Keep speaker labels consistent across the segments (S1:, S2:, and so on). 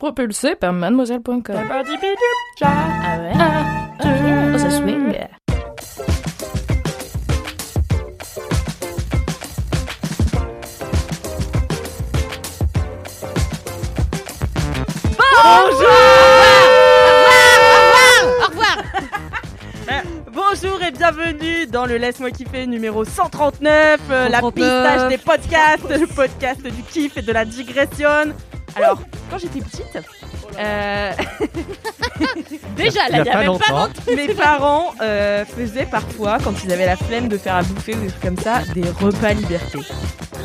S1: Propulsé par mademoiselle.com.
S2: Ah ouais Oh, ça swing
S3: Eh, Bonjour et bienvenue dans le Laisse-moi kiffer numéro 139, euh, la
S2: 139.
S3: pistache des podcasts, le podcast du kiff et de la digression. Alors, quand j'étais petite, euh,
S2: Déjà, Oh là, il y avait pas longtemps.
S3: mes parents euh, faisaient parfois, quand ils avaient la flemme de faire à bouffer ou des trucs comme ça, des repas liberté.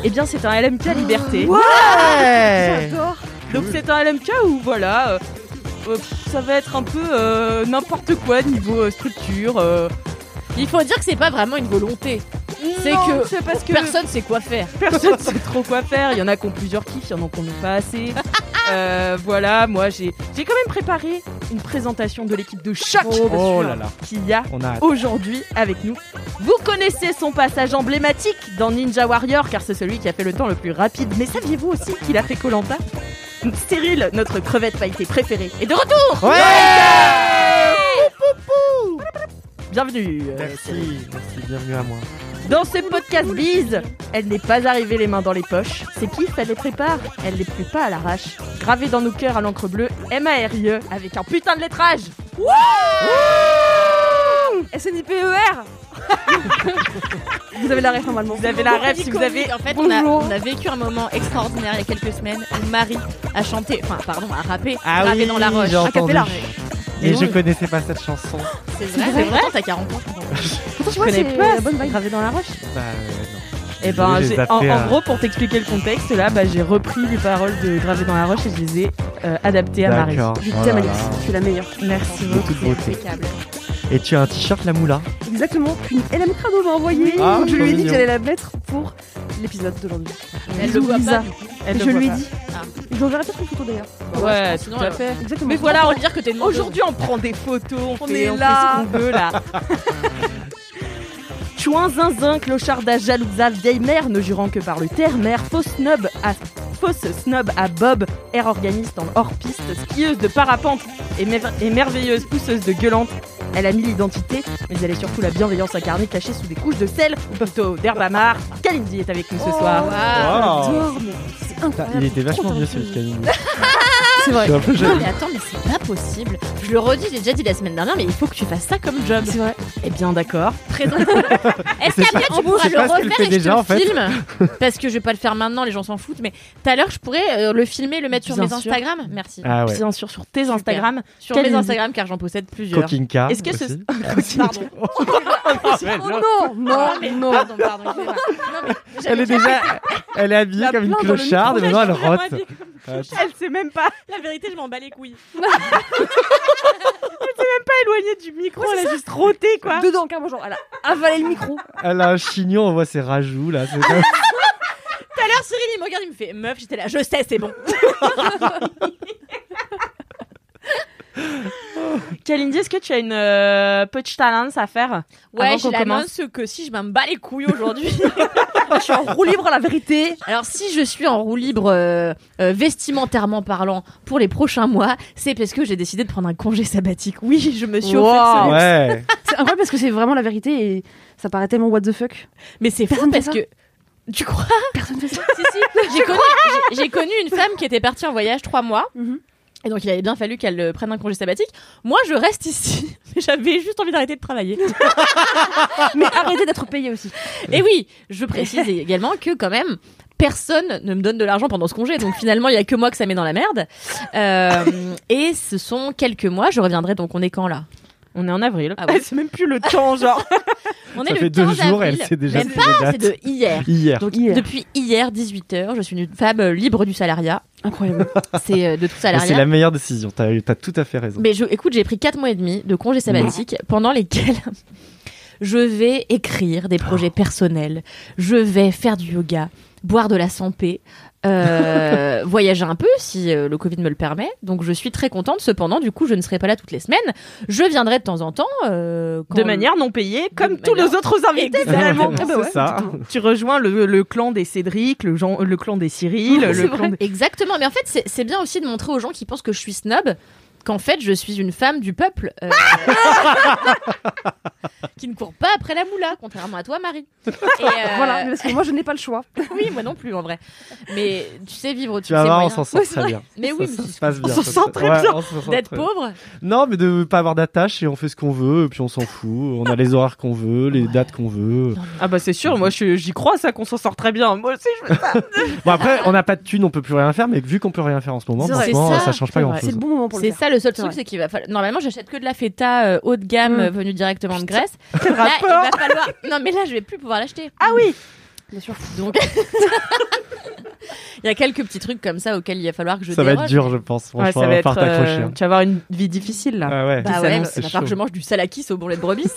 S3: Eh bien, c'est un LMK liberté.
S4: J'adore.
S3: Donc c'est un LMK où voilà, euh, euh, ça va être un peu euh, n'importe quoi niveau euh, structure. euh.
S2: Il faut dire que c'est pas vraiment une volonté. C'est
S3: Non,
S2: que
S3: c'est parce que
S2: personne sait quoi faire.
S3: personne sait trop quoi faire. Il y en a qui ont plusieurs kiffs, il y en a qui n'en ont pas assez. Euh, voilà, moi j'ai j'ai quand même préparé une présentation de l'équipe de choc
S4: Oh là là,
S3: qu'il y a
S4: on a hâte.
S3: aujourd'hui avec nous. Vous connaissez son passage emblématique dans Ninja Warrior car c'est celui qui a fait le temps le plus rapide. Mais saviez-vous aussi qu'il a fait Colanta Cyril, notre crevette pailletée préférée, est de retour
S4: Ouais
S3: Bienvenue euh, Cyril.
S4: Merci, merci, bienvenue à moi.
S3: Dans ce podcast bise, elle n'est pas arrivée les mains dans les poches. C'est qui elle les prépare, elle les prépare pas à l'arrache. Gravée dans nos cœurs à l'encre bleue, M-A-R-I-E, E, avec un putain de lettrage
S2: E
S5: SNIPER Vous avez la ref normalement.
S3: Vous avez la rêve si vous avez...
S2: Iconique. En fait, on a,
S5: Bonjour.
S2: on a vécu un moment extraordinaire il y a quelques semaines où Marie a chanté, enfin, pardon, a rappé,
S4: Ah
S2: gravé
S4: oui,
S2: dans la roche.
S4: j'ai entendu.
S5: cappella.
S4: Et je connaissais pas cette chanson. Bah,
S2: C'est vrai, c'est vrai, t'as 40 ans.
S5: Pourtant, tu
S3: Je
S5: vois,
S3: connais
S5: c'est
S3: pas
S5: la bonne vibe.
S3: Gravée dans la roche
S4: Bah euh, non.
S3: Eh
S4: Je
S3: ben,
S4: les ai
S3: j'ai-
S4: zappés
S3: en, en
S4: à-
S3: gros, pour t'expliquer le contexte, là, bah, j'ai repris les paroles de Gravé dans la roche et je les ai euh, adaptées à Marie.
S4: D'accord.
S5: Je
S4: Oh
S5: t'aime,
S4: là
S5: Alex.
S4: là.
S5: Tu es la meilleure.
S3: Merci beaucoup.
S4: Beaucoup de beauté.
S2: Impeccable.
S4: Et tu as un t-shirt la moula.
S5: Exactement. Qu'une LM Crado m'a envoyé.
S4: Ah,
S5: Donc, je lui
S4: trop
S5: ai dit que
S4: mignon.
S5: j'allais la mettre pour l'épisode d'aujourd'hui.
S2: Elle le voit pas.
S5: Lisa.
S2: du coup.
S3: Elle
S5: Et
S3: le
S5: je
S3: voit
S5: lui ai
S3: pas.
S5: dit.
S2: Ah.
S5: Je lui enverrai peut-être une photo d'ailleurs.
S3: Ouais,
S2: sinon, euh,
S3: tout à
S2: elle-
S3: fait.
S5: Exactement.
S3: Mais
S5: Je
S3: voilà,
S2: Pour
S3: on-
S2: dire que t'es demandeuse.
S3: aujourd'hui, on prend des photos, on,
S5: On
S3: fait,
S5: est
S3: on fait
S5: là.
S3: ce qu'on veut, là. Chouin, zinzin, clocharda, jalousa, vieille mère, ne jurant que par le terre-mère, fausse snob à... Fausse snob à Bob, air organiste en hors-piste, skieuse de parapente et, mer- et merveilleuse pousseuse de gueulante. Elle a mis l'identité, mais elle est surtout la bienveillance incarnée cachée sous des couches de sel, ou plutôt d'herbe amare. Kalindi est avec nous ce soir.
S2: Waouh.
S4: Oh.
S5: J'adore, mais c'est
S4: Putain,
S5: incroyable.
S4: Il était vachement
S5: Trop
S4: mieux
S5: talentueux.
S4: celui de Camille.
S5: C'est
S4: Je
S5: vrai.
S4: suis un peu
S2: Non
S4: jeune.
S2: mais attends mais c'est pas possible. Je le redis, j'ai déjà dit la semaine dernière mais il faut que tu fasses ça comme job.
S5: C'est vrai.
S3: Eh bien, d'accord.
S2: Présente. Est-ce qu'après tu pourras
S4: je sais
S2: le
S4: pas ce que tu fais
S2: refaire et je te
S4: déjà,
S2: le
S4: en fait.
S2: filme Parce que je vais pas le faire maintenant, les gens s'en foutent. Mais tout à l'heure je pourrais euh, le filmer, le mettre sur
S3: Bien
S2: mes
S3: sûr.
S2: Instagram. Merci.
S4: Ah ouais.
S3: Bien sûr, sur tes
S2: Super.
S3: Instagram.
S2: Sur
S3: Quelle
S2: mes
S3: musique
S2: Instagram car j'en possède plusieurs.
S4: Coquinka.
S3: Est-ce que ce-
S4: aussi.
S2: Pardon.
S5: Oh non,
S2: Non,
S5: non,
S2: mais
S5: non.
S2: pardon, pardon. excusez-moi. Non, mais
S4: Ah.
S2: j'avais
S4: Elle est déjà, elle est habillée
S5: La
S4: comme une
S5: plainte dans le
S4: clocharde et
S2: micro,
S4: maintenant elle
S2: j'ai vraiment
S4: rote.
S2: dit-
S4: Ah,
S3: Elle sait même pas
S2: La vérité, je m'en bats les couilles.
S3: éloignée du micro, elle a juste roté, quoi.
S5: Dedans, carrément, genre, elle a avalé le micro.
S4: Elle a un chignon, on voit ses rajouts là. c'est comme-
S2: Tout à l'heure, Cyril, Ah, il me regarde, il me fait meuf, j'étais là, je sais, c'est bon.
S3: Kalindi, est-ce que tu as une euh, petite annonce à faire
S2: Ouais,
S3: Avant
S2: je
S3: qu'on
S2: l'annonce que si je m'en bats les couilles aujourd'hui.
S5: Je suis en roue libre à la vérité.
S2: Alors, si je suis en roue libre euh, euh, vestimentairement parlant pour les prochains mois, c'est parce que j'ai décidé de prendre un congé sabbatique. Oui, je me suis offert ce luxe.
S4: Ouais.
S5: C'est incroyable Ah parce que c'est vraiment la vérité et ça paraît tellement what the fuck.
S2: Mais c'est fou
S5: Personne
S2: parce
S5: fait
S2: que. Tu crois
S5: Personne fait ça.
S2: Si, si. J'ai connu, j'ai- j'ai connu une femme qui était partie en voyage trois mois.
S5: Mhm.
S2: Et donc, il avait bien fallu qu'elle euh, prenne un congé sabbatique. Moi, je reste ici. Mais J'avais juste envie d'arrêter de travailler.
S5: Ah, Mais arrêtez d'être payé aussi.
S2: Et oui, je précise également que quand même, personne ne me donne de l'argent pendant ce congé. Donc finalement, il y a que moi que ça met dans la merde. Euh, et ce sont quelques mois. Je reviendrai. Donc on est quand là
S3: On est en avril.
S2: Ah ouais.
S3: c'est même plus le temps, genre.
S2: On
S4: Ça fait deux jours, elle sait déjà
S2: Même
S4: ses
S2: pas,
S4: dates.
S2: c'est de hier.
S4: Hier.
S2: Donc
S5: Hier.
S2: depuis hier 18h, je suis une femme euh, libre du salariat.
S5: Incroyable.
S2: C'est euh, de tout
S4: Et C'est
S2: salariat.
S4: la meilleure décision. T'as t'as tout à fait raison.
S2: Mais je, écoute, j'ai pris 4 mois et demi de congé
S3: Mmh.
S2: sabbatique pendant lesquels je vais écrire des
S3: Oh.
S2: projets personnels, je vais faire du yoga, boire de la santé, euh, voyager un peu si euh, le Covid me le permet. Donc je suis très contente. Cependant, du coup, je ne serai pas là toutes les semaines. Je viendrai de temps en temps. euh, quand-
S3: De manière non payée, comme
S2: De
S3: tous
S2: manière-
S3: les autres invités. finalement.
S4: C'est
S3: Ah bah ouais.
S4: ça.
S3: Tu rejoins le, le clan des Cédric, le, Jean- le clan des Cyril,
S2: C'est
S3: le
S2: vrai.
S3: clan des...
S2: Exactement. Mais en fait, c'est- c'est bien aussi de montrer aux gens qui pensent que je suis snob qu'en fait, je suis une femme du peuple. euh, qui ne court pas après la moula, contrairement à toi, Marie. Et, euh,
S5: Voilà, mais parce que moi, je n'ai pas le choix.
S2: Oui, moi non plus, en vrai. Mais tu sais vivre au-dessus
S4: Tu
S2: de
S4: vas
S2: ses
S4: voir, on
S2: moyens.
S4: s'en sort
S2: Ouais, c'est
S4: très
S2: vrai.
S4: bien.
S2: Mais oui,
S4: Ça,
S2: mais
S4: ça se passe bien.
S3: s'en sort très bien.
S4: on s'en sort
S2: d'être
S4: très
S2: pauvre.
S4: Non, mais de pas avoir d'attache et on fait ce qu'on veut, puis on s'en fout. On a les horaires qu'on veut, les
S2: Ouais.
S4: dates qu'on veut.
S3: Ah bah c'est sûr, moi je- j'y crois ça qu'on s'en sort très bien. Moi aussi je veux ça.
S4: Bon, après, on n'a pas de thunes, on peut plus rien faire, mais vu qu'on peut rien faire en ce moment,
S2: C'est vrai.
S4: franchement,
S2: C'est
S4: ça.
S2: ça.
S4: change pas
S2: C'est
S4: grand
S2: vrai.
S5: C'est le
S4: chose.
S5: bon moment pour le
S2: C'est ça
S5: faire.
S2: le seul
S5: C'est
S2: truc,
S5: vrai.
S2: c'est qu'il va falloir. Normalement, j'achète que de la feta euh, haut de gamme
S5: Mm.
S2: euh, venue directement de Grèce. Là, il va falloir. Non, mais là, je vais plus pouvoir l'acheter.
S3: Ah oui
S5: Bien sûr.
S2: Donc. Il y a quelques petits trucs comme ça auxquels il va falloir que je
S4: Ça va être
S2: déroge.
S4: dur, je pense.
S3: Ouais,
S4: Franchement, à part
S3: euh,
S4: t'accrocher. hein.
S3: Tu vas avoir une vie difficile là.
S4: Ah ouais.
S2: Bah
S3: Ça
S2: ouais,
S3: annonce,
S2: parce qu'il va
S4: c'est
S2: falloir que
S4: chaud.
S2: je mange du salakis au bourrelet de brebis.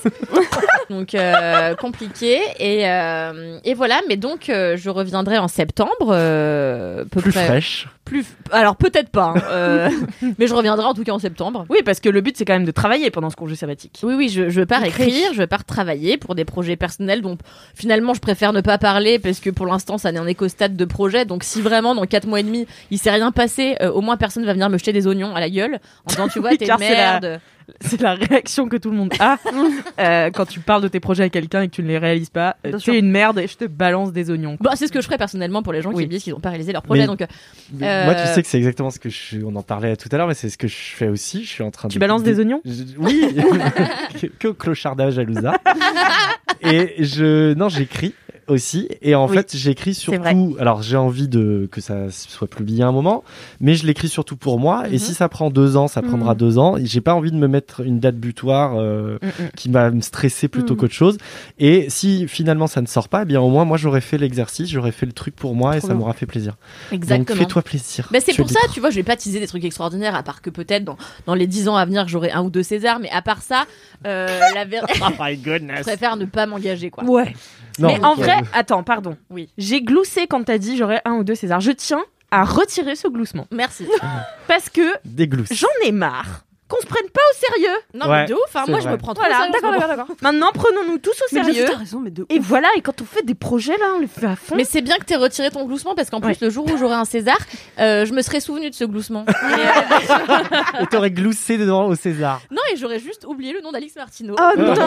S2: donc euh, compliqué et, euh, et voilà. Mais donc euh, je reviendrai en septembre, euh, peu
S4: Plus
S2: près-
S4: fraîche.
S2: Plus f- alors peut-être pas, hein, euh, mais je reviendrai en tout cas en septembre.
S3: Oui, parce que le but c'est quand même de travailler pendant ce congé sabbatique.
S2: Oui, oui, je, je pars écrire, je pars travailler pour des projets personnels dont finalement je préfère ne pas parler parce que pour l'instant ça n'est en éco stade de projet. Donc si vraiment dans quatre mois et demi il s'est rien passé, euh, au moins personne va venir me jeter des oignons à la gueule en disant tu vois
S3: Oui,
S2: t'es une
S3: car c'est la-
S2: merde.
S3: C'est la réaction que tout le monde a euh, quand tu parles de tes projets à quelqu'un et que tu ne les réalises pas.
S5: Bien
S3: Euh,
S5: sûr.
S3: T'es une merde et je te balance des oignons.
S2: Bon, Bah, c'est ce que je ferais personnellement pour les gens qui
S3: Oui.
S2: me disent qu'ils n'ont pas réalisé leur projet.
S4: Mais-
S2: Donc, euh,
S4: Mais
S2: Euh,
S4: Moi, tu sais que c'est exactement ce que je suis. On en parlait tout à l'heure, mais c'est ce que je fais aussi. Je suis en train
S3: Tu
S4: de.
S3: balances des oignons
S4: Je- Oui Que- Que clochardage à Louza. Et je. Non, j'écris aussi. Et en
S2: Oui.
S4: fait, j'écris
S2: vrai.
S4: surtout. Alors, j'ai envie de que ça soit publié un moment, mais je l'écris surtout pour moi.
S2: Mhm.
S4: Et si ça prend deux ans, ça prendra
S5: Mhm.
S4: deux ans. Et J'ai pas envie de me mettre une date butoir. euh, qui va me stresser plutôt
S5: Mhm.
S4: qu'autre chose. Et si finalement ça ne sort pas, eh bien au moins moi j'aurais fait l'exercice, j'aurais fait le truc pour moi et
S5: Trop
S4: ça
S5: bien.
S4: m'aura fait plaisir. Donc
S2: exactement.
S4: fais-toi plaisir.
S2: Bah, c'est
S4: tu es
S2: pour ça,
S4: libre.
S2: tu vois, je vais pas teaser des trucs extraordinaires, à part que peut-être dans, dans les 10 ans à venir, j'aurai un ou deux Césars, mais à part ça, euh, la ver-
S4: Oh
S2: je préfère ne pas m'engager, quoi.
S5: Ouais.
S4: Non,
S3: Mais en
S4: euh,
S3: vrai, attends, pardon.
S2: Oui.
S3: J'ai gloussé quand t'as dit j'aurais un ou deux César. Je tiens à retirer ce gloussement
S2: Merci.
S3: parce que
S4: déglousse.
S3: j'en ai marre qu'on se prenne pas au sérieux.
S2: Non,
S4: Ouais,
S2: mais de ouf, hein,
S4: c'est
S2: moi, je
S4: vrai.
S2: me prends trop
S3: Voilà,
S2: au sérieux en ce
S3: d'accord,
S2: moment.
S3: d'accord, d'accord. Maintenant, prenons-nous tous au
S5: Mais bien sûr,
S3: sérieux.
S5: t'as raison, mais de
S3: Et voilà, et quand on fait des projets là, on les fait à fond.
S2: Mais c'est bien que t'aies retiré ton gloussement parce qu'en plus, le jour où j'aurai un César, euh, je me serais souvenu de ce gloussement. Et, euh,
S4: Et t'aurais gloussé devant au César.
S2: non, et j'aurais juste oublié le nom d'Alix Martineau.
S5: Oh
S4: non.
S2: Dans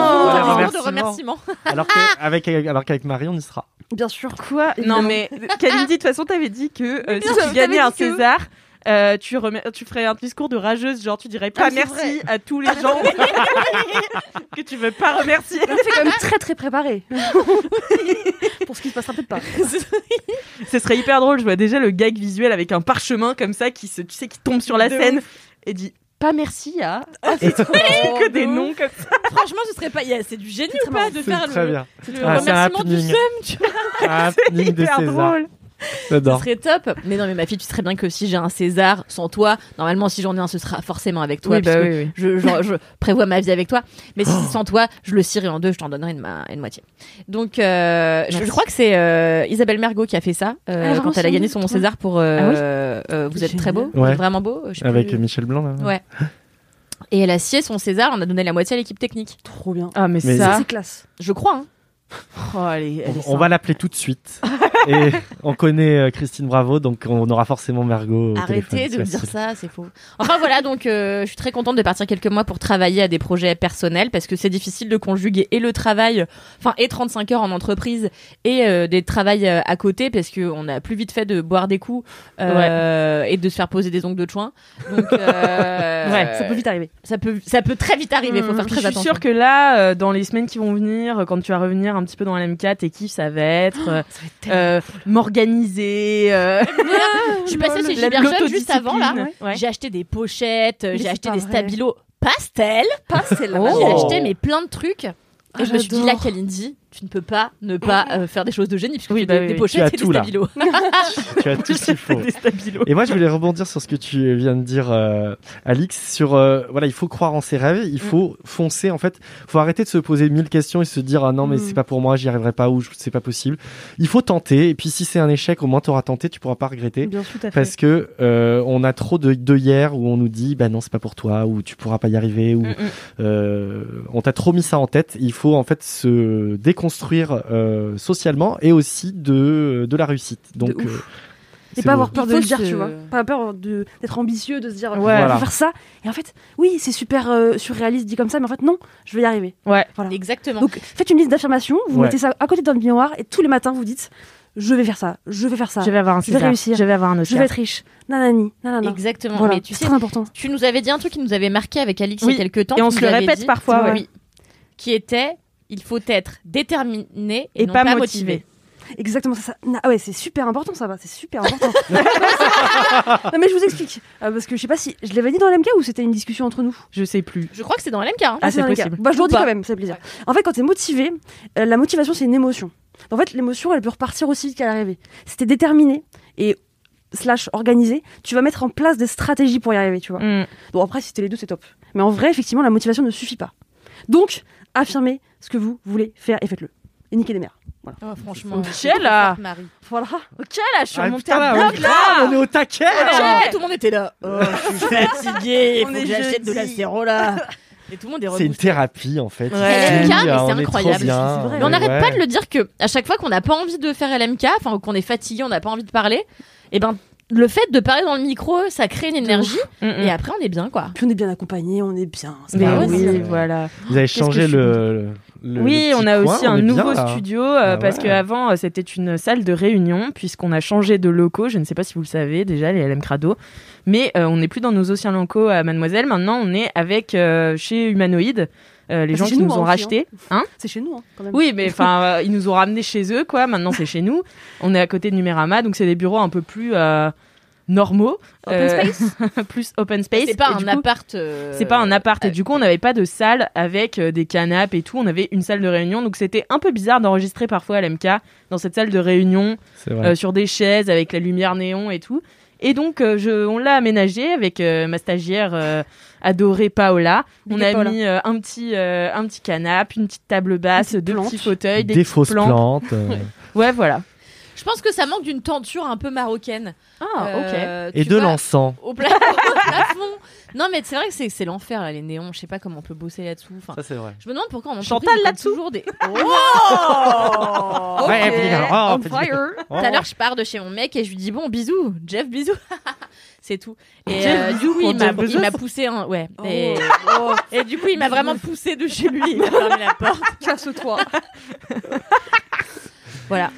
S2: mon
S4: Ouais,
S2: discours
S4: remerciement.
S2: de remerciement.
S4: Alors que- avec- alors qu'avec Marie, on y sera.
S5: Bien sûr.
S3: Quoi Non, mais Kalindi, de toute façon, t'avais dit que euh, si
S2: sûr,
S3: tu gagnais
S2: t'avais
S3: un
S2: dit que-
S3: César. euh, tu, remer- tu ferais un discours de rageuse, genre tu dirais pas
S2: Ah, c'est
S3: merci à tous les gens que tu veux pas remercier.
S5: C'est quand même très très préparé. pour ce qui se passera peut-être pas.
S3: Ce serait hyper drôle, je vois déjà le gag visuel avec un parchemin comme ça qui se, tu sais, qui tombe sur la
S2: De
S3: scène et dit pas merci à
S2: Ah,
S4: Et-
S2: Oh,
S3: que des noms comme ça.
S2: Franchement, ce serait pas. il y a- C'est du génie ou pas de
S4: C'est
S2: faire
S4: très
S2: le,
S4: bien.
S2: le
S4: Ah, c'est un
S2: remerciement du
S4: happening.
S2: seum
S4: Un happening de
S3: hyper
S4: César.
S3: drôle.
S2: Ce
S4: J'adore.
S2: serait top. Mais non, mais ma fille, tu sais très bien que si j'ai un César sans toi, normalement, si j'en ai un, ce sera forcément avec toi. puisque
S3: oui,
S2: Je, genre, je prévois ma vie avec toi. Mais si
S4: Oh.
S2: c'est sans toi, je le scierai en deux, je t'en donnerai une, ma- une moitié. Donc, euh, je, je crois que c'est euh, Isabelle Mergot qui a fait ça euh,
S5: Elle a vraiment
S2: quand elle a
S5: son
S2: gagné
S5: livre,
S2: son
S5: toi.
S2: César pour euh,
S3: Ah oui
S2: euh, Vous êtes très beau,
S4: Ouais.
S2: vous êtes vraiment beau. je sais
S4: Avec
S2: plus.
S4: Michel Blanc. là.
S2: Ouais. Et elle a scié son César, on a donné la moitié à l'équipe technique.
S5: Trop bien.
S3: Ah mais,
S4: Mais
S3: ça,
S5: C'est classe.
S2: Je crois. hein.
S3: Oh, elle est- elle est
S4: On, on va l'appeler tout de suite. Et on connaît euh, Christine Bravo, donc on aura forcément Margot. au
S2: Arrêtez
S4: téléphone,
S2: de
S4: c'est
S2: me dire
S4: facile.
S2: ça, c'est faux. Enfin voilà, donc euh, je suis très contente de partir quelques mois pour travailler à des projets personnels parce que c'est difficile de conjuguer et le travail, enfin et 35 heures en entreprise et euh, des travails euh, à côté parce que on a plus vite fait de boire des coups euh, et de se faire poser des ongles de chouin. Donc euh,
S3: Ouais,
S5: Ça peut vite arriver.
S2: ça peut ça peut très vite arriver, faut
S3: Mmh,
S2: faire
S3: Je
S2: très
S3: suis
S2: attention.
S3: sûre que là, euh, dans les semaines qui vont venir, euh, quand tu vas revenir un petit peu dans la M4, tes kiffs, ça va
S2: Oh,
S3: être euh, euh, m'organiser. euh,
S2: Je suis passée chez
S3: la-
S2: Gilbert Jeune juste
S3: l'autodiscipline.
S2: avant là.
S3: Ouais.
S2: J'ai acheté des pochettes,
S5: Mais
S2: j'ai
S5: c'est
S2: acheté
S5: pas
S2: des
S5: vrai.
S2: stabilos. Pastel.
S3: Pastel.
S4: Oh.
S2: J'ai acheté mes plein de trucs. Et Ah, je me suis dit,
S5: Ah, j'adore.
S2: là, Kalindi, tu ne peux pas ne pas euh, faire des choses de génie, puisque
S3: Oui,
S2: tu
S3: bah
S2: fais des,
S3: oui,
S2: des
S3: oui.
S4: Tu as
S2: pochettes et
S4: tout,
S2: des
S4: là.
S2: stabilos.
S4: tu as tout ce qu'il faut.
S3: des stabilos.
S4: Et moi, je voulais rebondir sur ce que tu viens de dire, euh, Alix, sur euh, voilà, il faut croire en ses rêves,
S5: Mm.
S4: il faut foncer. En fait, faut arrêter de se poser mille questions et se dire ah
S5: Mm.
S4: non mais c'est pas pour moi, j'y arriverai pas ou je- c'est pas possible. Il faut tenter. Et puis si c'est un échec, au moins t'auras tenté, tu pourras pas regretter.
S5: Bien sûr, tout à fait.
S4: Parce que euh, on a trop de, de hier où on nous dit bah non c'est pas pour toi ou tu pourras pas y arriver ou
S5: Mm,
S4: euh, on t'a trop mis ça en tête. Il faut en fait se déconstruire euh, socialement et aussi de de la réussite. Donc
S5: ouf.
S4: euh,
S5: Et
S4: c'est
S5: pas
S4: beau.
S5: avoir peur
S2: Il
S5: de le
S2: faut
S5: dire, euh,
S2: se-
S5: tu vois. Pas peur de- d'être ambitieux, de se dire,
S3: Ouais.
S5: je
S4: Voilà.
S5: vais faire ça. Et en fait, oui, c'est super euh, surréaliste dit comme ça, mais en fait, non, je vais y arriver.
S3: Ouais.
S5: Voilà.
S2: Exactement.
S5: Donc, faites une liste d'affirmations, vous
S4: Ouais.
S5: mettez ça à côté d'un miroir et tous les matins, vous dites, je vais faire ça, je vais faire ça,
S3: Je vais avoir un
S5: Je vais
S3: César.
S5: réussir.
S3: Je vais avoir un
S5: je vais
S3: Oscar.
S5: être riche. Nanani, nanana.
S2: Exactement.
S5: Voilà,
S2: Mais tu
S5: c'est
S2: sais,
S5: très important.
S2: tu nous avais dit un truc qui nous avait marqué avec Alix
S3: Oui.
S2: il y a quelques temps.
S3: Et on
S2: tu
S3: se le
S2: nous avais
S3: répète
S2: dit-
S3: parfois, ouais.
S2: Oui. Qui était, il faut être déterminé et,
S3: Et
S2: non
S3: pas
S2: pas
S3: motivé.
S5: Exactement, ça. ça- na- Ah ouais, c'est super important, ça va, c'est super important. non, mais je vous explique. Euh, parce que je sais pas si je l'avais dit dans LMK ou c'était une discussion entre nous.
S3: Je sais plus.
S2: Je crois que c'est dans LMK. hein.
S3: Ah, c'est
S5: dans LMK.
S3: possible.
S5: Bah, je
S2: Ou
S5: vous redis
S2: pas.
S5: quand même, c'est plaisir. En fait, quand t'es motivé, euh, la motivation, c'est une émotion. En fait, l'émotion, elle peut repartir aussi vite qu'elle est arrivée. Si t'es déterminé et slash organisé, tu vas mettre en place des stratégies pour y arriver, tu vois. Bon, après, si c'était les deux, c'est top. Mais en vrai, effectivement, la motivation ne suffit pas. Donc, affirmez ce que vous voulez faire et faites-le. Et niquez des mères.
S2: Oh, franchement.
S3: Michel, là.
S2: Marie.
S5: Voilà.
S3: Ok, là, je suis
S4: Ah,
S3: remontée
S4: putain,
S3: à
S4: là,
S3: bloc,
S4: oui.
S3: là.
S4: on est au taquet.
S2: Ouais, Ah, tout le monde était là. Oh, je suis fatigué.
S3: On
S2: Faut
S3: est
S2: que j'achète de
S3: jeudi.
S2: l'acérola. Et tout le monde est
S4: C'est une
S2: reboosté.
S4: thérapie en fait.
S3: Ouais.
S2: LMK, mais
S4: Oui,
S2: c'est
S4: on est trop
S2: incroyable.
S4: bien.
S5: C'est vrai.
S2: Mais on
S5: Ouais,
S2: n'arrête
S4: Ouais.
S2: pas de le dire que à chaque fois qu'on n'a pas envie de faire LMK, enfin ou qu'on est fatigué, on n'a pas envie de parler, et ben le fait de parler dans le micro, ça crée une énergie
S5: Mmh.
S2: et après on est bien quoi.
S5: Puis on est bien accompagné, on est bien. c'est
S3: Mm, Mais
S4: Ah
S5: pas
S4: ouais,
S3: Bah oui,
S5: possible.
S4: c'est-
S3: voilà.
S4: Vous avez
S3: Qu'est-ce que
S4: changé
S3: je suis
S4: le, le-
S3: oui,
S4: le
S3: on
S4: petit
S3: a
S4: coin,
S3: aussi
S4: on
S3: un
S4: est bien,
S3: nouveau
S4: là.
S3: studio euh,
S4: Ah
S3: parce
S4: ouais.
S3: qu'avant euh, c'était une salle de réunion puisqu'on a changé de locaux. Je ne sais pas si vous le savez déjà les LM Crado, mais euh, on n'est plus dans nos anciens locaux à Mademoiselle. Maintenant, on est avec euh, chez Humanoïde, euh, les
S5: Ah,
S3: gens
S5: c'est
S3: qui
S5: chez
S3: nous,
S5: nous, hein,
S3: ont
S5: aussi,
S3: rachetés. Hein
S5: C'est chez nous, hein, quand même.
S3: oui, mais enfin, euh, ils nous ont ramenés chez eux quoi. Maintenant, c'est chez nous. On est à côté de Numérama, donc c'est des bureaux un peu plus euh, normaux,
S2: Open
S3: Euh,
S2: space.
S3: plus open space.
S2: C'est pas
S3: Et
S2: un
S3: du coup,
S2: appart.
S3: c'est pas un appart et
S2: euh,
S3: du coup on n'avait pas de salle avec euh, des canapes et tout, on avait une salle de réunion donc c'était un peu bizarre d'enregistrer parfois à l'MK dans cette salle de réunion
S4: C'est vrai.
S3: euh, sur des chaises avec la lumière néon et tout. Et donc euh, je, on l'a aménagé avec euh, ma stagiaire euh, adorée Paola. On
S5: Big
S3: a
S5: Paola.
S3: mis euh, un petit euh, un petit canapé, une petite table basse,
S5: Une petite
S3: deux
S5: plante.
S3: petits fauteuils, des,
S4: des,
S3: petites
S4: fausses
S3: plantes.
S4: plantes. euh,
S3: Ouais voilà.
S2: Je pense que ça manque d'une tenture un peu marocaine.
S3: Ah
S2: Euh,
S4: et
S2: tu
S4: de
S2: vois,
S4: l'encens.
S2: Au, pla- au plafond. Non mais c'est vrai que c'est c'est l'enfer là, les néons. Je sais pas comment on peut bosser là-dessous. Enfin,
S4: c'est vrai.
S2: je me demande pourquoi on
S3: Chantal, là-dessous
S2: toujours des. Oh
S3: ok.
S4: Ouais, puis là, oh,
S3: On
S4: petit-
S3: fire.
S2: Tout à l'heure, je pars de chez mon mec et je lui dis bon bisous, Jeff bisous, c'est tout. Et
S3: Jeff,
S2: euh, du
S3: bisous
S2: coup
S3: pour
S2: il m'a
S3: Jeff Bezos
S2: il m'a poussé un ouais.
S5: Oh.
S2: Et, et du coup il m'a vraiment poussé de chez lui. Il m'a fermé la porte.
S5: Casse-toi.
S2: Voilà.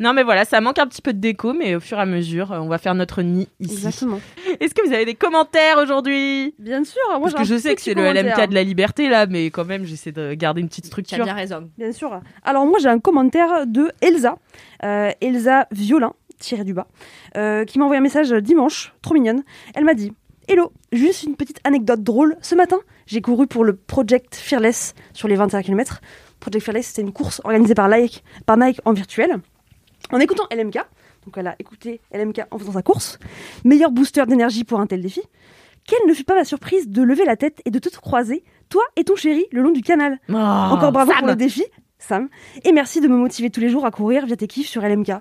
S3: Non mais voilà, ça manque un petit peu de déco mais au fur et à mesure euh, on va faire notre nid ici.
S5: Exactement.
S3: Est-ce que vous avez des commentaires aujourd'hui
S5: Bien sûr. Moi,
S3: Parce que je sais que c'est le LMK de la liberté là, mais quand même j'essaie de garder une petite
S2: Tu as
S3: structure.
S2: bien raison.
S5: Bien sûr. Alors moi, j'ai un commentaire de Elsa. Euh, Elsa Violin, tirée du bas, euh, qui m'a envoyé un message dimanche, trop mignonne. Elle m'a dit « Hello, juste une petite anecdote drôle. Ce matin, j'ai couru pour le Project Fearless sur les 21 km. Project Fearless, c'était une course organisée par Nike, par Nike en virtuel. En écoutant LMK, donc elle a écouté LMK en faisant sa course, meilleur booster d'énergie pour un tel défi. Quelle ne fut pas ma surprise de lever la tête et de te croiser, toi et ton chéri, le long du canal
S3: Oh,
S2: Ah,
S5: encore bravo pour le défi, Sam. Et merci de me motiver tous les jours à courir via tes kiffs sur LMK.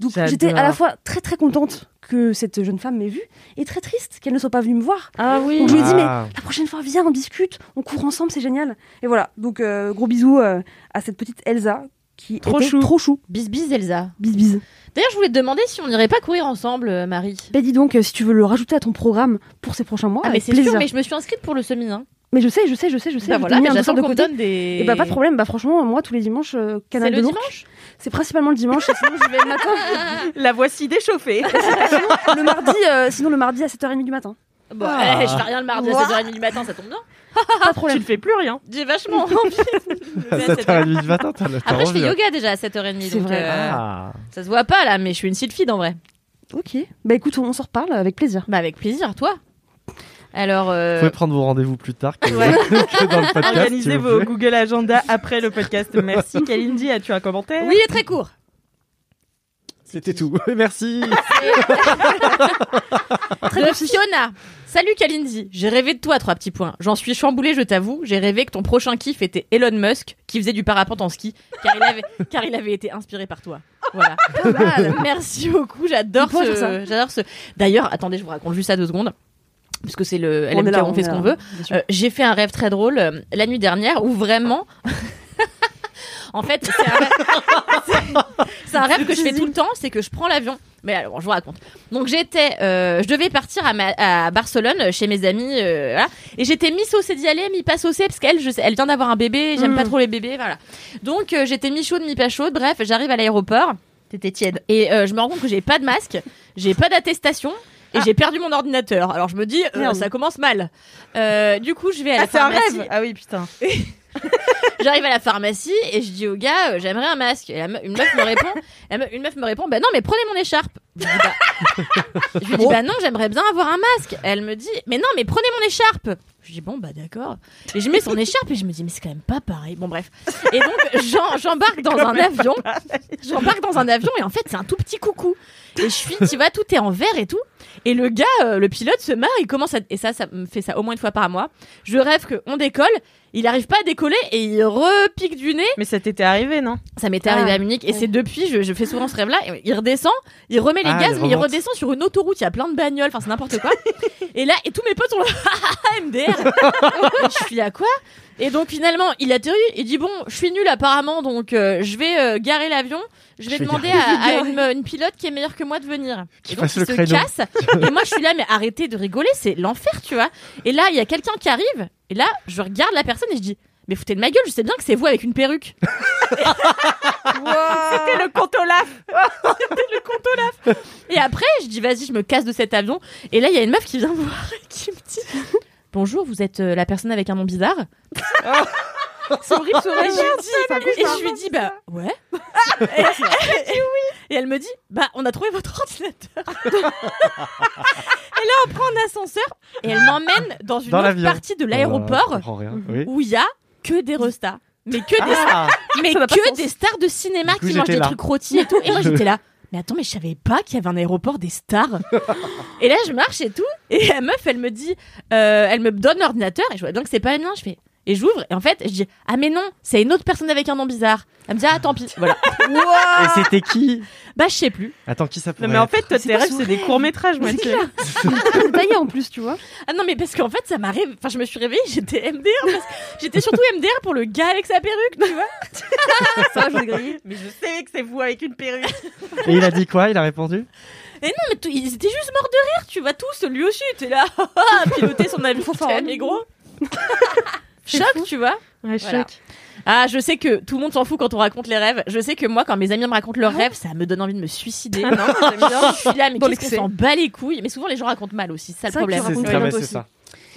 S5: Donc
S3: J'adore.
S5: j'étais à la fois très très contente que cette jeune femme m'ait vue et très triste qu'elle ne soit pas venue me voir.
S3: Ah oui.
S5: Donc je lui ai dit mais
S4: Ah.
S5: la prochaine fois viens on discute, on court ensemble c'est génial. Et voilà donc euh, gros bisous euh, à cette petite Elsa qui
S3: Trop
S5: était
S3: chou.
S5: trop chou.
S2: Bis bis Elsa.
S5: Bis bis.
S2: D'ailleurs je voulais te demander si on n'irait pas courir ensemble euh, Marie.
S5: Ben dis donc euh, si tu veux le rajouter à ton programme pour ces prochains mois
S2: Ah mais
S5: avec
S2: c'est
S5: plaisir.
S2: sûr mais je me suis inscrite pour le semi hein.
S5: Mais je sais je sais je sais je sais.
S2: Bah
S5: je
S2: voilà
S5: t'ai mis
S2: mais
S5: un
S2: j'attends
S5: de
S2: qu'on me
S5: côté.
S2: donne des.
S5: Et bah pas de problème bah franchement moi tous les dimanches euh,
S2: C'est
S5: canal
S2: le
S5: de l'Ourcq.
S2: dimanche.
S5: C'est principalement le dimanche et sinon je vais le matin.
S3: La voici déchauffée.
S5: le mardi, euh, sinon le mardi à 7h30 du matin.
S2: Bon,
S4: Ah.
S2: eh, je fais rien le mardi à
S5: Ouah.
S2: 7h30 du matin ça tombe bien.
S5: Pas de
S3: tu
S5: problème.
S3: ne fais plus rien.
S2: J'ai vachement envie. de me
S4: À
S2: lever à 7h30.
S4: 7h30 du matin, t'as le
S2: Après je fais
S4: t'as envie,
S2: yoga déjà à 7h30
S5: C'est
S2: donc
S5: vrai.
S2: euh,
S4: là. Ah.
S2: ça se voit pas là mais je suis une sylphide en vrai.
S5: Ok. Bah écoute, on s'en reparle avec plaisir.
S2: Bah avec plaisir, toi. Alors, euh,
S4: Vous pouvez prendre vos rendez-vous plus tard que,
S3: Ouais.
S4: que dans le podcast.
S3: Organisez
S4: Ah, s'il vous
S3: vos
S4: plaît.
S3: Google Agenda après le podcast. Merci Kalindi, as-tu un commentaire
S2: oui, il est très court.
S4: C'était tout. Merci.
S2: de Fiona. Salut Kalindi, j'ai rêvé de toi, trois petits points. J'en suis chamboulée, je t'avoue. J'ai rêvé que ton prochain kiff était Elon Musk, qui faisait du parapente en ski, car il avait, car il avait été inspiré par toi. Voilà. Merci beaucoup, j'adore
S5: Il pourrait faire
S2: ce,
S5: ça.
S2: j'adore ce. D'ailleurs, attendez, je vous raconte juste ça deux secondes. Parce que c'est le LMK, on,
S5: est là, on
S2: fait
S5: est
S2: ce
S5: là,
S2: qu'on veut.
S5: bien sûr.
S2: Euh, j'ai fait un rêve très drôle euh, la nuit dernière où vraiment. en fait, c'est un rêve, c'est- c'est un rêve que je fais tout le temps, c'est que je prends l'avion. Mais alors, je vous raconte. Donc j'étais, euh, je devais partir à, ma- à Barcelone euh, chez mes amis, euh, voilà. et j'étais mi saucée d'y aller, mi pas saucée parce qu'elle, je sais- elle vient d'avoir un bébé, j'aime
S5: Hmm.
S2: pas trop les bébés, voilà. Donc euh, j'étais mi chaude, mi pas chaude. Bref, j'arrive à l'aéroport. T'étais tiède. Et euh, je me rends compte que j'ai pas de masque, j'ai pas d'attestation.
S3: Ah.
S2: Et j'ai perdu mon ordinateur. Alors je me dis, euh,
S5: Merde.
S2: ça commence mal. Euh, du coup, je vais à la
S3: Ah, c'est un
S2: pharmacie.
S3: rêve Ah oui, putain.
S2: J'arrive à la pharmacie et je dis au gars, euh, j'aimerais un masque. Et la me- une meuf me répond, la me- une meuf me répond, bah non, mais prenez mon écharpe. Je lui dis, bah- je lui dis, bah non, j'aimerais bien avoir un masque. Elle me dit, mais non, mais prenez mon écharpe. Je dis, bon, bah d'accord. Et je mets son écharpe et je me dis, mais c'est quand même pas pareil. Bon, bref. Et donc, j'en- j'embarque dans un avion. J'embarque dans un avion et en fait, c'est un tout petit coucou. Et je suis, tu vois, tout est en vert et tout. Et le gars, euh, le pilote se marre, il commence à. Et ça, ça me fait ça au moins une fois par mois. Je rêve qu'on décolle, il arrive pas à décoller et il repique du nez.
S3: Mais ça t'était arrivé, non
S2: Ça m'était arrivé
S5: Ah,
S2: à Munich et c'est depuis, je, je fais souvent ce rêve-là. et Il redescend, il remet les
S4: Ah,
S2: gaz,
S4: il
S2: mais il
S4: remonte.
S2: redescend sur une autoroute, il y a plein de bagnoles, enfin c'est n'importe quoi. et là, et tous mes potes sont là, Ah, MDR Je suis à quoi Et donc finalement, il atterrit, il dit Bon, je suis nul apparemment, donc euh, je vais euh, garer l'avion, je vais
S4: Je vais
S2: demander
S4: garer.
S2: à, à une, une pilote qui est meilleure que moi de venir.
S4: Qui
S2: Et donc
S4: fasse
S2: il
S4: le
S2: se
S4: créneau.
S2: casse, et moi je suis là, mais arrêtez de rigoler, c'est l'enfer, tu vois. Et là, il y a quelqu'un qui arrive, et là, je regarde la personne et je dis Mais foutez de ma gueule, je sais bien que c'est vous avec une perruque.
S3: C'était le compte Olaf
S2: Et après, je dis vas-y, je me casse de cet avion. Et là, il y a une meuf qui vient me voir et qui me dit Bonjour, vous êtes euh, la personne avec un nom bizarre
S3: C'est horrible ce
S2: Et je
S3: rêve.
S2: lui dis,
S3: ça
S2: et je lui dis bah ouais. et, et elle me dit bah on a trouvé votre ordinateur. et là, on prend un ascenseur et elle m'emmène dans une
S4: Dans
S2: autre
S4: l'avion.
S2: partie de l'aéroport
S4: Voilà, je comprends rien. Oui.
S2: où il y a que des restas. Mais que des
S4: Ah,
S2: mais
S3: Ça n'a pas de
S2: que
S3: sens.
S2: des stars de cinéma
S4: Du coup,
S2: qui mangent
S4: j'étais
S2: des
S4: là.
S2: trucs rôtis et tout. Et moi, j'étais là. Mais attends, mais je savais pas qu'il y avait un aéroport des stars. et là, je marche et tout. Et la meuf, elle me dit, euh, elle me donne l'ordinateur et je vois bien que c'est pas le mien. Je fais. Et j'ouvre et en fait, je dis ah mais non, c'est une autre personne avec un nom bizarre. Elle me dit ah tant pis. Voilà.
S4: Et c'était qui
S2: Bah je sais plus.
S4: Attends, qui ça pourrait
S3: Non, mais en
S4: être
S3: fait, toi,
S2: C'est
S3: tes
S2: pas
S3: rêves,
S2: son
S3: c'est des courts-métrages, moi, tu sais.
S5: Taillé en plus, tu vois.
S2: Ah non mais parce qu'en fait ça m'arrive. Enfin je me suis réveillée, j'étais MDR. parce que J'étais surtout MDR pour le gars avec sa perruque, tu vois.
S5: Ça, je l'ai grillé.
S3: Mais je savais que c'est vous avec une perruque.
S4: Et il a dit quoi Il a répondu
S2: Mais tout- ils étaient juste morts de rire, tu vois tous lui aussi. T'es là à piloter son avion,
S5: faire un
S2: mais gros. Choc, tu vois.
S3: Ouais,
S2: Voilà. Ah, je sais que tout le monde s'en fout quand on raconte les rêves. Je sais que moi, quand mes amis me racontent leurs rêves, ça me donne envie de me suicider.
S3: Ah non, j'aime bien.
S2: je suis là, mais
S3: Dans
S2: qu'est-ce qu'on
S3: l'excès.
S2: s'en bat les couilles Mais souvent, les gens racontent mal aussi, c'est ça le
S5: C'est vrai
S2: problème.
S5: qu'ils
S4: C'est
S5: raconte
S4: ça,
S5: rien
S4: mais
S5: toi
S4: c'est
S5: aussi.
S4: ça.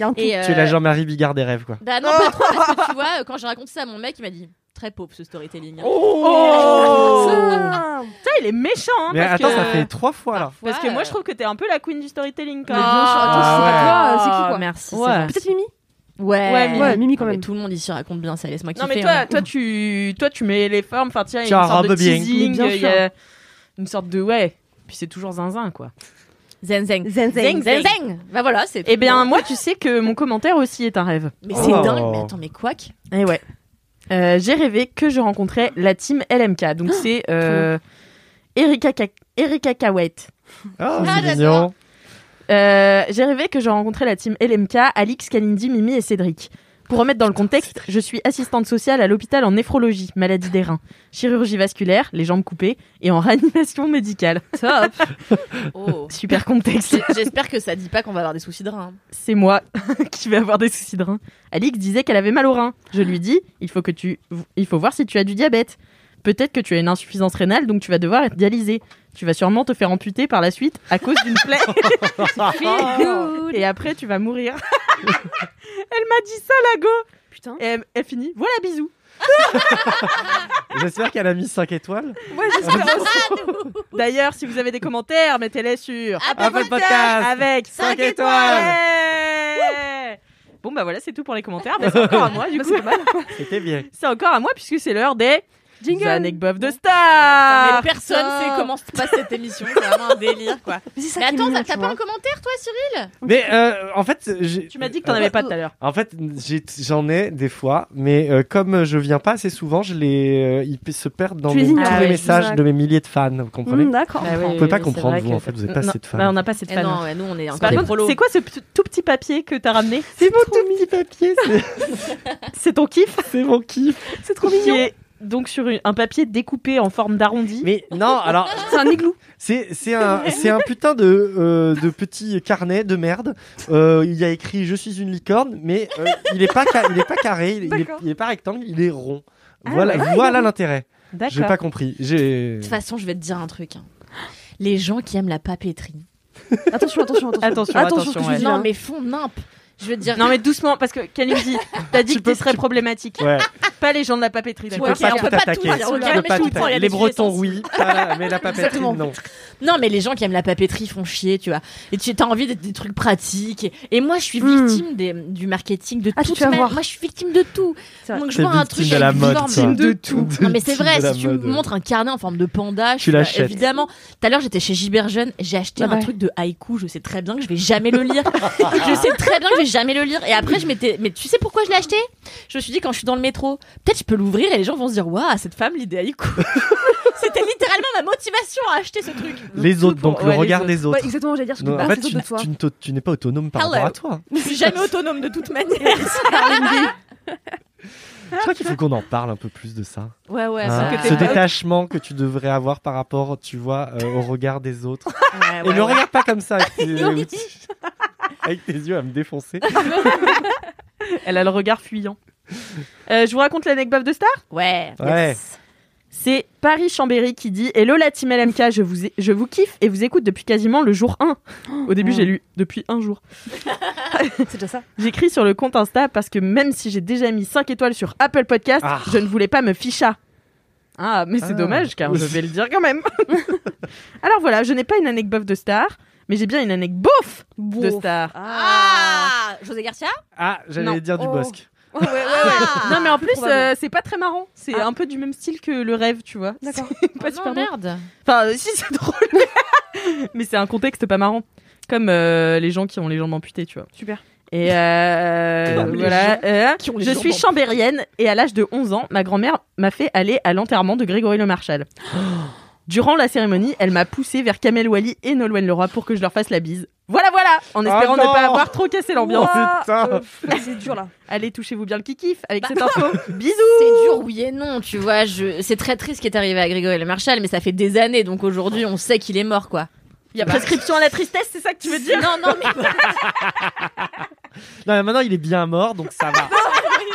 S5: Il y a un
S2: Et, euh,
S4: Tu es la Jean-Marie Bigard des rêves, quoi.
S2: Bah non, pas trop, parce que tu vois, quand je raconte ça à mon mec, il m'a dit très pauvre ce storytelling. hein.
S3: Oh
S5: Ah,
S3: Putain, il est méchant, hein,
S4: Mais
S3: parce
S4: attends,
S3: que...
S4: ça fait trois fois là.
S3: Parce que moi, je trouve que t'es un peu la queen du storytelling, quand
S2: Mais
S3: même.
S2: bien sûr, attends,
S4: Ah
S2: c'est pas
S5: ouais.
S2: toi, c'est qui quoi
S5: Ah,
S2: Merci.
S3: c'est gentil.
S5: Peut-être Mimi
S2: Ouais,
S3: Ouais, Mimi.
S5: Ouais, Mimi quand
S2: Non, mais
S5: même.
S2: tout le monde ici raconte bien ça, laisse-moi kiffer.
S3: Non mais toi,
S2: hein.
S3: toi tu, toi tu mets les formes. Enfin tiens, il y
S4: Tu
S3: a
S4: as
S3: une sorte de
S4: rabobé.
S3: teasing,
S5: Mais bien
S3: il y a une sorte de ouais. Puis c'est toujours zinzin quoi.
S2: Zen zen.
S5: Zen,
S2: Zen
S5: zen.
S2: zen. Bah voilà, c'est.
S3: Eh bien moi tu sais que mon commentaire aussi est un rêve.
S2: Mais c'est
S4: Oh.
S2: dingue, mais attends, mais quoi que-
S3: Eh ouais. Euh, J'ai rêvé que je rencontrais la team LMK. Donc c'est euh, Erika Ka- Erika Kawait.
S4: Ah,
S2: Ah,
S4: c'est
S2: j'adore.
S4: mignon.
S3: Euh, j'ai rêvé que je rencontrais la team LMK, Alix, Kalindi, Mimi et Cédric. Pour remettre dans le contexte, je suis assistante sociale à l'hôpital en néphrologie, maladie des reins, chirurgie vasculaire, les jambes coupées et en réanimation médicale.
S2: Top. Oh.
S3: Super contexte.
S2: J'ai- J'espère que ça dit pas qu'on va avoir des soucis de reins.
S3: C'est moi qui vais avoir des soucis de reins. Alix disait qu'elle avait mal au rein. Je lui dis, il faut que tu, il faut voir si tu as du diabète. Peut-être que tu as une insuffisance rénale, donc tu vas devoir être dialysé. Tu vas sûrement te faire amputer par la suite à cause d'une plaie. Et après, tu vas mourir. elle m'a dit ça, la go.
S5: Putain.
S3: Et elle, elle finit. Voilà, bisous.
S4: J'espère qu'elle a mis 5 étoiles.
S3: Ouais, j'espère
S2: Ah,
S3: aussi. D'ailleurs, si vous Ah, bah, avez des commentaires, mettez-les sur
S2: Apple
S4: Podcast.
S3: avec
S2: Cinq
S3: 5 étoiles. Ouais. Bon, bah voilà, c'est tout pour les commentaires. Bah, c'est encore à moi, du coup. C'est
S4: C'était bien.
S3: encore à moi, puisque c'est l'heure des
S5: Jingle.
S3: anecdotes de Star.
S6: mais personne
S2: ah, putain.
S6: sait comment se passe cette émission, c'est vraiment un délire quoi.
S5: Mais c'est ça
S6: Mais
S5: qui est
S6: attends,
S5: mignon,
S6: t'as-
S5: tu
S6: t'as
S5: vois.
S6: pas un commentaire toi Cyril
S4: Mais euh, en fait, j'ai- euh,
S3: Tu m'as dit que t'en avais pas tout à l'heure.
S4: En fait, j'ai- j'en ai des fois, mais euh, comme je viens pas assez souvent, je les, euh, ils p- se perdent dans
S5: Tu les
S4: mes,
S5: ignores.
S4: tous
S3: Ah
S4: les
S3: ouais,
S4: messages
S5: je-
S4: de mes milliers de fans. Vous comprenez
S5: Mmh, D'accord.
S3: Bah oui,
S4: Vous pouvez pas
S3: oui,
S4: comprendre,
S3: c'est
S4: vous,
S3: vrai
S4: en
S3: que-
S4: fait, vous êtes pas
S3: Non,
S4: assez de fans.
S3: bah, on n'a pas
S2: Eh
S3: assez de fans.
S6: Non, ouais, nous on est encore
S3: Par
S6: des
S3: contre,
S6: prolos.
S3: c'est quoi ce p- tout petit papier que t'as ramené
S4: C'est mon tout petit papier, c'est-
S3: C'est ton kiff
S4: c'est mon kiff.
S3: C'est trop mignon. Qui est donc sur une- un papier découpé en forme d'arrondi.
S4: Mais non, alors
S5: C'est un igloo.
S4: c'est c'est un c'est un putain de euh, de petit carnet de merde. Euh, il y a écrit je suis une licorne, mais euh, il est pas ca- il est pas carré, il est,
S5: D'accord.
S4: il est pas rectangle, il est rond.
S3: Ah,
S4: Voilà
S3: ouais,
S4: voilà l'intérêt. J'ai
S3: D'accord.
S4: pas compris. J'ai
S2: De toute façon, je vais te dire un truc. hein. Les gens qui aiment la papeterie.
S5: Attention, attention, attention.
S3: Attention,
S5: ce que
S3: attention,
S5: tu
S3: ouais.
S5: dis là.
S2: Non, mais font nimp. Je veux dire.
S3: Non mais doucement parce que Kalindi, t'as dit
S4: Tu
S3: que
S4: peux-
S3: tu serais
S4: tu-
S3: problématique.
S4: Ouais.
S3: Pas les gens de la papeterie.
S4: Tu
S3: d'accord
S4: peux
S2: Ouais,
S4: pas
S2: on
S4: tout
S2: peut pas tout
S4: attaquer.
S2: dire,
S4: Tu
S2: ok,
S4: peux
S2: mais
S4: pas
S2: je
S4: tout
S2: comprends, il
S4: attaquer.
S2: y a
S4: Les
S2: des
S4: Bretons,
S2: sujets
S4: oui, pas- mais la papeterie,
S2: Exactement.
S4: non.
S2: Non, mais les gens qui aiment la papeterie font chier, tu vois. Et tu as envie d'être des trucs pratiques. Et, et moi, je suis
S5: Hmm.
S2: victime des- du marketing de
S5: Ah,
S2: tout.
S5: tu vas voir.
S2: Moi, je suis victime de tout.
S5: C'est vrai.
S2: Donc, je
S4: T'es
S2: vois un
S4: victime
S2: truc
S4: de la
S2: avec
S4: mode,
S2: énorme-
S4: toi.
S5: de tout.
S2: Non, mais c'est
S4: Victime
S2: vrai,
S4: de la
S2: si tu
S4: mode. euh.
S2: me montres un carnet en forme de panda, je
S4: Tu
S2: suis là,
S4: l'achètes.
S2: évidemment. Tout à l'heure, j'étais chez Giberjeune et j'ai acheté
S5: Ah
S2: un
S5: ouais.
S2: truc de haïku. Je sais très bien que je vais jamais le lire. je sais très bien que je vais jamais le lire. Et après, je m'étais. Mais tu sais pourquoi je l'ai acheté Je me suis dit, quand je suis dans le métro, peut-être je peux l'ouvrir et les gens vont se dire Waouh, cette femme lit des haïkus. C'était littéralement ma motivation à acheter ce truc.
S4: Les autres, donc
S3: ouais,
S4: le
S3: les
S4: regard
S3: autres.
S4: des autres.
S5: Ouais, exactement, j'allais dire, ce que
S4: Non, en fait, tu,
S5: de toi.
S4: tu ne t'au- tu n'es pas autonome par
S2: Hello.
S4: rapport à toi.
S2: Je suis jamais autonome de toute manière.
S4: Je crois qu'il faut qu'on en parle un peu plus de ça.
S2: Ouais, ouais,
S4: Hein,
S3: que t'es
S4: Ce
S3: pas-
S4: détachement que tu devrais avoir par rapport, tu vois, euh, au regard des autres. Et ne regarde pas comme ça avec tes, avec tes yeux à me défoncer.
S3: Elle a le regard fuyant. Euh, je vous raconte l'anecdote de Star.
S2: Ouais.
S4: Ouais.
S3: C'est Paris Chambéry qui dit Hello la team LMK, je vous, je vous kiffe et vous écoute depuis quasiment le jour 1. Au début, j'ai lu depuis un jour.
S5: C'est déjà ça.
S3: J'écris sur le compte Insta parce que même si j'ai déjà mis 5 étoiles sur Apple Podcast,
S4: Ah.
S3: je ne voulais pas me ficha. Ah, mais c'est
S4: Ah.
S3: dommage car je vais le dire quand même. Alors voilà, je n'ai pas une anecdote de star, mais j'ai bien une anecdote bof de star.
S2: Ah José Garcia
S4: Ah,
S3: Non.
S4: j'allais dire du
S5: Oh.
S4: bosque.
S5: Ouais, ouais, ouais.
S2: Ah.
S3: non mais en plus
S5: probable.
S3: euh, c'est pas très marrant, c'est un peu du même style que le rêve, tu vois.
S5: D'accord.
S3: C'est pas
S2: Oh
S3: super
S2: non,
S3: drôle.
S2: merde.
S3: Enfin euh, si c'est drôle, mais c'est un contexte pas marrant. Comme euh, les gens qui ont les jambes amputées, tu vois.
S5: Super.
S3: Et euh,
S4: Comme les
S3: voilà. euh,
S2: qui ont les
S3: je
S2: jambes
S3: suis
S2: en-
S3: chambérienne et à l'âge de 11 ans, ma grand-mère m'a fait aller à l'enterrement de Grégory Le Marchal. Durant la cérémonie, elle m'a poussée vers Kamel Wally et Nolwenn Leroy pour que je leur fasse la bise. Voilà, voilà En
S2: Ah
S3: espérant
S4: non
S3: ne pas avoir trop cassé l'ambiance.
S4: Ouah, putain.
S5: Euh, pff, C'est dur là.
S3: Allez, touchez-vous bien le kikif avec
S2: Bah.
S3: cette info. Bisous
S2: C'est dur, oui et non, tu vois. Je... C'est très triste ce qui est arrivé à Grégory Le Marchal, mais ça fait des années, donc aujourd'hui, on sait qu'il est mort, quoi.
S3: Il y a prescription à la tristesse, c'est ça que tu veux dire
S2: Non, non, mais
S4: Non, mais maintenant il est bien mort, donc ça va.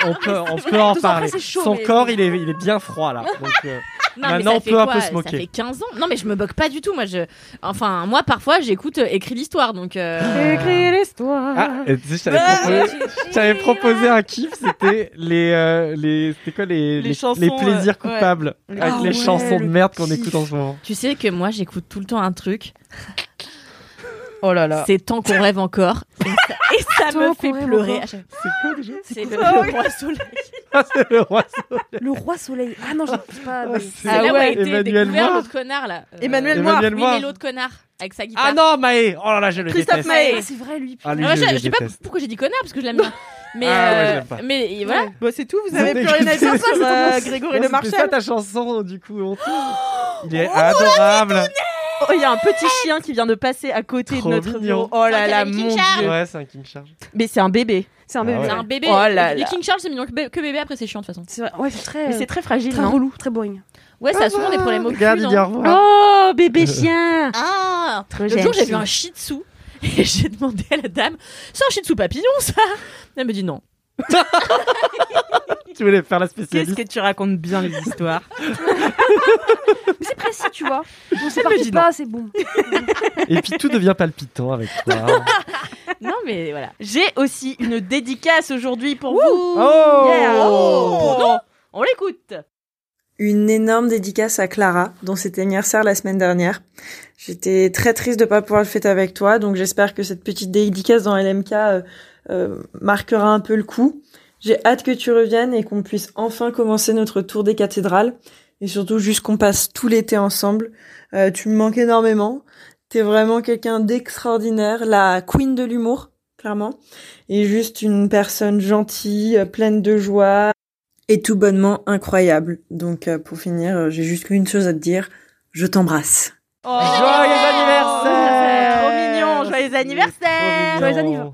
S4: on peut, on peut en
S5: Deux ans
S4: parler.
S5: après, c'est chaud,
S4: Son
S5: mais-
S4: corps, il est, il est bien froid là. Donc, euh,
S2: Non,
S4: Maintenant,
S2: mais
S4: on
S2: ça fait
S4: peut un
S2: quoi
S4: peu se
S2: Ça
S4: moquer.
S2: fait 15 ans. Non, mais je me moque pas du tout. Moi, je. Enfin, moi, parfois, j'écoute euh, Écris l'histoire, donc. euh,
S3: Écrire l'histoire.
S4: Ah, et tu sais, je t'avais proposé, je t'avais proposé un kiff, c'était les, euh, les, c'était quoi les,
S3: Les chansons,
S4: plaisirs
S3: euh, ouais.
S4: coupables avec
S5: Ah
S4: les
S5: ouais,
S4: chansons de
S5: le
S4: merde qu'on
S5: kiff.
S4: écoute en ce moment.
S2: Tu sais que moi, j'écoute tout le temps un truc.
S3: Oh là là.
S2: C'est tant qu'on rêve encore. Et ça, et ça
S5: Tant
S2: me
S5: qu'on
S2: fait
S5: rêve
S2: pleurer.
S5: encore.
S2: à chaque-
S4: C'est quoi déjà
S2: C'est le, le roi soleil.
S4: Ah, c'est le roi.
S5: Le roi soleil. Ah non, je ne pas.
S4: Ah,
S5: mais-
S4: c'est-
S2: C'est là où a
S4: ouais,
S2: été
S4: Emmanuel
S2: découvert
S4: Moir.
S2: l'autre connard là. Euh,
S3: Emmanuel Moir.
S4: Emmanuel
S2: Oui,
S4: Moir.
S2: mais l'autre connard avec sa guitare.
S4: Ah non, Maé. Oh là là, je le
S3: Christophe
S4: déteste.
S3: Maé.
S5: Ah, C'est vrai lui.
S4: Ah, lui,
S2: Alors,
S4: je
S2: je,
S4: le
S2: je sais pas
S4: déteste.
S2: pourquoi j'ai dit connard parce que je l'aime bien. Mais
S4: Ah ouais, je
S2: euh,
S4: l'aime pas.
S2: mais et voilà.
S3: Bon, Bah, c'est tout, vous avez plus rien à
S4: C'est-
S3: dire sur euh,
S4: c'est-
S3: Grégory
S4: Non,
S3: Le
S4: c'était ça
S3: Marchal.
S4: ta chanson du coup honteuse. Il est adorable.
S3: Oh, il y a un petit chien qui vient de passer à côté
S4: Trop
S3: de notre
S4: mignon.
S3: bureau. Oh là
S2: Oh,
S3: là,
S2: quel
S3: mon
S2: Kinshasa.
S3: dieu.
S4: Ouais, c'est un King Charge.
S3: Mais c'est un bébé.
S5: C'est
S4: Ah
S5: un bébé.
S2: C'est
S4: ouais.
S2: un bébé.
S3: Oh là
S2: les
S3: là.
S2: King Charles c'est mignon que, bé- que bébé après c'est chiant de toute façon.
S5: C'est vrai. Ouais, c'est très. euh,
S3: Mais c'est très fragile,
S5: Très
S3: non
S5: relou, très boring.
S2: Ouais, ça a souvent des problèmes au cul. hein.
S4: Regarde, il
S2: non
S4: dit au revoir.
S3: Oh, bébé chien
S2: Ah
S3: Trop
S2: Le jour j'ai
S3: gentil.
S2: vu un Shih Tzu et j'ai demandé à la dame c'est un Shih Tzu papillon ça Elle me dit non.
S4: Tu voulais faire la
S3: Qu'est-ce
S4: spécialiste.
S3: que tu racontes bien les histoires
S5: Mais c'est précis, tu vois. On sait
S3: Elle
S5: par
S3: me
S5: qui
S3: dit
S5: pas, c'est bon.
S4: Et puis tout devient palpitant avec toi.
S2: Non mais voilà.
S3: J'ai aussi une dédicace aujourd'hui pour vous
S4: Oh.
S3: Yeah. Oh. On l'écoute
S7: une énorme dédicace à Clara, dont c'était anniversaire la semaine dernière. J'étais très triste de pas pouvoir le fêter avec toi, donc j'espère que cette petite dédicace dans LMK euh, euh, marquera un peu le coup. J'ai hâte que tu reviennes et qu'on puisse enfin commencer notre tour des cathédrales, et surtout juste qu'on passe tout l'été ensemble. Euh, tu me manques énormément. T'es vraiment quelqu'un d'extraordinaire, la queen de l'humour, clairement, et juste une personne gentille, euh, pleine de joie, et tout bonnement incroyable. Donc euh, pour finir, euh, j'ai juste qu'une chose à te dire, je t'embrasse.
S4: Joyeux
S3: Oh.
S4: anniversaire
S3: Trop mignon, joyeux anniversaire
S4: Trop mignon.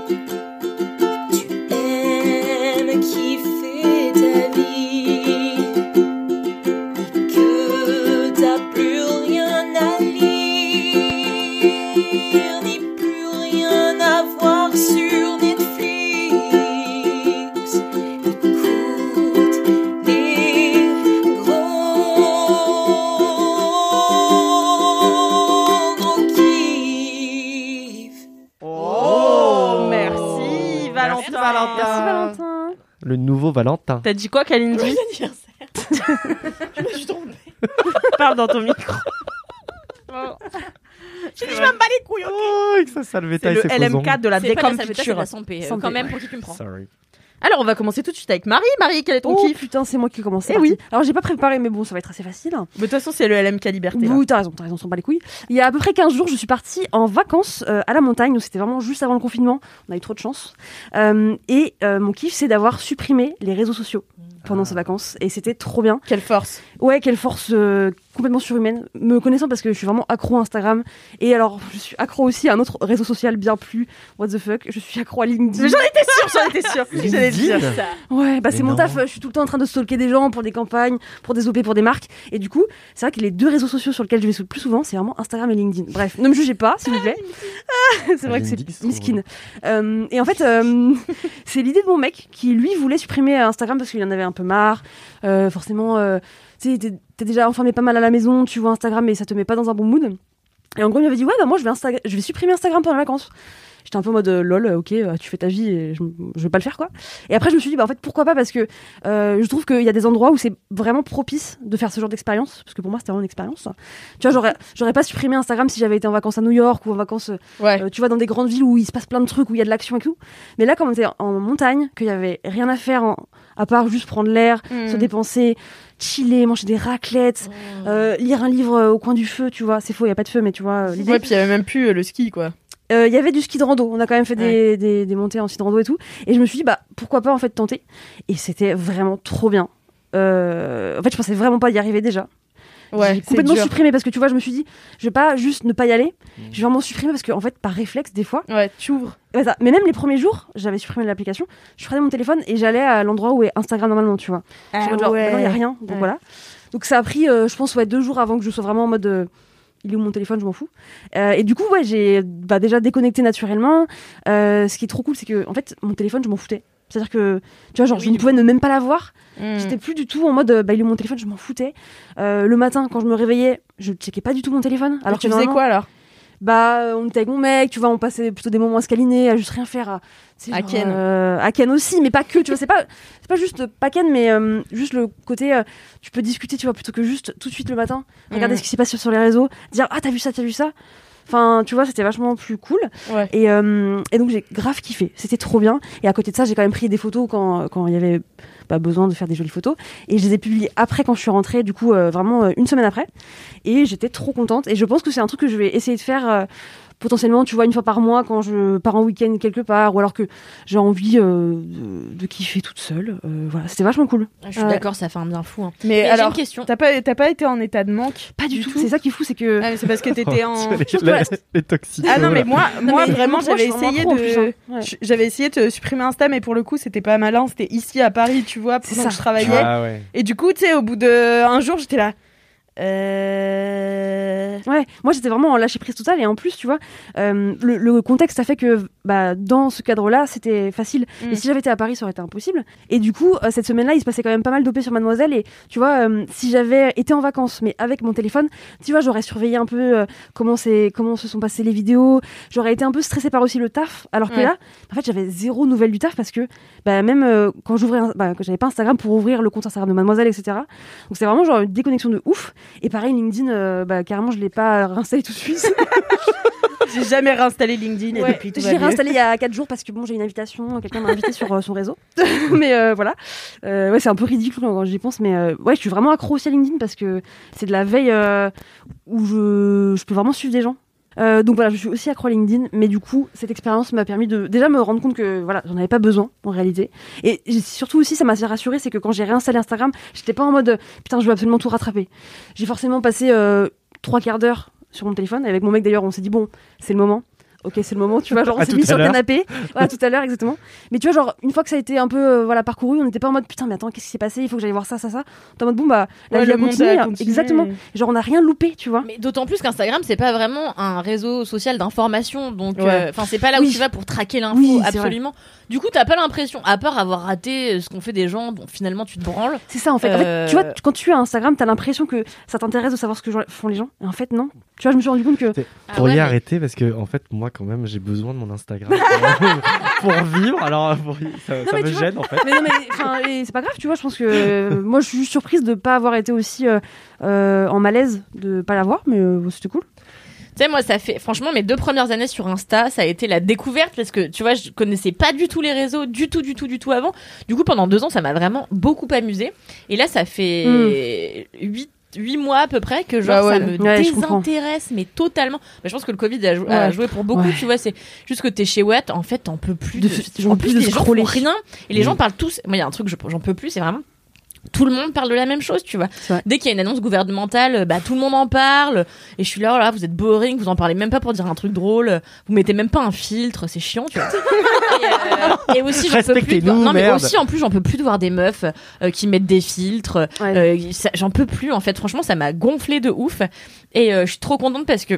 S7: tu aimes kiffer ta vie et que t'as plus rien à lire ni plus rien à voir sur Netflix, écoute les gros gros kiffs.
S3: Oh, merci, Valentin.
S4: Merci Valentin.
S5: Merci Valentin.
S4: Le nouveau Valentin.
S3: T'as dit quoi, Kalindi
S2: anniversaire. je me suis trompée.
S3: Parle dans ton micro
S2: J'ai dit, je vais me battre les couilles. ok.
S4: Oh, avec sa salvetta
S3: C'est
S4: et
S3: le
S4: ses faux ongles.
S3: LMK de la
S1: C'est pas la salvetta, c'est
S3: décompiture
S1: la
S2: euh,
S1: santé.
S5: Santé,
S1: Quand même, pour qui tu me prends
S4: Sorry.
S3: Alors, on va commencer tout de suite avec Marie. Marie, quel est ton
S5: Oh
S3: kiff
S5: putain, c'est moi qui commence. c'est
S3: Eh oui.
S5: parti. Alors j'ai pas préparé, mais bon, ça va être assez facile.
S3: Mais De toute façon, c'est le LMK Liberté. là.
S5: Oui, t'as raison, t'as raison, on s'en bat les couilles. Il y a à peu près 15 jours, je suis partie en vacances euh, à la montagne, donc c'était vraiment juste avant le confinement. On a eu trop de chance. Euh, et euh, mon kiff, c'est d'avoir supprimé les réseaux sociaux pendant ces vacances, et c'était trop bien.
S3: Quelle force
S5: Ouais, quelle force euh, complètement surhumaine. Me connaissant parce que je suis vraiment accro à Instagram. Et alors, je suis accro aussi à un autre réseau social bien plus what the fuck. Je suis accro à LinkedIn.
S3: Mais J'en étais sûre, j'en étais sûre. J'allais le dire.
S4: LinkedIn
S5: Ouais, bah
S4: Mais
S5: c'est mon
S4: non.
S5: taf. euh, Je suis tout le temps en train de stalker des gens pour des campagnes, pour des OP, pour des marques. Et du coup, c'est vrai que les deux réseaux sociaux sur lesquels je vais le plus souvent, c'est vraiment Instagram et LinkedIn. Bref, ne me jugez pas, s'il vous plaît. Ah, c'est vrai que
S4: LinkedIn,
S5: c'est
S4: c'est trop drôle.
S5: miskin. Euh, et en fait, euh, c'est l'idée de mon mec qui, lui, voulait supprimer euh, Instagram parce qu'il en avait un peu marre. Euh, forcément, euh, tu sais, t'es t'es déjà enfermé pas mal à la maison, tu vois Instagram mais ça te met pas dans un bon mood. Et en gros, il m'avait dit Ouais, bah moi, je vais, Insta- je vais supprimer Instagram pendant les vacances. J'étais un peu en mode euh, lol, euh, ok, euh, tu fais ta vie et je, je vais pas le faire quoi. Et après, je me suis dit, bah en fait, pourquoi pas Parce que euh, je trouve qu'il y a des endroits où c'est vraiment propice de faire ce genre d'expérience. Parce que pour moi, c'était vraiment une expérience. Tu vois, j'aurais, j'aurais pas supprimé Instagram si j'avais été en vacances à New York ou en vacances, euh,
S3: Ouais.
S5: euh, tu vois, dans des grandes villes où il se passe plein de trucs, où il y a de l'action et tout. Mais là, quand on était en montagne, qu'il y avait rien à faire en- à part juste prendre l'air,
S3: Mm.
S5: se dépenser, chiller, manger des raclettes,
S3: Oh.
S5: euh, lire un livre euh, au coin du feu, tu vois. C'est faux, il y a pas de feu, mais tu vois, euh, l'idée.
S3: Ouais, puis il y avait même plus euh, le ski, quoi.
S5: Euh, il y avait du ski de rando. On a quand même fait des, des- des montées en ski de rando et tout. Et je me suis dit, bah, pourquoi pas en fait tenter. Et c'était vraiment trop bien. Euh, en fait, je pensais vraiment pas y arriver déjà. j'ai
S3: Ouais, c'est
S5: complètement
S3: dur.
S5: supprimé parce que tu vois, je me suis dit, je vais pas juste ne pas y aller. Je vais vraiment supprimer parce que, en fait, par réflexe, des fois.
S3: Ouais, tu ouvres.
S5: ouais, ça. Mais même les premiers jours, j'avais supprimé l'application. Je prenais mon téléphone et j'allais à l'endroit où est Instagram normalement, tu vois. Je suis en mode genre, bah non, y a rien. Donc
S3: Ah Ouais.
S5: voilà. Donc ça a pris, euh, je pense, ouais, deux jours avant que je sois vraiment en mode. euh, il est où mon téléphone, je m'en fous. Euh, et du coup, ouais, j'ai bah, déjà déconnecté naturellement. Euh, ce qui est trop cool, c'est que en fait, mon téléphone, je m'en foutais. C'est-à-dire que, tu vois, genre, je ne pouvais ne même pas l'avoir.
S3: Hmm.
S5: J'étais plus du tout en mode, euh, bah, il est où mon téléphone, je m'en foutais. Euh, le matin, quand je me réveillais, je checkais pas du tout mon téléphone. Alors
S3: Alors tu
S5: que
S3: faisais
S5: normalement,
S3: quoi alors
S5: bah, euh, on était avec mon mec, tu vois, on passait plutôt des moments à se câliner, à juste rien faire. À, tu sais,
S3: À
S5: genre,
S3: Ken.
S5: euh, à Ken aussi, mais pas que, tu vois, c'est pas, c'est pas juste euh, pas Ken, mais euh, juste le côté, euh, tu peux discuter, tu vois, plutôt que juste tout de suite le matin, regarder
S3: Mhm.
S5: ce qui s'est passé sur les réseaux, dire ah, t'as vu ça, t'as vu ça. Enfin, tu vois, c'était vachement plus cool.
S3: Ouais.
S5: Et, euh, et donc, j'ai grave kiffé. C'était trop bien. Et à côté de ça, j'ai quand même pris des photos quand quand il y avait pas besoin de faire des jolies photos. Et je les ai publiées après quand je suis rentrée, du coup, euh, vraiment euh, une semaine après. Et j'étais trop contente. Et je pense que c'est un truc que je vais essayer de faire euh, potentiellement, tu vois, une fois par mois quand je pars en week-end quelque part, ou alors que j'ai envie euh, de, de kiffer toute seule. Euh, voilà, c'était vachement cool.
S2: Je suis
S5: Ouais.
S2: d'accord, ça fait un bien fou. hein.
S5: Mais
S2: j'ai
S5: alors,
S2: une question.
S3: T'as pas, t'as pas été en état de manque
S5: Pas du, tout. C'est ça qui est fou, c'est que.
S3: Ah, mais c'est parce que t'étais en.
S4: Oh, les, les, les toxiques.
S3: Ah non mais moi,
S5: Non,
S3: moi
S5: mais
S3: vraiment
S5: moi, je
S3: j'avais
S5: suis vraiment
S3: essayé
S5: accro, en plus, hein.
S3: de,
S5: Ouais.
S3: j- j'avais essayé de supprimer Insta mais pour le coup c'était pas malin, c'était ici à Paris tu vois
S5: C'est
S3: pendant
S5: ça.
S3: que je travaillais
S4: Ah ouais.
S3: et du coup tu sais au bout de un jour j'étais là. Euh...
S5: Ouais, moi j'étais vraiment en lâcher prise totale et en plus, tu vois, euh, le, le contexte a fait que bah, dans ce cadre-là, c'était facile.
S3: Mm.
S5: Et si j'avais été à Paris, ça aurait été impossible. Et du coup, euh, cette semaine-là, il se passait quand même pas mal d'OP sur Mademoiselle. Et tu vois, euh, si j'avais été en vacances, mais avec mon téléphone, tu vois, j'aurais surveillé un peu euh, comment, c'est- comment se sont passées les vidéos. J'aurais été un peu stressée par aussi le taf. Alors que
S3: Ouais.
S5: là, en fait, j'avais zéro nouvelle du taf parce que bah, même euh, quand j'ouvrais, un- bah, que j'avais pas Instagram pour ouvrir le compte Instagram de Mademoiselle, etc. Donc c'est vraiment genre une déconnexion de ouf. Et pareil, LinkedIn, euh, bah, carrément, je l'ai pas réinstallé tout de suite.
S3: J'ai jamais réinstallé LinkedIn et
S5: Ouais,
S3: depuis tout va
S5: J'ai
S3: bien.
S5: réinstallé il y a 4 jours parce que bon, j'ai une invitation, quelqu'un m'a invité sur euh, son réseau. mais euh, voilà. Euh, ouais, c'est un peu ridicule quand j'y pense, mais euh, ouais, je suis vraiment accro aussi à LinkedIn parce que c'est de la veille euh, où je, je peux vraiment suivre des gens. Euh, donc voilà, je suis aussi accro à LinkedIn, mais du coup, cette expérience m'a permis de déjà me rendre compte que voilà, j'en avais pas besoin en réalité. Et j'ai- surtout aussi, ça m'a rassuré, c'est que quand j'ai réinstallé Instagram, j'étais pas en mode putain, je veux absolument tout rattraper. J'ai forcément passé euh, trois quarts d'heure sur mon téléphone. Avec mon mec d'ailleurs, on s'est dit bon, c'est le moment. Ok, c'est le moment, tu vois, genre on
S4: À
S5: s'est
S4: tout
S5: mis
S4: à
S5: sur le
S4: l'heure.
S5: canapé. Voilà, tout à l'heure, exactement. Mais tu vois, genre, une fois que ça a été un peu euh, voilà, parcouru, on n'était pas en mode putain, mais attends, qu'est-ce qui s'est passé Il faut que j'aille voir ça, ça, ça. On était en mode bon, bah, la
S3: Ouais,
S5: vie
S3: le hein.
S5: a
S3: monde
S5: continué.
S3: a continué.
S5: Exactement. Genre, on n'a rien loupé, tu vois.
S2: Mais d'autant plus qu'Instagram, c'est pas vraiment un réseau social d'information. Donc,
S3: Ouais.
S2: euh, enfin, c'est pas là où
S5: Oui.
S2: tu vas pour traquer l'info,
S5: Oui, c'est
S2: absolument. Du coup, t'as pas l'impression, à part avoir raté euh, ce qu'ont fait des gens dont finalement tu te branles.
S5: C'est ça en fait. En fait, tu
S2: Euh.
S5: vois, tu- quand tu as Instagram, t'as l'impression que ça t'intéresse de savoir ce que genre- font les gens. Et en fait, non. Tu vois, je me suis rendu compte que.
S2: Ah
S4: Pour
S2: ouais,
S4: y
S2: mais-
S4: arrêter parce que en fait moi quand même j'ai besoin de mon Instagram pour vivre alors pour y- ça, ça
S5: mais
S4: me
S5: tu vois-
S4: gêne en fait.
S5: Mais non, mais enfin, et c'est pas grave, tu vois. Je pense que euh, moi, je suis juste surprise de pas avoir été aussi euh, euh, en malaise de pas l'avoir, mais euh, c'était cool.
S2: Tu sais, moi, ça fait, franchement, mes deux premières années sur Insta, ça a été la découverte parce que, tu vois, je connaissais pas du tout les réseaux, du tout, du tout, du tout avant. Du coup, pendant deux ans, ça m'a vraiment beaucoup amusé. Et là, ça fait huit, huit mois à peu près que, genre,
S3: Bah ouais.
S2: ça me
S5: Hmm. Ouais, je comprends.
S2: désintéresse, mais totalement. Bah, je pense que le Covid a, jou- a
S3: Ouais.
S2: joué pour beaucoup,
S5: Ouais.
S2: tu vois. C'est juste que t'es chez Watt, en fait, t'en peux plus.
S5: De- j'en
S2: en
S5: peux
S2: plus,
S5: de
S2: les gens font
S5: scroller.
S2: rien. Et les
S4: Mm.
S2: gens parlent tous. Moi, il y a un truc, que je- j'en peux plus, c'est vraiment. Tout le monde parle de la même chose, tu vois.
S5: C'est vrai.
S2: Dès qu'il y a une annonce gouvernementale, bah tout le monde en parle. Et je suis là, oh là, vous êtes boring, vous en parlez même pas pour dire un truc drôle. Vous mettez même pas un filtre, c'est chiant, tu vois. et, euh, et aussi, j'en peux plus. de voir-
S4: Respectez-nous,
S2: Non, mais
S4: merde.
S2: aussi, en plus, j'en peux plus de voir des meufs euh, qui mettent des filtres.
S5: Ouais.
S2: Euh, ça- j'en peux plus, en fait. Franchement, ça m'a gonflé de ouf. Et euh, je suis trop contente parce que.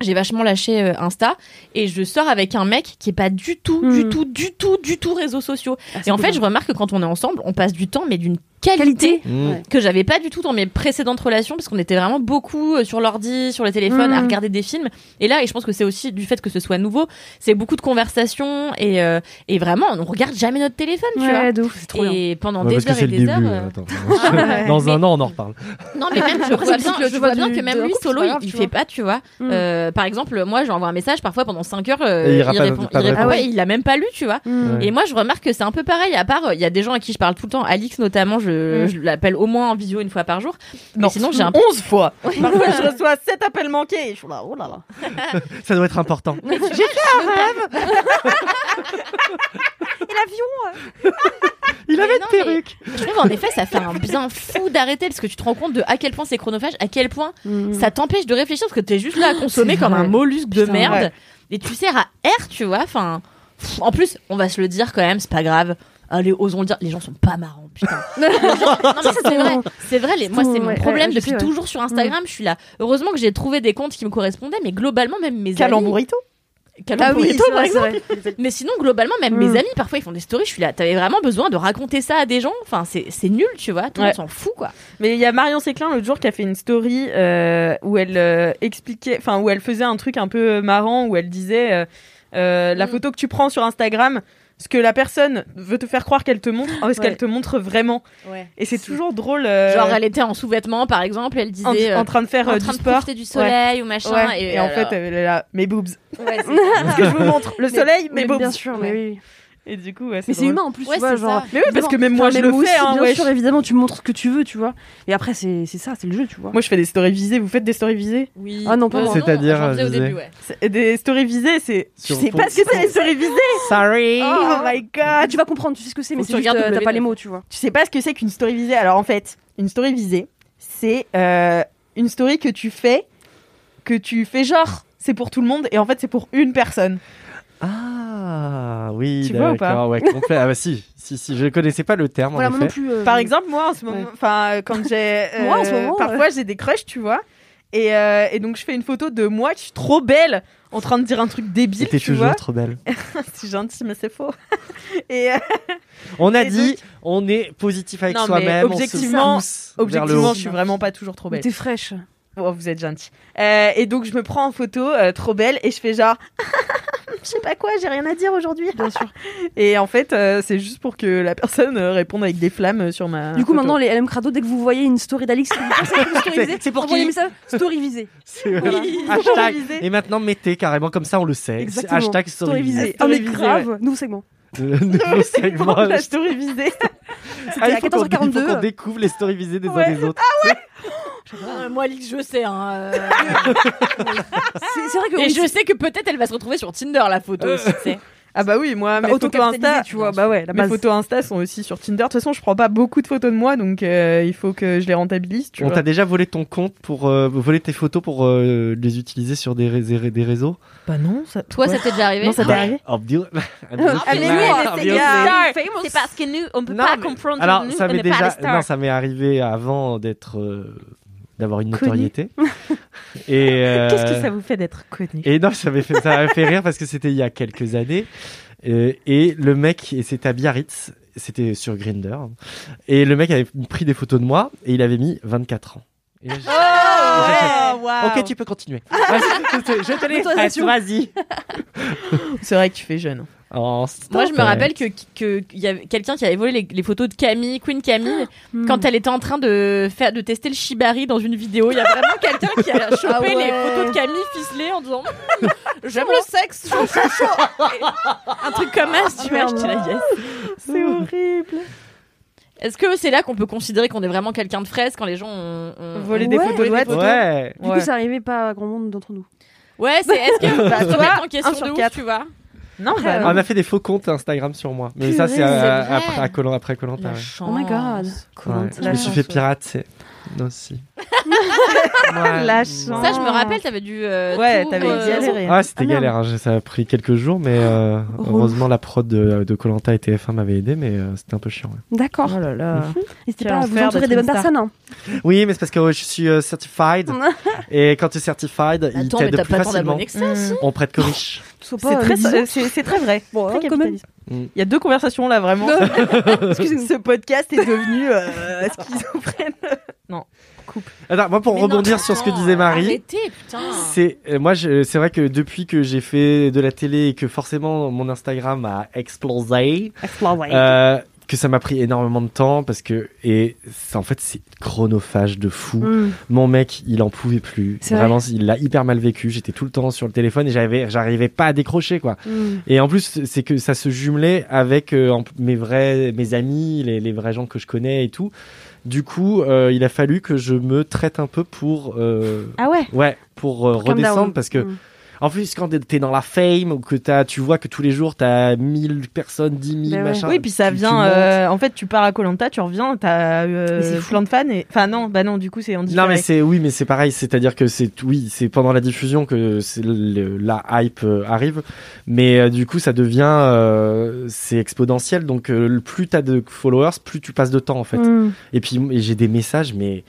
S2: J'ai vachement lâché euh, Insta et je sors avec un mec qui est pas du tout, du
S5: Mhm.
S2: tout, du tout, du tout réseaux sociaux.
S5: Ah, c'est
S2: Et en fait,
S5: cool.
S2: je remarque que quand on est ensemble, on passe du temps, mais d'une qualité
S5: qualité.
S4: Mm.
S5: Ouais.
S2: que j'avais pas du tout dans mes précédentes relations parce qu'on était vraiment beaucoup euh, sur l'ordi, sur le téléphone
S5: Mm.
S2: à regarder des films et là et je pense que c'est aussi du fait que ce soit nouveau, c'est beaucoup de conversations et euh, et vraiment on regarde jamais notre téléphone, tu vois.
S5: Ouais, de ouf, c'est trop bien.
S2: Et pendant
S4: Ouais,
S2: des
S4: parce que
S2: heures
S4: c'est
S2: et
S4: le
S2: des
S4: début.
S2: heures
S4: euh,
S2: euh,
S4: attends. Dans un an on en reparle.
S2: Non, mais même, je vois
S5: c'est
S2: bien,
S5: que le
S2: je
S5: choix
S2: vois bien
S5: du-
S2: que
S5: de
S2: même
S5: la
S2: lui,
S5: coupe,
S2: solo,
S5: c'est pas
S2: il,
S5: grave,
S2: il
S5: tu
S2: fait pas, tu vois.
S5: Mm.
S2: Euh, par exemple, moi, j'envoie un message, parfois pendant 5 heures, euh,
S4: Et il
S2: il,
S4: répond-
S2: répond,
S4: pas de
S2: il répond
S4: réponse.
S2: pas, il a même pas lu, tu vois.
S5: Mm.
S4: Ouais.
S2: Et moi, je remarque que c'est un peu pareil, à part, euh, il y a des gens à qui je parle tout le temps, Alix notamment, je,
S5: Mmh.
S3: Mm.
S2: je l'appelle au moins en visio une fois par jour.
S3: Non,
S2: Mais sinon, j'ai un peu.
S3: 11 fois. Parfois je reçois 7 appels manqués. Je suis là, oh là là.
S4: Ça doit être important. Il avait
S2: non,
S4: des
S2: mais-
S4: perruques.
S2: Je trouve en effet, ça fait un bien fou d'arrêter parce que tu te rends compte de à quel point c'est chronophage, à quel point
S5: Mm.
S2: ça t'empêche de réfléchir parce que t'es juste là à consommer
S5: c'est
S2: comme un
S5: vrai.
S2: mollusque de
S5: Putain,
S2: merde
S3: ouais.
S2: et tu sers à air, tu vois. Enfin, pff, en plus, on va se le dire quand même, c'est pas grave. Allez, osons le dire, les gens sont pas marrants, putain. Les
S5: Ah
S2: gens- non, mais c'est vrai, c'est vrai, les- moi
S5: Tout,
S2: c'est mon
S5: ouais,
S2: problème
S5: ouais, je
S2: depuis
S5: sais, ouais. Mm.
S2: toujours sur Instagram, je suis là. Heureusement que j'ai trouvé des comptes qui me correspondaient, mais globalement, même mes amis.
S3: Calembourito.
S5: Ah oui,
S2: Calembourito,
S5: c'est
S2: par
S5: vrai, c'est vrai.
S2: mais sinon, globalement, même
S5: Mm.
S2: mes amis, parfois, ils font des stories. Je suis là, t'avais vraiment besoin de raconter ça à des gens Enfin, c'est c'est nul, tu vois. Tout le
S3: Ouais.
S2: monde s'en fout, quoi.
S3: Mais il y a Marion Séclin l'autre jour qui a fait une story euh, où elle euh, expliquait, enfin où elle faisait un truc un peu marrant où elle disait euh, euh, la
S2: Mm.
S3: photo que tu prends sur Instagram, ce que la personne veut te faire croire qu'elle te montre, oh, est-ce
S5: Ouais.
S3: qu'elle te montre vraiment Et c'est toujours drôle. euh,
S2: Genre, elle était en sous-vêtements, par exemple, et elle
S3: en,
S2: disait. euh,
S3: en train de faire
S2: en
S3: euh,
S2: train
S3: du
S2: de
S3: sport.
S2: profiter du soleil ou machin.
S3: Ouais.
S2: Et,
S3: Et, en
S2: alors-
S3: fait, elle est là, mes boobs.
S2: Ouais, c'est ça.
S3: Ce que je vous montre, le soleil, mes
S5: Mais
S3: boobs.
S5: Bien sûr, mais oui.
S3: Et du coup, ouais,
S5: Mais c'est
S3: drôle.
S5: humain en plus,
S3: Ouais,
S5: tu vois,
S3: c'est
S5: genre.
S3: ça. Mais oui, parce que même
S5: Enfin,
S3: moi, je le
S5: aussi,
S3: fais. hein,
S5: bien
S3: wesh.
S5: sûr, évidemment, tu montres ce que tu veux, tu vois. Et après, c'est c'est ça, c'est le jeu, tu vois.
S3: Moi, je fais des stories visées. Vous faites des stories visées
S5: Oui. Ah non, pas moi.
S4: C'est-à-dire, visée.
S3: C'est- Des stories visées, c'est. Je
S4: Sur
S3: sais
S4: ton-
S3: pas ce que c'est les stories visées.
S4: Sorry.
S3: Oh my god.
S5: Ah, Tu vas comprendre, tu sais ce que c'est, mais
S3: Faut que
S5: c'est
S3: tu
S5: juste,
S3: regardes
S5: euh, t'as pas
S3: W9.
S5: les mots, tu vois.
S3: Tu sais pas ce que c'est qu'une story visée. Alors en fait, une story visée, c'est euh, une story que tu fais, que tu fais genre, c'est pour tout le monde et en fait c'est pour une personne.
S4: Ah oui,
S3: Tu vois ou pas
S4: d'accord, ouais, complet. Ah bah si, si, si, je connaissais pas le terme
S5: Voilà,
S4: en
S5: moi
S4: effet.
S5: non plus. euh,
S3: Par exemple, moi en ce moment,
S5: Ouais.
S3: enfin euh, quand j'ai, euh,
S5: Moi, en ce moment,
S3: parfois j'ai des crushs, tu vois. Et, euh, et donc je fais une photo de moi qui suis trop belle en train de dire un truc
S4: Et
S3: débile,
S4: t'es
S3: tu vois.
S4: toujours trop belle.
S3: c'est gentil mais c'est faux. et euh,
S4: On a
S3: Et
S4: dit,
S3: donc-
S4: on est positif avec
S3: Non, mais
S4: soi-même. on se
S3: objectivement-
S4: pousse vers le haut.
S3: objectivement, je suis vraiment pas toujours trop belle.
S5: T'es fraîche.
S3: Oh, vous êtes gentil. Euh, et donc, je me prends en photo, euh, trop belle, et je fais genre, je sais pas quoi, j'ai rien à dire aujourd'hui. Bien sûr. Et en fait, euh, c'est juste pour que la personne euh, réponde avec des flammes euh, sur ma.
S5: Du coup,
S3: photo.
S5: maintenant, les LM Crado, dès que vous voyez une story d'Alix, vous pensez que vous storyvisez,
S4: c'est pour
S5: envoyez
S4: qui
S5: un message, storyvisé.
S4: C'est-
S5: Voilà.
S4: Hashtag.
S3: Storyvisé.
S4: Et maintenant, mettez carrément, comme ça on le sait. C'est
S5: Exactement.
S4: Hashtag storyvisé.
S5: On est
S3: Storyvisé,
S5: grave, nouveau segment.
S4: Le nouveau segment.
S3: la story visée.
S4: Ah, il
S5: à
S4: faut qu'on- il faut
S5: 14h42.
S4: qu'on découvre les stories visées des uns
S3: Ouais. Ah,
S4: des autres.
S2: Euh, moi, Alix, je sais. Hein, euh,
S5: C'est c'est vrai que
S2: et
S5: oui,
S2: je sais que peut-être elle va se retrouver sur Tinder, la photo. aussi, tu sais.
S3: Ah bah oui, moi, mes photos
S5: auto-capitalisé,
S3: Insta,
S5: tu vois, bah ouais, la
S3: mes
S5: base.
S3: photos Insta sont aussi sur Tinder. De toute façon, je prends pas beaucoup de photos de moi, donc euh, il faut que je les rentabilise, tu
S4: On
S3: vois.
S4: t'a déjà volé ton compte pour euh, voler tes photos pour euh, les utiliser sur des, ré- des- des réseaux
S3: Bah non, ça.
S1: Toi, ça t'est déjà arrivé
S3: Non, ça t'est arrivé
S4: Oh, Dieu. Ah,
S3: mais oui,
S4: Dieu.
S3: mais
S4: Ah,
S3: c'est
S4: Dieu.
S3: grave.
S1: C'est parce que nous, on peut
S4: Non,
S1: pas
S4: mais-
S1: comprendre.
S4: Alors,
S1: nous,
S4: ça
S1: on
S4: m'est
S1: n'est pas les
S4: déjà,
S1: stars.
S4: non, ça m'est arrivé avant d'être, euh, d'avoir une
S3: Connu.
S4: notoriété. et euh,
S3: Qu'est-ce que ça vous fait d'être connue
S4: et non, ça m'a fait, ça m'a fait rire parce que c'était il y a quelques années. Euh, et le mec, et c'était à Biarritz, c'était sur Grinder. Et le mec avait pris des photos de moi et il avait mis 24 ans. Et là, j'ai-
S3: Oh, wow.
S4: Ok, tu peux continuer. Vas-y, je te- je te laisse. Vas-y.
S3: C'est vrai que tu fais jeune. hein.
S4: Oh,
S1: Moi, je me
S4: stop.
S1: rappelle que que- qu'il y avait quelqu'un qui avait volé les, les photos de Camille, Queen Camille,
S5: Hmm.
S1: quand elle était en train de faire de tester le shibari dans une vidéo. Il y a vraiment quelqu'un qui a chopé
S5: Ah ouais.
S1: les photos de Camille ficelées en disant Hum, j'aime le sexe, chaud, chaud, chaud. Et un truc comme ça, tu vois, j'étais là, yes.
S3: C'est horrible.
S1: Est-ce que c'est là qu'on peut considérer qu'on est vraiment quelqu'un de fraise quand les gens ont, ont-
S3: Voler des
S5: Ouais.
S3: photos de
S5: Voler des
S3: moi.
S4: Ouais.
S5: Du coup, ça arrivait pas à grand monde d'entre nous.
S1: Ouais, c'est est-ce que
S3: Bah,
S1: bah,
S3: toi,
S1: toi, en
S3: un sur
S1: question de ouf,
S3: quatre.
S1: tu vois
S3: Non,
S5: bah
S4: On a fait des faux comptes Instagram sur moi. Mais ça, c'est
S5: Purée,
S4: à-
S1: c'est vrai.
S4: après à Colin- après Koh Lanta.
S5: Oh my god.
S4: Je me suis fait pirater. Non, si. Ouais.
S3: La chance.
S1: Ça, je me rappelle, t'avais dû. euh,
S3: Ouais,
S1: tout,
S3: t'avais
S1: euh,
S3: galéré.
S4: Ah, c'était
S5: Ah, merde.
S4: galère. hein. J'ai- Ça a pris quelques jours, mais euh, heureusement, la prod de Colanta et TF1 m'avait aidé, mais euh, c'était un peu chiant. ouais.
S5: D'accord.
S3: Oh là là.
S5: N'hésitez
S3: Quel
S5: pas à vous
S3: enfer
S5: entourer
S3: d'être
S5: des bonnes
S3: une star.
S5: personnes. hein.
S4: Oui, mais c'est parce que euh, je suis euh, certified. et quand tu es certified,
S1: Mm.
S4: il
S1: Bah, Attends, mais
S4: t'aide
S1: t'as
S4: plus
S1: pas tant
S4: facilement.
S1: d'abonnés que ça, si.
S4: On prête que riche.
S5: Sois
S3: Hmm.
S5: pas,
S3: C'est
S5: euh,
S3: très,
S5: disons.
S3: c'est- c'est très vrai. Bon,
S4: hein,
S5: Très capitaliste.
S3: Il y a deux conversations là vraiment. Ce podcast est devenu euh, schizophrène.
S4: Attends, moi, pour
S1: Mais non,
S4: rebondir sur ce que
S1: attends,
S4: disait Marie.
S1: Arrêtez, putain.
S4: C'est euh, moi, je- c'est vrai que depuis que j'ai fait de la télé et que forcément mon Instagram a explosé, euh, que ça m'a pris énormément de temps parce que et ça, en fait c'est chronophage de fou.
S5: Mm.
S4: Mon mec, il en pouvait plus.
S5: C'est
S4: Vraiment, il l'a hyper mal vécu. J'étais tout le temps sur le téléphone et j'avais, j'arrivais pas à décrocher quoi.
S5: Mm.
S4: Et en plus, c'est que ça se jumelait avec euh, en- mes vrais, mes amis, les, les vrais gens que je connais et tout. Du coup, euh, il a fallu que je me traite un peu pour euh,
S5: Ah ouais.
S4: Ouais, pour euh,
S5: Calm down.
S4: redescendre parce que.
S5: Mm.
S4: En plus, quand t'es- t'es dans la fame ou que t'as, tu vois que tous les jours t'as 1000 personnes, 10 000
S5: Ben ouais.
S4: machins.
S3: oui, puis ça
S4: tu- tu
S3: vient.
S4: montes.
S3: euh, en fait, tu pars à Colanta, tu reviens, t'as
S5: Mais c'est
S3: euh,
S5: fou.
S3: plein de fans. Et... Enfin non, bah non, du coup c'est en
S4: Non
S3: différé.
S4: mais c'est oui mais c'est pareil c'est-à-dire que c'est oui c'est pendant la diffusion que c'est le- la hype euh, arrive mais euh, du coup ça devient euh, c'est exponentiel donc euh, le plus t'as de followers plus tu passes de temps en fait
S5: Mm.
S4: et puis et j'ai des messages mais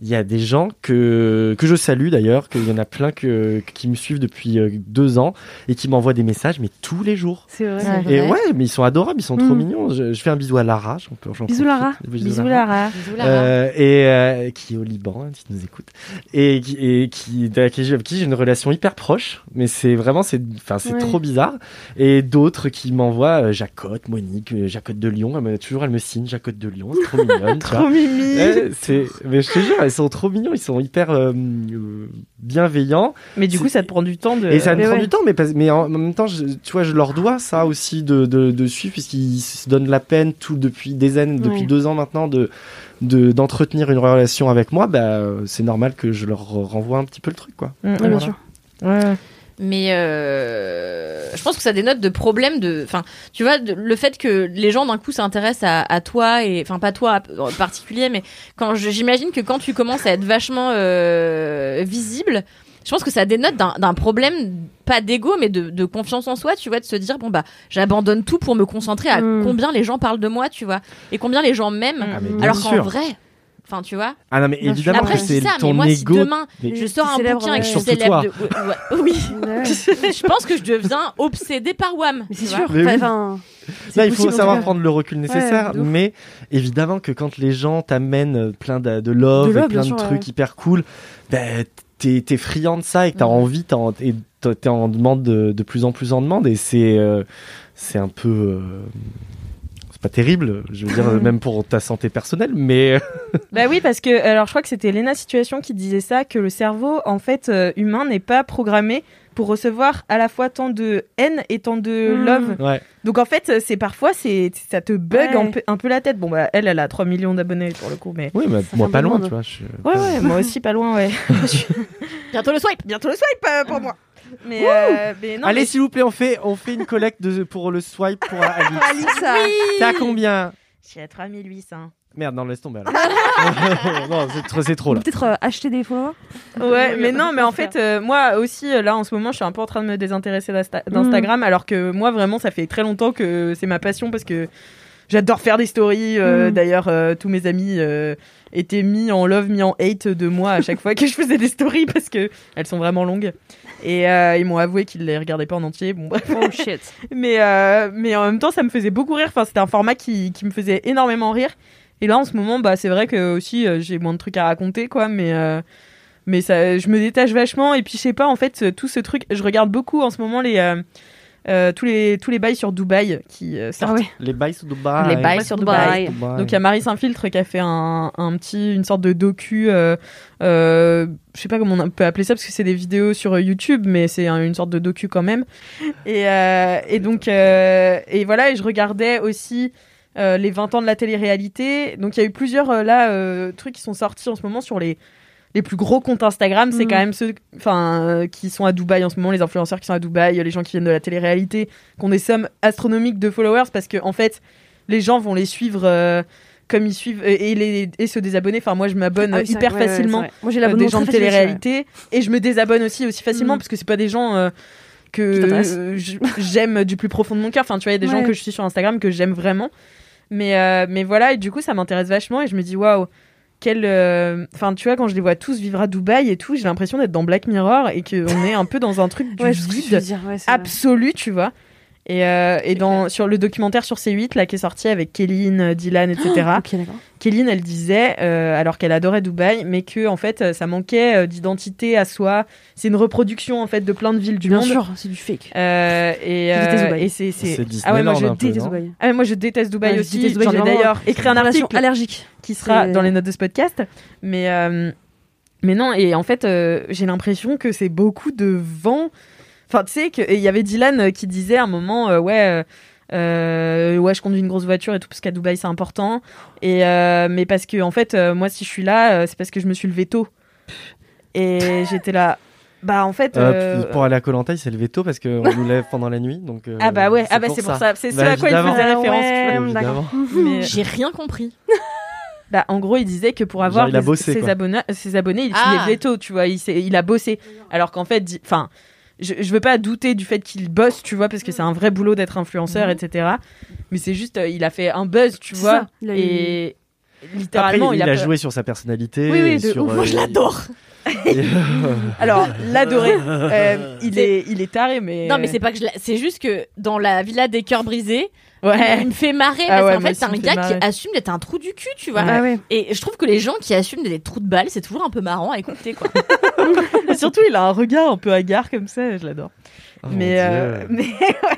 S4: il y a des gens que que je salue d'ailleurs qu'il y en a plein que qui me suivent depuis euh, deux ans et qui m'envoient des messages mais tous les jours
S5: C'est vrai.
S1: Ouais.
S4: Et ouais, mais ils sont adorables, ils sont
S5: Mm.
S4: trop mignons. Je, je fais un bisou à Lara. j'en peux- j'en
S5: Bisous
S4: profite.
S5: Lara.
S4: Bisous Lara.
S1: Bisous, Lara.
S4: Euh, et euh, qui est au Liban, hein, qui nous écoute, et, qui- et qui, avec qui j'ai avec qui j'ai une relation hyper proche, mais c'est vraiment, c'est enfin, c'est
S5: Ouais.
S4: trop bizarre. Et d'autres qui m'envoient euh, Jacotte, Monique, euh, Jacotte de Lyon, elle me, toujours elle me signe Jacotte de Lyon, c'est trop mignonne. tu vois.
S3: Trop mimi.
S4: Eh, c'est, mais je te jure, ils sont trop mignons, ils sont hyper euh, euh, bienveillants.
S3: Mais du coup, ça te prend du temps de.
S4: Et ça me
S3: Euh, Mais
S4: prend
S3: ouais. Mm,
S4: du temps, mais, pas- mais en en même temps, je- tu vois, je leur dois ça aussi de, de, de suivre, puisqu'ils se donnent la peine tout depuis des années, depuis
S5: Ouais.
S4: deux ans maintenant, de de- d'entretenir une relation avec moi. Bah, euh, c'est normal que je leur renvoie un petit peu le truc, quoi.
S3: Mm, mm,
S5: bien
S3: voilà.
S5: sûr.
S3: Ouais.
S2: Mais euh, je pense que ça dénote de problèmes de. Enfin, tu vois, de- le fait que les gens d'un coup s'intéressent à, à toi et enfin pas toi euh, en particulier, mais quand je- j'imagine que quand tu commences à être vachement euh, visible, je pense que ça dénote d'un d'un problème pas d'ego mais de, de confiance en soi. Tu vois, de se dire bon bah j'abandonne tout pour me concentrer à
S5: Mm.
S2: combien les gens parlent de moi, tu vois, et combien les gens m'aiment.
S4: Ah, mais bien
S2: Alors qu'en
S4: sûr.
S2: vrai, enfin tu vois.
S4: Ah non, mais
S5: Bien sûr.
S4: évidemment,
S2: Après
S4: que
S2: je dis
S4: c'est
S2: ça, mais
S4: ton
S2: moi si
S4: ego.
S2: demain
S4: mais-
S2: je sors un
S5: Célèbre,
S2: bouquin et que je suis
S4: ouais. Surtout
S2: célèbre. de- ouais, ouais, oui.
S5: Ouais.
S2: je pense que je deviens obsédée par Wham.
S5: Mais c'est
S2: tu
S5: sûr.
S4: Mais
S5: enfin,
S4: oui.
S5: enfin, c'est
S4: Là, il faut
S5: possible, en tout
S4: savoir
S5: cas.
S4: prendre le recul nécessaire,
S5: de ouf.
S4: mais évidemment que quand les gens t'amènent euh, plein de, de love,
S5: De love,
S4: et plein
S5: bien sûr,
S4: de trucs
S5: ouais.
S4: hyper cool, ben t'es t'es friand de ça et que t'as
S2: Mhm.
S4: envie, t'as en- et t'as- t'es en demande de, de plus en plus en demande, et c'est euh, c'est un peu. euh, c'est pas terrible, je veux dire, même pour ta santé personnelle, mais. euh,
S3: Bah oui, parce que alors je crois que c'était Lena Situation qui disait ça, que le cerveau en fait euh, humain n'est pas programmé pour recevoir à la fois tant de haine et tant de
S4: Mm.
S5: Mhm.
S3: love.
S4: Ouais.
S3: Donc en fait, euh, c'est parfois c'est ça te bug
S5: Ouais.
S3: un, peu, un peu la tête. Bon bah elle, elle a 3 millions d'abonnés pour le coup, mais
S4: Oui, mais
S5: fait
S4: moi
S5: un
S4: pas
S5: peu
S4: loin,
S5: de
S4: tu vois. je suis- euh,
S3: ouais ouais, moi aussi pas loin ouais.
S2: vois. Bientôt le swipe.
S3: Bientôt le swipe euh, pour moi. Mais, euh, mais non,
S4: Allez,
S3: mais-
S4: s'il vous plaît, on fait, on fait une collecte de, pour le swipe pour Alice.
S5: Alissa.
S4: T'as combien
S3: Je suis à 3800.
S4: Merde, non, laisse tomber alors. non, c'est trop, c'est trop là.
S5: Peut-être euh, acheter des followers.
S3: Ouais, mais non, mais en
S5: faire. Mm.
S3: fait, euh, moi aussi, euh, là, en ce moment, je suis un peu en train de me désintéresser d'Insta- d'Instagram, alors que moi, vraiment, ça fait très longtemps que c'est ma passion parce que j'adore faire des stories. euh,
S5: Mm.
S3: D'ailleurs, euh, tous mes amis euh, étaient mis en love, mis en hate de moi à chaque fois que je faisais des stories parce que elles sont vraiment longues. Et euh, ils m'ont avoué qu'ils les regardaient pas en entier. Bon, bref.
S2: Oh shit.
S3: Mais, euh, mais en même temps, ça me faisait beaucoup rire. Enfin, c'était un format qui, qui me faisait énormément rire. Et là, en ce moment, bah, c'est vrai que aussi euh, j'ai moins de trucs à raconter, quoi. Mais, euh, mais ça, je me détache vachement. Et puis, je sais pas, en fait, euh, tout ce truc, je regarde beaucoup en ce moment les euh, euh, tous les tous les bails sur Dubaï qui euh, sortent.
S5: Ah ouais.
S4: Les bails sur Dubaï.
S2: Les bails sur
S5: Dubaï. Euh,
S3: Donc il y a Marie Saint-Filtre qui a fait un, un petit, une sorte de docu, euh, euh, je sais pas comment on peut appeler ça parce que c'est des vidéos sur euh, YouTube, mais c'est un- une sorte de docu quand même. Et, euh, et donc euh, et voilà, et je regardais aussi euh, les 20 ans de la télé-réalité. Donc il y a eu plusieurs euh, là euh, trucs qui sont sortis en ce moment sur les les plus gros comptes Instagram, c'est
S5: Mhm.
S3: quand même ceux enfin, euh, qui sont à Dubaï en ce moment, les influenceurs qui sont à Dubaï, les gens qui viennent de la télé-réalité, qui ont des sommes astronomiques de followers parce que, en fait, les gens vont les suivre euh, comme ils suivent et, et les, et se désabonner. Enfin, moi, je m'abonne
S5: Ah oui, c'est
S3: hyper
S5: vrai, ouais, ouais,
S3: facilement
S5: c'est vrai. Moi j'ai
S3: euh,
S5: l'abonnement
S3: des gens de
S5: très facile,
S3: télé-réalité et je me désabonne aussi aussi facilement
S5: Mm.
S3: parce que c'est pas des gens euh, que
S5: Qui t'intéressent.
S3: euh, j- j'aime du plus profond de mon cœur. Enfin, tu vois, il y a des gens
S5: Ouais.
S3: que je suis sur Instagram que j'aime vraiment. Mais, euh, mais voilà, et du coup, ça m'intéresse vachement et je me dis, waouh, quel. euh, Enfin, tu vois, quand je les vois tous vivre à Dubaï et tout, j'ai l'impression d'être dans Black Mirror et qu'on est un peu dans un truc
S5: ouais.
S3: du
S5: Ouais, je sais ce que tu veux
S3: vide
S5: dire. Ouais, c'est vrai.
S3: absolu, tu vois. Et, euh, et dans, sur le documentaire sur C8, là, qui est sorti avec Kéline, Dylan, etc.
S5: Ok, d'accord.
S3: Kéline, elle disait, euh, alors qu'elle adorait Dubaï, mais que en fait, euh, ça manquait euh, d'identité à soi. C'est une reproduction en fait de plein de villes du
S5: Bien
S3: monde.
S5: sûr, c'est du fake.
S3: Euh, et
S5: Je déteste
S3: euh,
S5: Dubaï.
S3: et c'est c'est-
S4: C'est
S3: ah ouais moi
S4: Disneyland,
S3: je
S4: un peu.
S3: dé-
S5: Déteste
S4: non
S5: Dubaï.
S3: ah ouais, moi je déteste Dubaï
S5: Ouais, je
S3: aussi.
S5: déteste Dubaï,
S3: J'en ai
S5: j'ai vraiment
S3: d'ailleurs écrit un
S5: Relation
S3: article
S5: allergique.
S3: qui sera
S5: C'est-
S3: dans les notes de ce podcast. Mais, euh, mais non, et en fait, euh, j'ai l'impression que c'est beaucoup de vent. Enfin, tu sais, que- et il y avait Dylan euh, qui disait à un moment, euh, ouais. euh, euh, ouais, je conduis une grosse voiture et tout parce qu'à Dubaï c'est important. Et euh, mais parce que en fait, euh, moi si je suis là, euh, c'est parce que je me suis levé tôt. Et j'étais là, bah en fait.
S4: Euh,
S3: euh,
S4: puis pour aller à Colanta, il s'est levé tôt parce qu'on nous lève pendant la nuit. Donc, euh,
S3: ah bah ouais, ah bah c'est pour ça. C'est ce
S4: Bah,
S3: à quoi il
S4: évidemment.
S2: Ah
S3: faisait référence.
S5: Ouais,
S4: Évidemment.
S5: d'accord.
S3: Mais-
S2: J'ai rien compris.
S3: Bah, en gros, il disait que pour avoir
S4: Genre, il a
S3: les-
S4: bossé,
S3: ses,
S4: quoi.
S3: abonnés, ses abonnés, il
S2: Ah.
S3: s'y est levé tôt, tu vois, il, s'est- il a bossé. Alors qu'en fait, di- enfin, je, je veux pas douter du fait qu'il bosse, tu vois, parce que c'est un vrai boulot d'être influenceur, etc. Mais c'est juste, euh, il a fait un buzz, tu
S5: C'est
S3: vois,
S5: ça, il a eu-
S3: et
S4: Après,
S3: littéralement,
S4: il, il a,
S3: pas-
S4: joué sur sa personnalité.
S3: Oui, oui,
S4: et
S3: de
S4: sur, euh,
S3: ouf. Moi, je
S2: l'adore.
S4: et- euh,
S3: Alors, l'adoré, euh, il est, il est taré, mais
S2: Non, mais c'est pas que je la- c'est juste que dans la villa des cœurs brisés,
S3: ouais.
S2: il me fait marrer
S3: Ah
S2: parce
S3: ouais, moi
S2: qu'en fait,
S3: aussi,
S2: c'est
S3: il
S2: un
S3: me fait
S2: gars
S3: marrer.
S2: qui assume d'être un trou du cul, tu vois.
S5: Ah ouais.
S2: Et je trouve que les gens qui assument d'être des trous de balle, c'est toujours un peu marrant à écouter, quoi.
S3: Et surtout, il a un regard un peu hagard comme ça, je l'adore.
S4: Oh mon
S3: mais, euh,
S4: Dieu.
S3: mais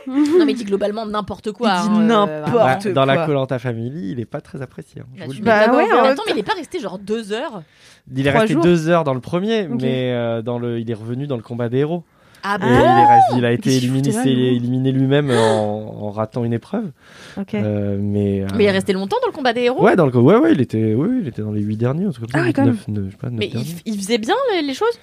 S2: Non, mais il dit globalement n'importe quoi.
S3: Il dit
S2: hein, euh,
S3: n'importe
S2: voilà.
S4: Ouais,
S3: porte
S4: Bah, dans la
S3: quoi.
S4: Colanta Family, il est pas très apprécié. hein, je
S2: Bah,
S4: vous le
S2: tu
S4: dis.
S3: Bah
S2: m'étonnes.
S3: ouais,
S2: Mais
S3: en même
S2: attends, mais il est pas resté genre deux heures.
S4: il est
S3: trois
S4: resté
S3: jours.
S4: deux heures dans le premier,
S5: Ok.
S4: mais euh, dans le, il est revenu dans le combat des héros.
S2: Ah
S4: Et il, est reste- il a été
S5: qu'est-ce qu'il
S4: éliminé,
S5: foutait là,
S4: s'est
S5: lui
S4: éliminé lui-même en, en ratant une épreuve.
S3: Ok.
S4: Euh, mais, euh,
S2: Mais il est resté longtemps dans le combat des héros.
S4: Ouais, dans le co- ouais, ouais, il était, ouais, il était dans les 8 derniers, en tout cas.
S5: Ah ouais, quand même.
S4: je sais pas, neuf
S2: Mais il,
S4: derniers.
S2: f- il faisait bien les, les choses.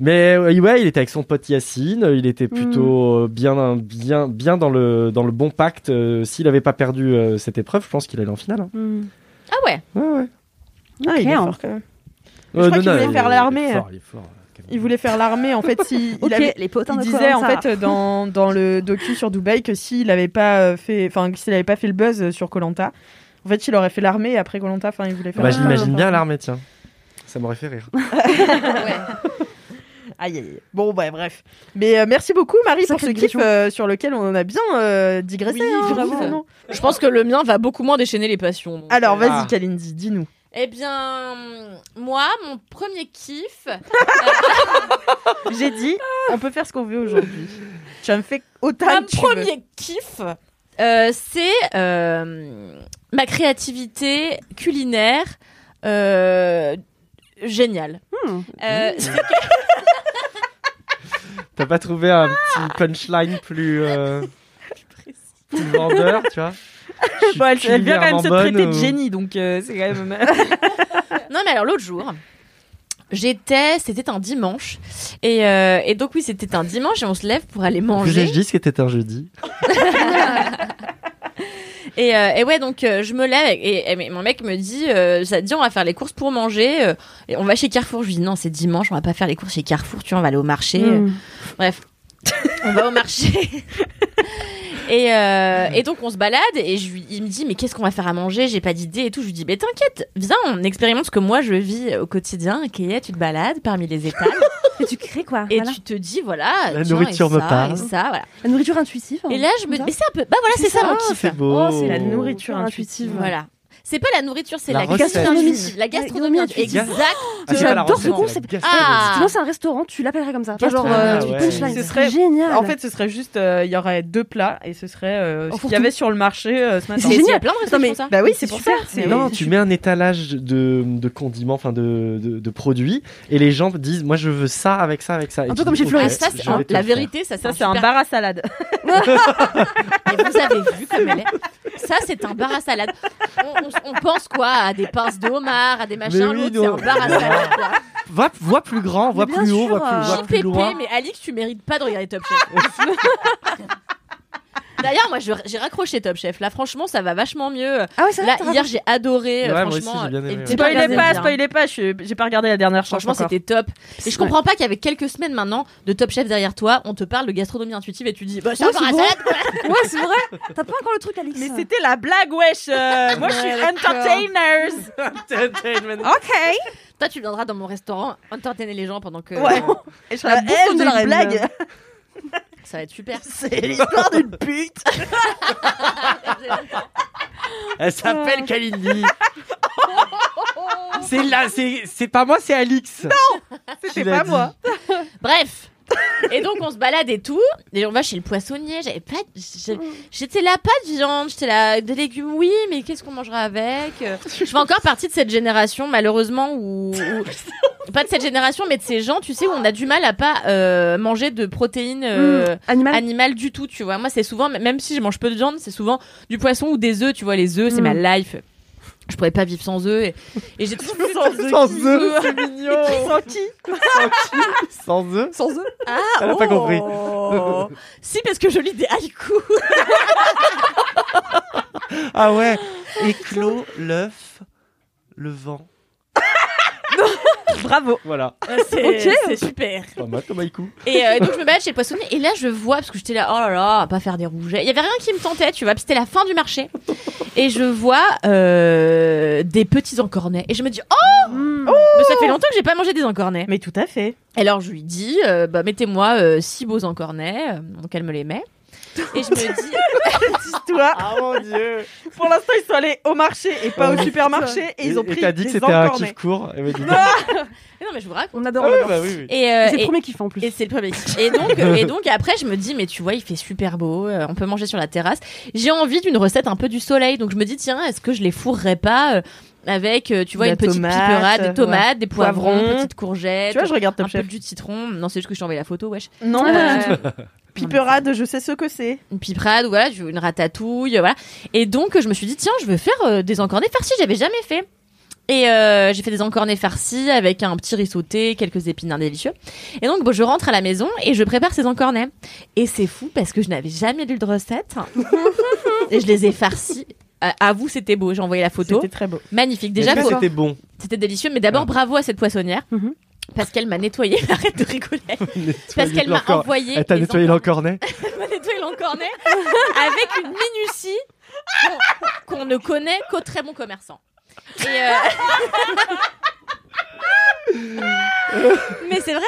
S4: Mais ouais, ouais, il était avec son pote Yacine, il était
S3: Hmm.
S4: plutôt euh, bien, bien, bien dans le, dans le bon pacte. euh, S'il avait pas perdu euh, cette épreuve, je pense qu'il allait en finale. hein.
S5: Mm.
S2: Ah ouais.
S4: Ouais, ouais.
S3: Ah, il est
S5: Ok,
S3: fort
S5: hein.
S3: quand même.
S4: Je
S3: crois qu'il voulait faire l'armée.
S4: Il est fort, il est fort. euh,
S3: Il voulait faire l'armée en fait. s'il- il
S5: Ok,
S3: avait-
S5: les potins
S3: Il
S5: de
S3: disait en
S5: Koh-Lanta.
S3: fait euh, dans, dans le docu sur Dubaï que s'il n'avait pas euh, fait enfin que s'il avait pas fait le buzz euh, sur Colanta, en fait il aurait fait l'armée et après Colanta enfin il voulait faire.
S4: Bah,
S3: l'armée.
S4: J'imagine bien l'armée, tiens. Ça m'aurait fait rire.
S3: Ah Aïe, aïe, aïe. Bon bah bref. Mais euh, merci beaucoup Marie pour
S5: Sacrée
S3: ce kiff
S5: digression.
S3: euh, sur lequel on en a bien euh, digressé.
S2: Oui,
S3: hein,
S2: grave.
S3: finalement.
S2: Je pense que le mien va beaucoup moins déchaîner les passions. donc,
S3: Alors
S2: euh,
S3: vas-y
S4: Ah.
S3: Kalindi, dis-nous.
S2: Eh bien, hum, moi, mon premier kiff.
S3: J'ai dit on peut faire ce qu'on veut aujourd'hui. Tu as me fait autant
S2: Un
S3: que tu veux.
S2: premier kiff, euh, c'est euh, ma créativité culinaire euh, géniale.
S5: Hmm.
S2: Euh,
S4: T'as pas trouvé un petit punchline plus. euh, plus vendeur, tu vois Je suis
S3: Bon, elle, elle vient quand même se
S4: culinairement
S3: traiter de
S4: bonne, euh,
S3: génie donc euh, c'est quand même.
S2: Non, mais alors l'autre jour, j'étais, c'était un dimanche, et, euh, et donc oui, c'était un dimanche et on se lève pour aller
S4: En plus,
S2: manger.
S4: je dis ce qui était un jeudi.
S2: Et, euh, et ouais, donc euh, je me lève et, et- et mon mec me dit, euh, ça te dit on va faire les courses pour manger, euh, et on va chez Carrefour. Je lui dis non, c'est dimanche, on va pas faire les courses chez Carrefour, tu vois, on va aller au marché. Euh,
S5: Hmm.
S2: Bref, on va au marché. Et, euh, et donc on se balade et je, lui- il me dit mais qu'est-ce qu'on va faire à manger j'ai pas d'idée et tout je lui dis mais t'inquiète viens on expérimente ce que moi je vis au quotidien Kéya tu te balades parmi les étals
S5: Et tu crées quoi
S2: et
S5: voilà.
S2: tu te dis voilà
S4: La
S2: tiens,
S4: nourriture
S2: et
S4: me
S2: ça,
S4: parle.
S2: et ça voilà
S5: La nourriture intuitive. hein.
S2: et là je me
S5: ça.
S2: mais c'est un peu bah voilà c'est ça, mon kiff
S4: C'est beau.
S5: Oh, c'est la nourriture. intuitive.
S2: voilà c'est pas la nourriture c'est
S4: La
S2: la,
S4: recette.
S2: gastronomie la gastronomie
S5: Gastronomie intuitive.
S2: exact
S4: Ah, c'est pas la
S5: J'adore ce
S4: recette,
S5: concept.
S4: la
S5: Si
S2: Ah.
S5: tu lances un restaurant, tu l'appellerais comme ça. Enfin, genre,
S4: Ah,
S5: euh, tu
S4: ouais.
S5: punchline.
S3: Ce
S5: Ce
S3: serait-
S5: serait génial.
S3: En fait, ce serait juste, euh, il y aurait deux plats et ce serait euh, ce
S5: Oh,
S3: qu'il y
S5: fourre-tout.
S3: avait sur le marché euh, ce matin.
S2: Mais il y
S5: C'est
S2: a
S5: génial.
S2: plein de recettes
S5: mais-
S2: qui font ça
S3: Bah oui, c'est pour ça.
S5: super.
S3: c'est-
S4: Non, tu mets un étalage de, de condiments, enfin de, de, de produits, et les gens disent Moi, je veux ça avec ça, avec ça. Et
S5: peu
S4: tu
S5: comme
S4: dis,
S5: chez
S4: Ok,
S5: Florence.
S2: Ah, ça,
S4: je
S2: c'est
S4: vais
S2: un-
S4: te
S2: la
S4: le faire. Ah,
S2: vérité, ça, c'est
S3: Ça,
S2: un
S3: c'est un
S2: super
S3: bar à salade.
S2: Et vous avez vu comme elle est. Ça, c'est un bar à salade. On, on- on pense quoi À des pinces de homard, à des machins.
S4: Mais oui,
S2: L'autre,
S4: non.
S2: c'est un bar à salade. quoi.
S4: Va, vois plus grand, vois
S5: Mais bien
S4: plus haut,
S5: sûr,
S4: vois plus,
S5: euh,
S4: vois plus loin.
S2: JPP, mais Alix, tu mérites pas de regarder Top Chef. D'ailleurs, moi, je- j'ai raccroché Top Chef. Là, franchement, ça va vachement mieux.
S5: Ah ouais, ça
S2: Là, hier, j'ai adoré. euh,
S4: Ouais, moi aussi,
S2: franchement,
S4: j'ai bien aimé,
S2: et
S4: ouais.
S2: j'ai
S3: Spoilez
S2: regardé
S3: pas,
S2: bien.
S3: spoilez pas. je suis- J'ai pas regardé la dernière chance.
S2: Franchement,
S3: encore.
S2: c'était top. Et je comprends pas qu'il y avait quelques semaines maintenant de Top Chef derrière toi, on te parle de gastronomie intuitive et tu dis, bah, c'est un
S5: Ouais,
S2: bar à
S5: c'est bon.
S2: salade. quoi.
S5: Ouais, c'est vrai. T'as pas encore le truc, Alix.
S3: Mais c'était la blague, wesh. euh, moi, je suis entertainers. ok.
S2: Toi, tu viendras dans mon restaurant entertainer les gens pendant que.
S3: Ouais. Et je serai
S5: La
S3: la
S5: bouffe
S3: haine
S5: de
S3: des
S5: la reine.
S3: blagues.
S2: Ça va être super.
S3: C'est l'histoire d'une pute.
S4: Elle s'appelle Kalindi. c'est là, c'est c'est pas moi, c'est Alix. Non,
S3: C'était pas moi.
S2: Bref. Et donc on se balade et tout, et on va chez le poissonnier. J'avais pas, de- j'ai- j'étais là pas de viande, j'étais là de légumes. Oui, mais qu'est-ce qu'on mangera avec Euh, Je fais encore partie de cette génération malheureusement où, où- pas de cette génération, mais de ces gens, tu sais, où on a du mal à pas euh, manger de protéines. euh,
S5: Mmh.
S4: Ah.
S5: Animal.
S2: animal du tout, tu vois. Moi, c'est souvent, même si je mange peu de viande, c'est souvent du poisson ou des œufs, tu vois. Les œufs, c'est
S5: Mm.
S2: ma life. Je pourrais pas vivre sans œufs. Et, et j'ai toujours
S4: Sans eux, c'est mignon.
S3: Sans qui
S4: Sans qui Sans eux
S2: Sans œufs Ah,
S4: Elle a pas compris.
S2: oh. si, parce que je lis des haïkus.
S4: Ah ouais. Éclos, l'œuf, le vent.
S3: Bravo.
S4: Voilà.
S2: Euh, c'est
S5: Ok.
S2: c'est super.
S4: Pas mal comme haïku.
S2: Et euh, donc, je me balade chez le poissonnier. Et là, je vois, parce que j'étais là, oh là là, à pas faire des rougets. Il y avait rien qui me tentait, tu vois. puis C'était la fin du marché. Et je vois euh, des petits encornets. Et je me dis, oh,
S5: Mmh.
S2: mais ça fait longtemps que j'ai pas mangé des encornets.
S3: Mais tout à fait.
S2: Alors je lui dis, euh, bah, mettez-moi euh, six beaux encornets, euh, donc elle me les met. Et je me dis,
S3: Dis tout. toi.
S4: Ah mon dieu
S3: Pour l'instant, ils sont allés au marché et pas au supermarché et ils ont pris
S4: t'as dit que
S3: des
S4: c'était un
S3: encornés.
S4: kiff court. Eh ben, dis donc.
S2: Eh Non, mais je vous raconte.
S5: On
S4: Ah
S5: adore.
S4: ouais, bah oui, oui.
S2: Et, euh,
S5: C'est le
S2: et-
S5: premier kiff en plus.
S2: Et c'est le premier. Et donc, et donc après, je me dis, mais tu vois, il fait super beau, euh, on peut manger sur la terrasse. J'ai envie d'une recette un peu du soleil, donc je me dis, tiens, est-ce que je les fourrerais pas euh, avec, euh, tu vois,
S3: La
S2: une petite
S3: tomate,
S2: piperade,
S3: ouais.
S2: des tomates, des poivrons,
S3: Poivrons.
S2: une petite courgette,
S3: Tu vois, je regarde
S2: un
S3: Top
S2: peu de
S3: Chef. Ah,
S2: jus de citron. Non, c'est juste que je t'envoie la photo, wesh.
S3: Non,
S2: Euh,
S3: piperade, je sais ce que c'est.
S2: une piperade, voilà, tu veux une ratatouille, euh, voilà. Et donc, euh, je me suis dit, tiens, je veux faire euh, des encornés farcis, j'avais jamais fait. Et euh, j'ai fait des encornés farcis avec un petit riz sauté, quelques épinards délicieux. Et donc, bon, je rentre à la maison et je prépare ces encornets. Et c'est fou parce que je n'avais jamais lu de recette. et je les ai farcis. Ah, À- À vous, c'était beau. J'ai envoyé la photo.
S3: C'était très beau.
S2: Magnifique.
S4: Est-ce
S2: Déjà,
S4: que
S2: faut-
S4: c'était bon.
S2: c'était délicieux. Mais d'abord,
S4: Ah.
S2: bravo à cette poissonnière.
S5: Mhm.
S2: Parce qu'elle m'a nettoyé. Arrête de rigoler. Parce
S4: Nettoyer
S2: qu'elle m'a
S4: l'encornet.
S2: envoyé.
S4: Elle t'a
S2: les
S4: nettoyé
S2: encornets
S4: l'encornet
S2: m'a nettoyé l'encornet avec une minutie qu'on- qu'on ne connaît qu'aux très bons commerçants. Et euh, Mais c'est vrai.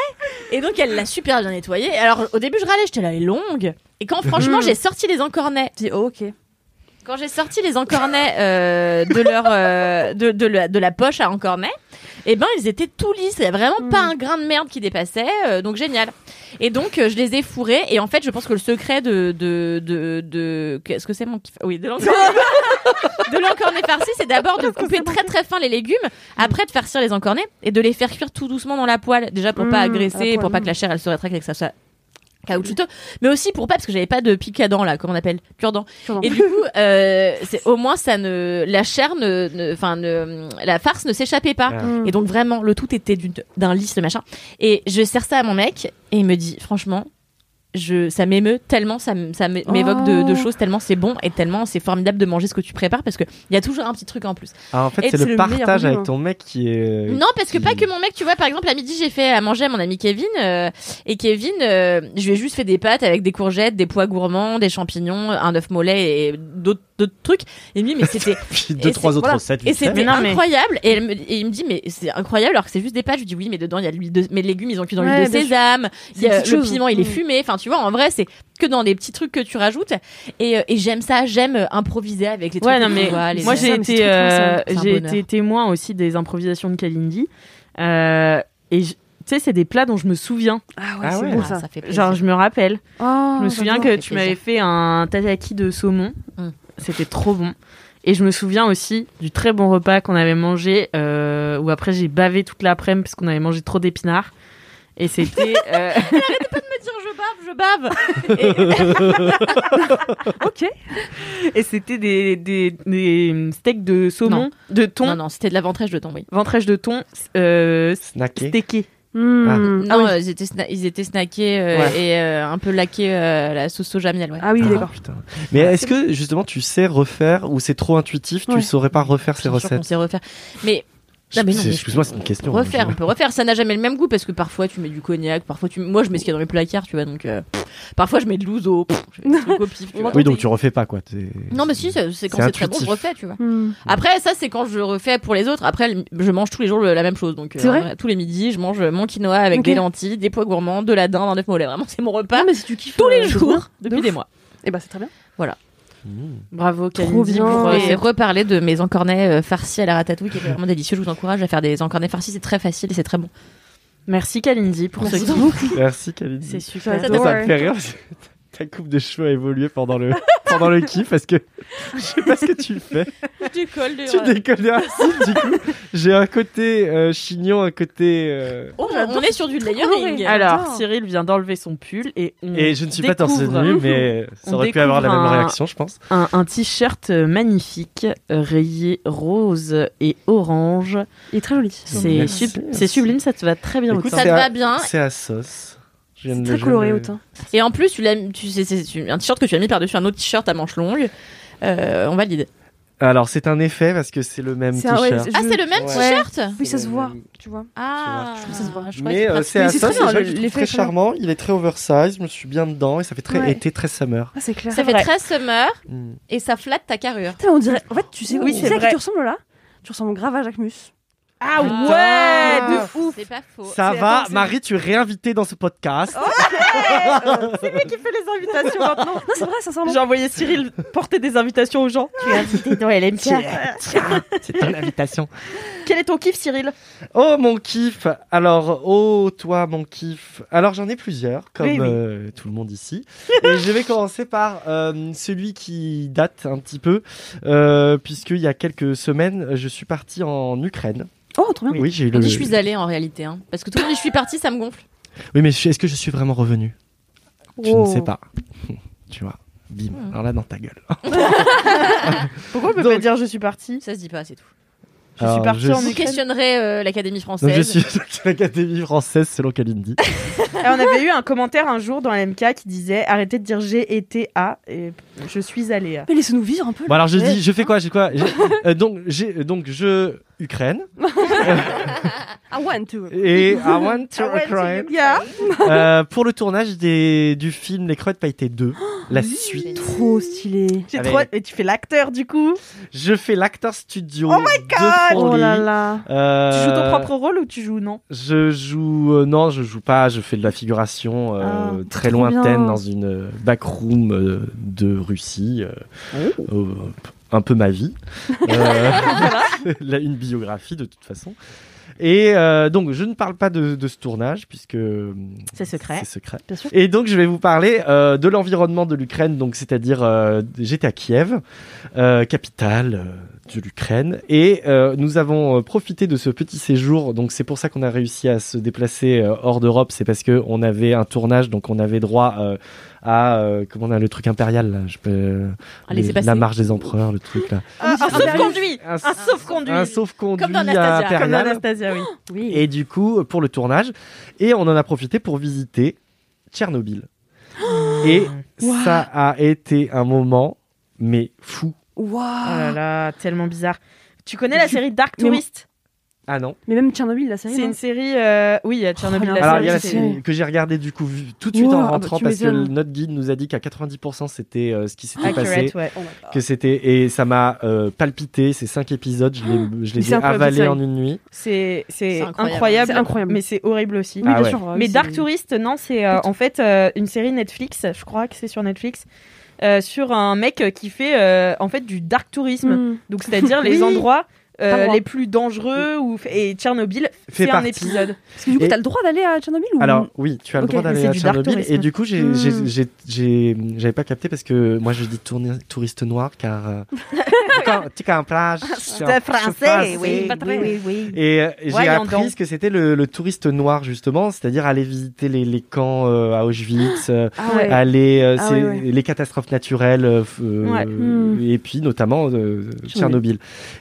S2: Et donc elle l'a super bien nettoyé. Alors au début je râlais, j'étais là, elle est longue. Et quand franchement j'ai sorti les encornets, j'ai dit oh, ok. Quand j'ai sorti les encornets euh, de leur euh, de, de la, de la poche à encornet, eh ben ils étaient tout lisses. Il y avait vraiment
S5: Mm.
S2: pas un grain de merde qui dépassait. euh, donc génial. Et donc, euh, je les ai fourrés. Et en fait, je pense que le secret de. de, de, de... Qu'est-ce que c'est mon kiff Oui, de l'encornet. de l'encornet farci, c'est d'abord de couper très très fin les légumes, après de farcir les encornets et de les faire cuire tout doucement dans la poêle. Déjà pour pas
S5: Mmh, à la
S2: agresser,
S5: poêle,
S2: pour pas
S5: mmh.
S2: que la chair elle se rétracte et que ça soit caoutchouteux. Mais aussi pour pas, parce que j'avais pas de pic à dents là, comment on appelle Cure-dent.
S5: Cure-dent.
S2: Et du coup, euh, c'est- au moins, ça ne. La chair ne. ne- Enfin, ne- la farce ne s'échappait pas.
S4: Ah.
S2: Et donc vraiment, le tout était d'une- d'un lisse, le machin. Et je sers ça à mon mec et il me dit, franchement, je, ça m'émeut tellement, ça, m- ça m- m'évoque de, de choses, tellement c'est bon et tellement c'est formidable de manger ce que tu prépares parce qu'il y a toujours un petit truc en plus.
S4: Ah, en fait,
S2: Et
S4: c'est
S2: c'est
S4: le,
S2: le meilleur
S4: partage avec
S5: moment.
S4: ton mec qui est. euh,
S2: Non, parce que pas que mon mec, tu vois, par exemple, à midi, j'ai fait à manger à mon ami Kevin. euh, et Kevin, euh, je lui ai juste fait des pâtes avec des courgettes, des pois gourmands, des champignons, un œuf mollet et d'autres d'autres trucs. Et lui, mais c'était
S4: Puis
S2: Et
S4: deux,
S2: c'est-
S4: trois autres
S2: voilà.
S4: recettes.
S2: Et
S4: vite fait.
S2: c'était
S3: non, mais-
S2: incroyable. Et, elle me- et il me dit, mais c'est incroyable alors que c'est juste des pâtes. Je lui dis, oui, mais dedans, il y a l'huile de, mes légumes, ils ont cuit dans
S5: Ouais,
S2: l'huile de
S5: bien sûr.
S2: sésame. Il y a-
S5: une
S2: le
S5: petite chose.
S2: piment, il est
S5: Mm.
S2: fumé. Enfin, tu vois, en vrai, c'est que dans des petits trucs que tu rajoutes. Et, euh, et j'aime ça. J'aime euh, improviser avec les trucs.
S3: Ouais, non,
S2: que tu
S3: mais
S2: vois, les
S3: moi
S2: ailes.
S3: j'ai
S2: Ça, mais c'est
S3: été,
S2: trop bien, ça.
S3: euh,
S2: C'est un
S3: j'ai
S2: bonheur.
S3: été témoin aussi des improvisations de Kalindi. Euh, et je- tu sais, c'est des plats dont je me souviens.
S5: Ah ouais,
S4: Ah
S5: c'est
S4: ouais.
S5: beau
S2: Ah,
S5: ça.
S2: fait plaisir.
S3: Genre, je me rappelle.
S5: Oh,
S3: je me souviens
S5: j'adore.
S3: que
S2: fait
S3: tu
S2: plaisir.
S3: m'avais fait un tataki de saumon.
S2: Hum.
S3: C'était trop bon. Et je me souviens aussi du très bon repas qu'on avait mangé, euh, où après j'ai bavé toute l'après-midi parce qu'on avait mangé trop d'épinards. Et c'était. euh,
S2: je bave,
S3: et c'était des, des, des steaks de saumon,
S2: Non.
S3: de
S2: je bave. non,
S3: thon,
S2: non, c'était de la ventrèche de ton, oui.
S3: ventrèche de thon, euh,
S4: Snacker.
S3: steaké.
S5: Hmm.
S2: Non, euh, ils, étaient sna- ils étaient snackés euh,
S3: Ah Ouais.
S2: et euh, un peu laqués euh, la sauce soja miel, ouais.
S5: Ah oui,
S4: Ah,
S5: d'accord.
S4: putain. Mais est-ce que justement tu sais refaire ou c'est trop intuitif, tu
S5: Ouais.
S4: saurais pas refaire ces
S2: Bien sûr qu'on
S4: recettes
S2: sait refaire. Mais Non, mais non,
S4: C'est-
S2: mais-
S4: Excuse-moi, c'est une question.
S2: refaire,
S4: hein,
S2: on peut refaire. Ça n'a jamais le même goût parce que parfois tu mets du cognac, parfois tu. Moi, je mets ce qu'il y a dans les placards, tu vois. Donc, euh, pff, parfois je mets de l'ouzo, pff, je fais des trucs au pif. tu vois.
S4: je- Oui, donc tu refais pas quoi. t'es-
S2: Non, mais si, c'est c'est quand
S4: C'est
S2: c'est très bon,
S4: intuitif.
S2: je refais, tu vois.
S5: Hmm.
S2: Après, ça, c'est quand je refais pour les autres. Après, le- je mange tous les jours le- la même chose. Donc, euh,
S5: C'est vrai
S2: en tous les midis, je mange euh, mon quinoa avec
S5: Ok.
S2: des lentilles, des pois gourmands, de la dinde, un œuf mollet. Vraiment, c'est mon repas
S5: Non, mais si tu kiffes
S2: tous
S5: euh,
S2: les
S5: de
S2: jours
S5: ouf, de
S2: depuis
S5: ouf.
S2: des mois.
S5: Eh ben c'est très bien.
S4: Mmh.
S3: Bravo,
S5: Trop
S3: Kalindi,
S5: bien.
S3: pour,
S2: Pour,
S3: euh,
S2: euh, reparler de mes encornets euh, farcis à la ratatouille qui étaient vraiment délicieux. Je vous encourage à faire des encornets farcis, c'est très facile et c'est très bon.
S3: Merci Kalindi pour
S5: Merci
S3: ce kiff.
S5: beaucoup.
S4: Merci, Kevin.
S3: C'est super.
S4: Ça, ça me fait rire parce que ta coupe de cheveux a évolué pendant le, pendant le kiff parce que je sais pas ce que tu fais.
S2: Tu colles
S4: Tu décolles des racines du coup. J'ai un côté euh, chignon, un côté. euh,
S2: Oh, on est sur du layering.
S3: Alors,
S5: J'adore.
S3: Cyril vient d'enlever son pull et on
S4: Et je ne suis pas torse
S3: découvre
S4: nu, mais ça
S3: On
S4: aurait pu avoir la
S3: découvre
S4: même
S3: un-
S4: réaction, je pense.
S3: un, un t-shirt magnifique euh, rayé rose et orange.
S5: Il est très joli.
S3: C'est
S4: Merci.
S3: sub- c'est sublime, ça te va très bien.
S4: Écoute,
S3: au
S2: ça te
S4: c'est à-
S2: va bien.
S4: C'est à sauce. Je viens
S5: Hein C'est
S4: de
S5: très
S4: le-
S5: coloré
S4: je-
S5: au teint.
S2: Et en plus, tu l'as, tu sais, c'est c'est un t-shirt que tu as mis par-dessus un autre t-shirt à manches longues. Euh, on valide.
S4: Alors, c'est un effet parce que c'est le même
S5: C'est un- ouais,
S4: t-shirt.
S5: je-
S2: Ah, c'est le même
S4: Ouais.
S2: t-shirt
S5: Oui, ça se
S4: le
S5: voit,
S4: même.
S5: tu vois.
S2: Ah,
S4: Tu
S5: vois, ça se voit.
S2: je croyais
S4: Mais
S2: que
S4: euh,
S2: c'était
S4: c'est à
S5: Mais c'est
S4: ça,
S5: très
S4: c'est
S5: bien,
S4: vrai que
S5: le-
S4: je le trouve
S5: l'effet
S4: très
S5: est très bien.
S4: charmant, il est très oversize, je me suis bien dedans et ça fait très
S5: Ouais.
S4: été, très summer.
S5: Ah, c'est clair.
S2: Ça fait très summer
S4: Mm.
S2: et ça flatte ta carrure.
S5: Putain, on dirait. En fait, tu sais,
S3: Oui,
S5: tu
S3: c'est
S5: sais à qui
S3: vrai.
S5: tu ressembles là Tu ressembles grave à Jacques Mus.
S3: Ah
S4: Ah.
S3: ouais, de fou.
S2: C'est pas faux.
S4: Ça
S3: C'est-
S4: va,
S3: attends, c'est-
S4: Marie, tu es réinvitée dans ce podcast.
S3: C'est lui qui fait les invitations maintenant.
S5: Non, c'est vrai, sincèrement.
S3: J'ai envoyé Cyril porter des invitations aux gens. Tu es invité dans LMK.
S4: C'est ton invitation.
S3: Quel est ton kiff, Cyril
S4: Oh, mon kiff. Alors, oh, toi, mon kiff. Alors, j'en ai plusieurs, comme
S3: Oui, oui.
S4: euh, tout le monde ici. Et je vais commencer par euh, celui qui date un petit peu, euh, puisqu'il y a quelques semaines, je suis parti en Ukraine.
S5: Oh, trop bien.
S4: Ah Oui, j'ai eu
S2: On
S4: le.
S2: dit je suis allée en réalité, hein. parce que tout le monde dit je suis partie, ça me gonfle.
S4: Oui, mais je- est-ce que je suis vraiment revenu Je ne sais pas. Tu vois, bim. Alors là, dans ta gueule.
S3: Pourquoi on peut pas
S4: Donc-
S3: dire je suis parti
S2: Ça se dit pas, c'est tout.
S3: Je suis
S4: Alors,
S3: parti
S4: je
S3: en
S4: suis-
S2: Je questionnerai euh, l'Académie
S4: Donc,
S2: française.
S4: je suis de l'Académie française, selon Kalindi.
S3: Et Ah, on avait eu un commentaire un jour dans LMK qui disait arrêtez de dire j'ai été à et je suis allé à.
S5: Mais laissez-nous vivre un peu.
S4: Bon alors je
S5: Ouais.
S4: dis, je fais quoi, j'ai quoi J'ai- euh, Donc j'ai euh, donc je Ukraine
S5: Ah, one, two.
S4: et I want
S5: Ah
S4: to Ukraine
S3: Yeah.
S4: Euh, pour le tournage des, du film Les Crevettes pailletées 2, la suite.
S5: Trop stylé.
S3: J'ai
S4: Avec-
S3: trop et tu fais l'acteur du coup.
S4: Je fais l'acteur studio.
S3: Oh
S4: my
S3: Oh là là. Tu joues ton propre rôle ou tu joues non
S4: Euh, Je joue euh, non, je joue pas. Je fais de la figuration euh,
S3: Ah,
S4: très
S5: trop
S4: lointaine
S5: bien.
S4: dans une backroom euh, de Russie. euh,
S3: Oh.
S4: euh, un peu ma vie. Euh, là, une biographie de toute façon. Et euh, donc je ne parle pas de, de ce tournage puisque euh,
S1: C'est secret.
S4: c'est secret.
S1: Bien sûr.
S4: Et donc je vais vous parler euh, de l'environnement de l'Ukraine. Donc c'est-à-dire euh, j'étais à Kiev, euh, capitale. euh, de l'Ukraine. Et euh, nous avons euh, profité de ce petit séjour. Donc c'est pour ça qu'on a réussi à se déplacer euh, hors d'Europe. C'est parce que on avait un tournage, donc on avait droit euh, à euh, comment on a le truc impérial là, je peux,
S2: Ah, laissez
S4: les-
S2: passer.
S4: la marche des empereurs, le truc là.
S5: Ah,
S3: Un sauf-conduit.
S4: Un,
S3: Un sauf-conduit.
S4: un sauf-conduit
S2: Comme dans Anastasia.
S3: Comme
S4: impérial.
S3: Anastasia, oui.
S4: Et du coup euh, pour le tournage, et on en a profité pour visiter Tchernobyl. Et ça a été un moment mais fou.
S3: Oh là
S4: Ah
S5: Waouh.
S3: là, tellement bizarre. Tu connais la série Dark
S5: Mais-
S3: Tourist
S4: Ah non.
S5: Mais même Tchernobyl, la série. hein.
S3: C'est
S5: non
S3: une série. euh, Oui, il y a Tchernobyl.
S5: Oh là
S3: la
S5: là.
S4: Alors,
S3: série,
S4: il y a la
S3: c'est-
S4: série que j'ai regardée du coup vu- tout de suite
S5: Wow,
S4: en
S5: bah,
S4: rentrant
S5: tu
S4: parce que
S5: m'étonnes.
S4: notre guide nous a dit qu'à 90% c'était euh, ce qui s'était passé,
S3: Accurate, ouais.
S4: que c'était et ça m'a euh, palpité ces cinq épisodes, je les, je les
S3: c'est
S4: ai
S3: incroyable,
S4: avalés
S3: c'est-
S4: en une nuit.
S3: C'est c'est
S2: C'est incroyable.
S3: incroyable.
S5: C'est incroyable.
S3: Mais c'est horrible aussi.
S5: Oui,
S4: Ah
S5: bien
S4: ouais.
S5: sûr. euh,
S3: Mais
S5: Oh, c'est-
S3: Dark Tourist, non, c'est euh, en fait euh, une série Netflix, je crois que c'est sur Netflix, euh, sur un mec qui fait euh, en fait du dark tourisme.
S5: Mm.
S3: Donc c'est-à-dire les
S5: Oui.
S3: endroits euh,
S5: Pas le droit.
S3: les plus dangereux ou et Tchernobyl,
S4: Fait
S3: c'est un
S4: partie.
S3: épisode.
S5: Parce que du coup,
S4: Et-
S5: t'as le droit d'aller à Tchernobyl ou
S4: Alors oui, tu as
S3: Mmh.
S4: le
S3: Ok,
S4: droit
S3: mais
S4: d'aller
S3: c'est
S4: à
S3: du dark
S4: Tchernobyl
S3: tourisme. Mmh.
S4: et du coup j'ai
S5: Hmm.
S4: j'ai- j'ai- j'ai- j'avais pas capté parce que moi je dis tourner, touriste noir car euh, quand tu es en plage, c'est un-
S3: Ah, français, oui.
S4: Et, euh, j'ai
S3: Voyons
S4: appris
S3: donc.
S4: ce que c'était le, le touriste noir justement, c'est-à-dire aller visiter les, les camps euh, à Auschwitz, euh,
S5: Ah ouais.
S4: aller euh,
S5: Ah
S4: c'est-
S5: ouais, ouais.
S4: les catastrophes naturelles euh, f- euh,
S3: Ouais.
S5: Hmm.
S4: et puis notamment euh, Tchernobyl.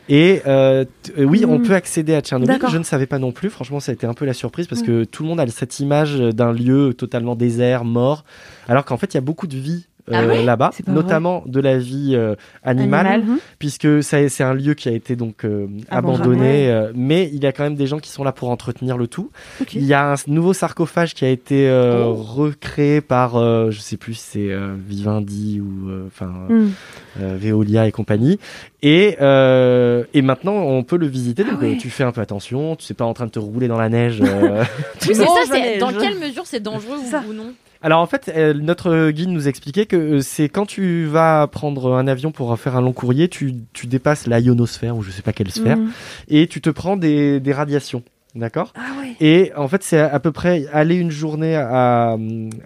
S4: Et euh, t- euh, oui, on
S5: Hmm.
S4: peut accéder à Tchernobyl.
S5: D'accord.
S4: Je ne savais pas non plus. Franchement, ça a été un peu la surprise parce que tout le monde a cette image d'un lieu totalement désert, mort, alors qu'en fait il y a beaucoup de vie.
S2: Ah
S4: euh,
S2: ouais
S4: là-bas,
S5: C'est pas vrai.
S4: notamment de la vie euh, animale,
S3: Animale.
S5: Mhm.
S4: puisque ça- c'est un lieu qui a été donc euh,
S3: Abandonné.
S4: abandonné, euh, mais il y a quand même des gens qui sont là pour entretenir le tout.
S5: Ok. Oh.
S4: Il y a un s- nouveau sarcophage qui a été euh, recréé par, euh, je sais plus, si c'est euh, Vivendi ou euh, enfin
S5: Mm.
S4: euh, Veolia et compagnie. Et euh, et maintenant on peut le visiter. Donc
S5: Ah ouais.
S4: euh, tu fais un peu attention. Tu sais pas en train de te rouler dans la neige. euh.
S2: Oui, c'est
S3: Non,
S2: ça,
S3: jamais,
S2: c'est dans
S3: je-
S2: quelle mesure c'est dangereux
S5: Ça.
S2: ou, ou non
S4: Alors en fait, euh, notre guide nous expliquait que euh, c'est quand tu vas prendre un avion pour faire un long courrier, tu tu dépasses la ionosphère ou je sais pas quelle sphère
S5: Mm.
S4: et tu te prends des des radiations. D'accord.
S5: Ah ouais.
S4: Et en fait, c'est à peu près aller une journée à,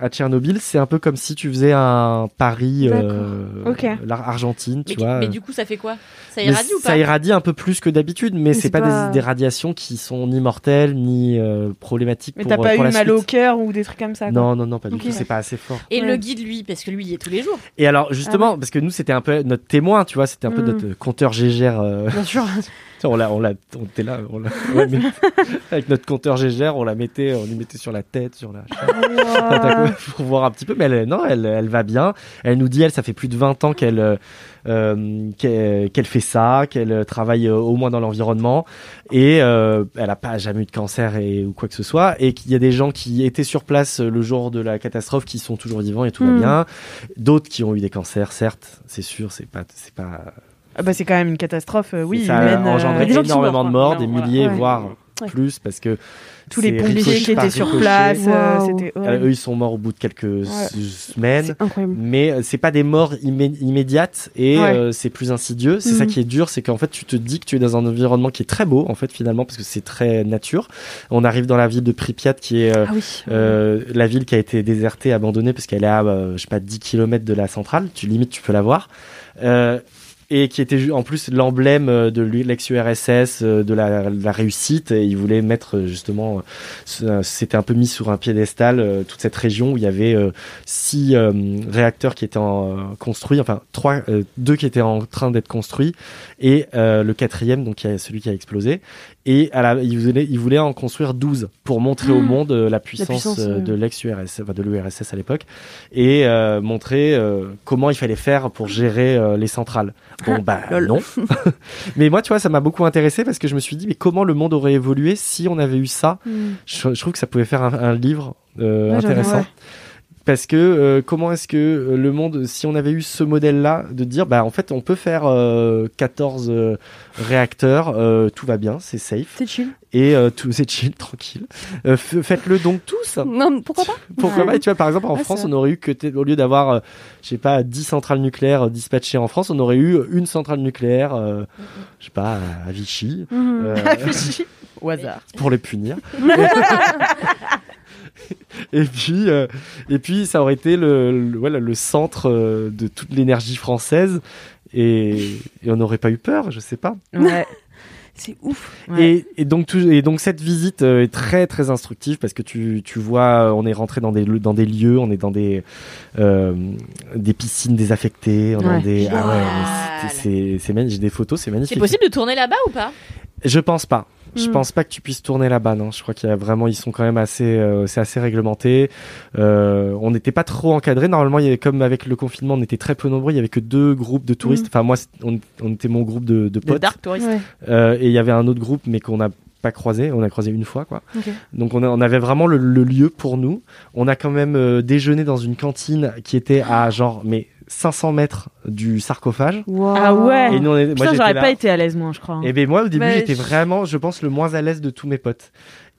S4: à Tchernobyl, c'est un peu comme si tu faisais un Paris, euh,
S3: D'accord. Ok.
S4: l'Ar- Argentine, tu
S2: mais,
S4: vois. euh,
S2: mais du coup, ça fait quoi Ça
S4: Mais
S2: irradie ou
S4: ça
S2: pas
S4: irradie un peu plus que d'habitude, mais, c'est
S5: c'est
S4: pas,
S5: pas-
S4: Des, des radiations qui sont ni mortelles ni euh, problématiques
S3: Mais
S4: pour,
S3: t'as
S4: euh,
S3: pas eu
S4: pour la
S3: mal au
S4: suite.
S3: cœur ou des trucs comme ça. quoi.
S4: Non, non, non, pas du
S5: Ok.
S4: tout, c'est pas assez fort.
S2: Et
S5: Ouais.
S2: le guide, lui, parce que lui, il y est tous les jours.
S4: Et
S3: Ah
S4: alors, justement, parce que nous, c'était un peu notre témoin, tu vois, c'était un peu
S3: Hmm.
S5: Mm.
S4: notre euh, compteur GGR. euh,
S5: Bien sûr.
S4: tu vois, on l'a, on l'a, on était là, on l'a- on la mettait- avec notre compteur GGR, on la mettait, on lui mettait sur la tête, sur la,
S3: Euh.
S4: pour voir un petit peu. Mais elle, non, elle, elle va bien. Elle nous dit, elle, ça fait plus de 20 ans qu'elle euh, euh, qu'elle qu'elle fait ça, qu'elle euh, travaille euh, au moins dans l'environnement. Et euh, elle a pas jamais eu de cancer et, ou quoi que ce soit. Et qu'il y a des gens qui étaient sur place euh, le jour de la catastrophe qui sont
S3: Hmm.
S4: toujours vivants et tout
S5: Mm.
S4: va bien. D'autres qui ont eu des cancers, certes, c'est sûr, c'est pas, c'est pas
S3: Ah bah, c'est quand même une catastrophe, euh, oui.
S4: ça a
S3: humaine, euh,
S4: engendré
S3: des gens qui sont
S4: énormément de
S3: morts,
S4: morts,
S3: quoi.
S4: des
S3: Non, voilà.
S4: milliers,
S5: Ouais.
S4: voire
S5: Ouais.
S4: plus, parce que
S3: Tous les
S4: c'est
S3: pompiers
S4: ricochet
S3: qui
S4: par
S3: étaient sur
S4: ricochet.
S3: place, euh,
S5: Waouh.
S3: c'était
S4: Euh,
S3: horrible.
S4: Eux, ils sont morts au bout de quelques s- semaines.
S5: C'est incroyable.
S4: Mais euh, c'est pas des morts immé- immédiates et
S3: Ouais.
S4: euh, c'est plus insidieux. C'est ça qui est dur, c'est qu'en fait tu te dis que tu es dans un environnement qui est très beau en fait finalement parce que c'est très nature. On arrive dans la ville de Pripyat qui est euh,
S5: Ah oui.
S4: euh, la ville qui a été désertée, abandonnée, parce qu'elle est à, euh, je sais pas, 10 km de la centrale, tu limite, tu peux la voir. Euh, et qui était ju- en plus l'emblème euh, de l'U- l'ex-URSS, euh, de la, de la réussite. Et ils voulaient mettre euh, justement, euh, ce- c'était un peu mis sur un piédestal, euh, toute cette région où il y avait euh, six euh, réacteurs qui étaient en, euh, construits, enfin trois, euh, deux qui étaient en train d'être construits, et euh, le quatrième, donc qui a- celui qui a explosé et à la, il, voulait, il voulait en construire 12 pour montrer au monde euh, la puissance,
S5: puissance,
S4: euh,
S5: euh.
S4: de l'ex-URSS, enfin, de l'URSS à l'époque, et euh, montrer euh, comment il fallait faire pour gérer euh, les centrales. Bon, bah non. mais moi, tu vois, ça m'a beaucoup intéressé parce que je me suis dit, mais comment le monde aurait évolué si on avait eu ça
S5: Mm.
S4: je, je trouve que ça pouvait faire un, un livre euh,
S3: Ouais, j'avoue,
S4: intéressant.
S3: ouais.
S4: Parce que euh, comment est-ce que euh, le monde, si on avait eu ce modèle-là, de dire, bah en fait, on peut faire euh, 14 euh, réacteurs, euh, tout va bien, c'est safe
S5: C'est chill.
S4: et euh, tout c'est chill, tranquille. Euh, f- Faites-le donc tous.
S5: Non, mais pourquoi pas
S4: Pourquoi
S5: Ouais.
S4: pas Et Tu vois, par exemple, en
S5: Ouais,
S4: France,
S5: c'est
S4: on aurait eu que, t- au lieu d'avoir, euh, je sais pas, 10 centrales nucléaires euh, dispatchées en France, on aurait eu euh, une centrale nucléaire, euh, je sais pas, à Vichy,
S5: Mhm.
S4: euh,
S3: Au hasard.
S4: pour les punir. et puis, euh, et puis, ça aurait été le, le- voilà, le centre euh, de toute l'énergie française. Et, et on n'aurait pas eu peur, je sais pas.
S3: Ouais.
S5: C'est ouf.
S3: Ouais.
S4: Et, et donc, tout- et donc cette visite euh, est très très instructive parce que tu, tu vois, euh, on est rentré dans des, le- dans des lieux, on est dans des, euh, des piscines désaffectées, on est dans
S3: Ouais.
S4: des... Ah ouais, mais
S2: Génial.
S4: c'était- c'est, c'est, magnifique, j'ai des photos, c'est magnifique.
S2: C'est possible de tourner là-bas ou pas
S4: Je pense pas. Je
S5: Hmm.
S4: pense pas que tu puisses tourner là-bas, non. Je crois qu'il y a vraiment, ils sont quand même assez, euh, c'est assez réglementé. Euh, on n'était pas trop encadré. Normalement, il y avait, comme avec le confinement, on était très peu nombreux. Il y avait que deux groupes de touristes. Enfin, moi, c'est- on, on était mon groupe de,
S3: Des
S4: de potes.
S3: dark tourists.
S4: Euh, et il y avait un autre groupe, mais qu'on n'a pas croisé. On a croisé une fois, quoi.
S5: Ok.
S4: Donc on, a- on avait vraiment le, le lieu pour nous. On a quand même euh, déjeuné dans une cantine qui était à genre mais 500 mètres du sarcophage.
S3: Ah ouais.
S4: Et nous, on est, moi
S3: Putain, j'aurais
S4: j'étais là.
S3: pas été à l'aise, moi, je crois. hein.
S4: Et ben moi au début
S3: Bah,
S4: j'étais
S3: je-
S4: vraiment, je pense, le moins à l'aise de tous mes potes.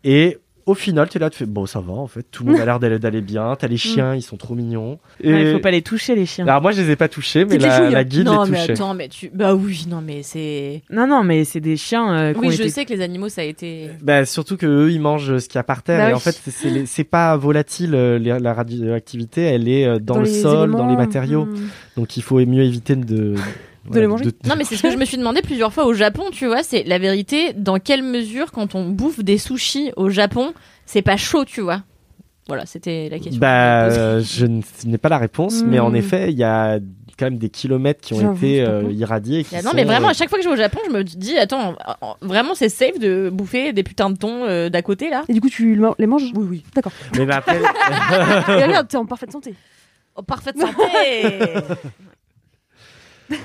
S4: Et au final, tu es là, tu fais bon, ça va en fait. Tout le monde a l'air d'aller d'aller bien. T'as les chiens, ils sont trop mignons. Et...
S3: Mm. Ouais, Il faut pas les toucher, les chiens.
S4: Alors moi je les ai pas touchés, mais bah,
S5: Toutes les
S4: la,
S3: hein.
S5: chouilles.
S4: la guide
S2: Non,
S4: les
S2: mais
S4: touchait.
S2: attends, mais tu. Bah oui, non, mais c'est.
S3: Non, non, mais c'est des chiens euh, qui ont
S2: Oui, je
S3: été-
S2: sais que les animaux, ça a été.
S4: Bah, surtout que eux, ils mangent euh, ce qu'il y a par terre.
S5: Bah
S4: et
S5: oui.
S4: en fait, c'est- c'est les- c'est pas volatile. euh, les- La radioactivité, elle est euh, dans, le
S5: les
S4: sol, dans les
S5: éléments.
S4: matériaux.
S5: Mm.
S4: Donc, il faut mieux éviter de.
S5: les manger.
S2: Non, mais c'est ce que je me suis demandé plusieurs fois au Japon, tu vois. C'est la vérité, dans quelle mesure, quand on bouffe des sushis au Japon, c'est pas chaud, tu vois Voilà, c'était la question.
S4: Bah,
S2: que je me posais.
S4: euh, je n- ce n'ai pas la réponse, mais en
S5: Mm.
S4: effet, il y a quand même des kilomètres qui ont
S5: J'avoue,
S4: été
S5: c'est pas
S4: euh,
S5: con.
S4: irradiés. et qui
S2: Ah non,
S4: sont,
S2: mais vraiment,
S4: euh,
S2: à chaque fois que je vais au Japon, je me dis, attends, en- en- vraiment, c'est safe de bouffer des putains de thon euh, d'à côté, là
S5: Et du coup, tu le- les manges Oui, oui. D'accord.
S4: mais bah, après,
S5: Et regarde, t'es en parfaite santé.
S2: Oh, parfaite santé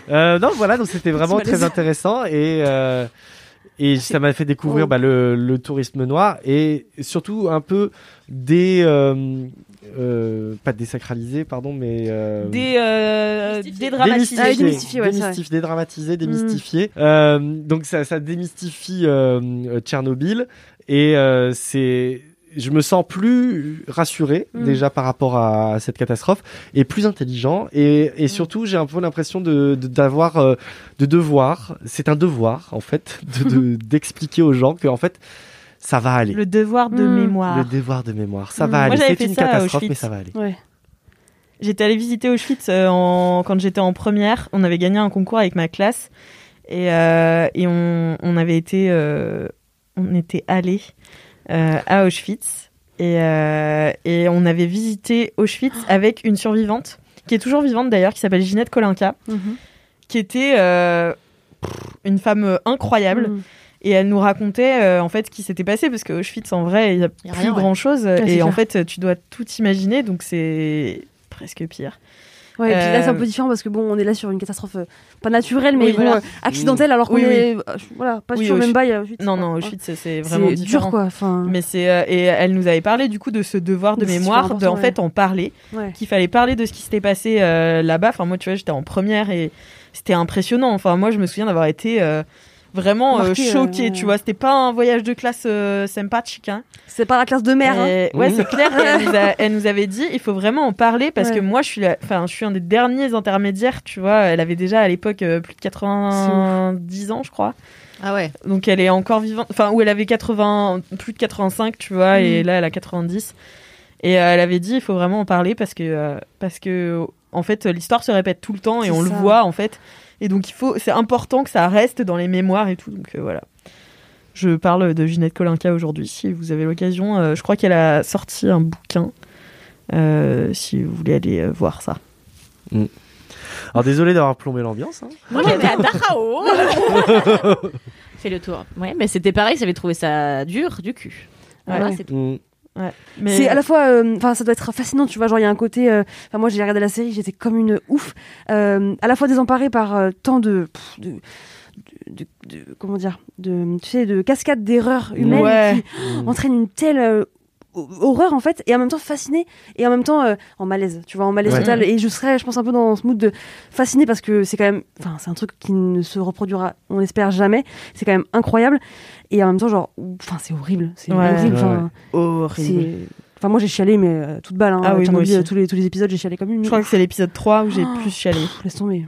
S4: euh, non, voilà, donc c'était vraiment
S5: malaisant.
S4: très intéressant et. euh, et ça m'a fait découvrir bah, le, le tourisme noir et surtout un peu des euh, euh, pas désacralisé pardon mais euh,
S3: Des, euh,
S2: Mystifiés.
S3: des dramatisés.
S5: Ah oui, démystifié, ouais, c'est vrai. Mm.
S4: Démystif- dédramatisé, démystifié. Euh, donc ça, ça démystifie euh, euh, Tchernobyl et euh, c'est. Je me sens plus rassuré
S5: Mm.
S4: déjà par rapport à, à cette catastrophe et plus intelligent et,
S5: Mm.
S4: et surtout j'ai un peu l'impression de de- d'avoir euh, de devoir c'est un devoir en fait de- de- d'expliquer aux gens que en fait ça va aller le,
S3: Le devoir de
S2: Hmm.
S5: Mm.
S3: mémoire.
S4: devoir de mémoire ça
S5: Mm.
S4: va
S5: Moi,
S4: aller
S3: j'avais
S4: c'est
S3: fait
S4: une
S3: ça à
S4: catastrophe mais
S3: Auschwitz.
S4: ça va aller
S5: Ouais.
S3: J'étais allée visiter Auschwitz euh, en... quand j'étais en première. On avait gagné un concours avec ma classe et, euh, et on, on avait été, euh, on était allé à Auschwitz et, euh, et on avait visité Auschwitz avec une survivante qui est toujours vivante d'ailleurs, qui s'appelle Ginette Kolinka,
S5: Mm-hmm.
S3: qui était euh, pff, une femme euh, incroyable.
S5: Mm.
S3: Et elle nous racontait euh, en fait ce qui s'était passé parce que Auschwitz en vrai il n'y a,
S2: Y a
S3: plus
S2: rien, ouais.
S3: grand chose
S5: c'est
S3: et en
S5: clair.
S3: fait tu dois tout imaginer donc c'est presque pire.
S5: Ouais, et puis là, c'est un
S3: Euh,
S5: peu différent parce que bon, on est là sur une catastrophe euh, pas naturelle, mais
S3: Oui,
S5: bon,
S3: voilà. Mm.
S5: euh, accidentelle, alors qu'on
S3: Oui, oui.
S5: est euh, voilà, pas
S3: Oui,
S5: sur
S3: aux
S5: le même
S3: chutes.
S5: bail. euh, chute,
S3: Non,
S5: quoi.
S3: non, au
S5: Ouais.
S3: chute, c'est- c'est vraiment
S5: C'est
S3: différent.
S5: dur, quoi. Enfin,
S3: Mais c'est euh, et elle nous avait parlé du coup de ce devoir de
S5: C'est super
S3: mémoire, de
S5: important,
S3: en fait en parler,
S5: ouais.
S3: qu'il fallait parler de ce qui s'était passé euh, là-bas. Enfin moi tu vois j'étais en première et c'était impressionnant. Enfin moi je me souviens d'avoir été euh, vraiment euh,
S5: Marquée, euh,
S3: choquée.
S5: ouais.
S3: Tu vois c'était pas un voyage de classe euh, sympathique. Hein.
S5: C'est pas la classe de mère. hein.
S3: Et- Eh, Ouais,
S4: Oui.
S3: c'est clair. et Elle nous, a- elle nous avait dit, il faut vraiment en parler parce
S5: Ouais.
S3: que moi, je suis, la- enfin, je suis un des derniers intermédiaires. Tu vois, elle avait déjà à l'époque euh, plus de 90 ans, je crois.
S2: Ah ouais.
S3: Donc elle est encore vivante. Enfin, où elle avait 80, plus de 85, tu vois, et
S5: Mhm.
S3: là, elle a 90. Et euh, elle avait dit, il faut vraiment en parler parce que, euh, parce que, en fait, l'histoire se répète tout le temps et
S5: C'est
S3: on le
S5: ça.
S3: voit en fait. Et donc il faut, c'est important que ça reste dans les mémoires et tout. Donc euh, voilà. Je parle de Ginette Kolinka aujourd'hui. Si vous avez l'occasion, euh, je crois qu'elle a sorti un bouquin. euh, si vous voulez aller euh, voir ça.
S4: Alors désolé d'avoir plombé l'ambiance. hein.
S1: Moi, j'étais à Dachau.
S2: hein.
S1: Fais le tour. Ouais, mais c'était pareil, j'avais trouvé ça dur du cul.
S3: Ouais.
S1: Voilà, c'est tout.
S4: Mm.
S3: Mais-
S5: C'est à la fois, euh, enfin, ça doit être fascinant, tu vois. Genre, il y a un côté. euh, Enfin, moi, j'ai regardé la série, j'étais comme une ouf. euh, à la fois désemparée par euh, tant de, pff, de, de- de- comment dire, de, tu sais, de cascades d'erreurs humaines
S3: Ouais.
S5: qui
S3: Mmh.
S5: entraînent une telle euh, ho- horreur en fait, et en même temps fascinée, et en même temps euh, en malaise. Tu vois, en malaise
S4: Ouais.
S5: total. Et je serais, je pense, un peu dans ce mood de fasciné parce que c'est quand même, enfin, c'est un truc qui ne se reproduira, on espère jamais. C'est quand même incroyable. Et en même temps, genre, ouf, enfin, c'est horrible. C'est
S3: Ouais.
S5: horrible. enfin,
S4: Ouais, ouais.
S3: Horrible.
S5: c'est- Enfin, moi j'ai chialé, mais euh, toute balle. Hein.
S3: Ah oui, moi
S5: Tchernobyl,
S3: aussi.
S5: euh, tous, les, tous les épisodes, j'ai chialé comme une.
S3: Je crois que c'est l'épisode 3 où j'ai
S5: Oh.
S3: plus chialé.
S5: Pff, Laisse tomber.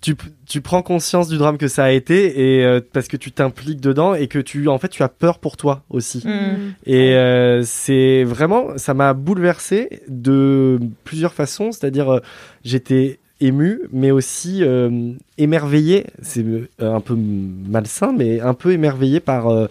S4: tu, p- tu prends conscience du drame que ça a été et euh, parce que tu t'impliques dedans et que tu en fait tu as peur pour toi aussi.
S3: Mm.
S4: Et euh, c'est vraiment ça m'a bouleversé de plusieurs façons, c'est-à-dire euh, j'étais ému mais aussi euh, émerveillé, c'est euh, un peu malsain mais un peu émerveillé par euh,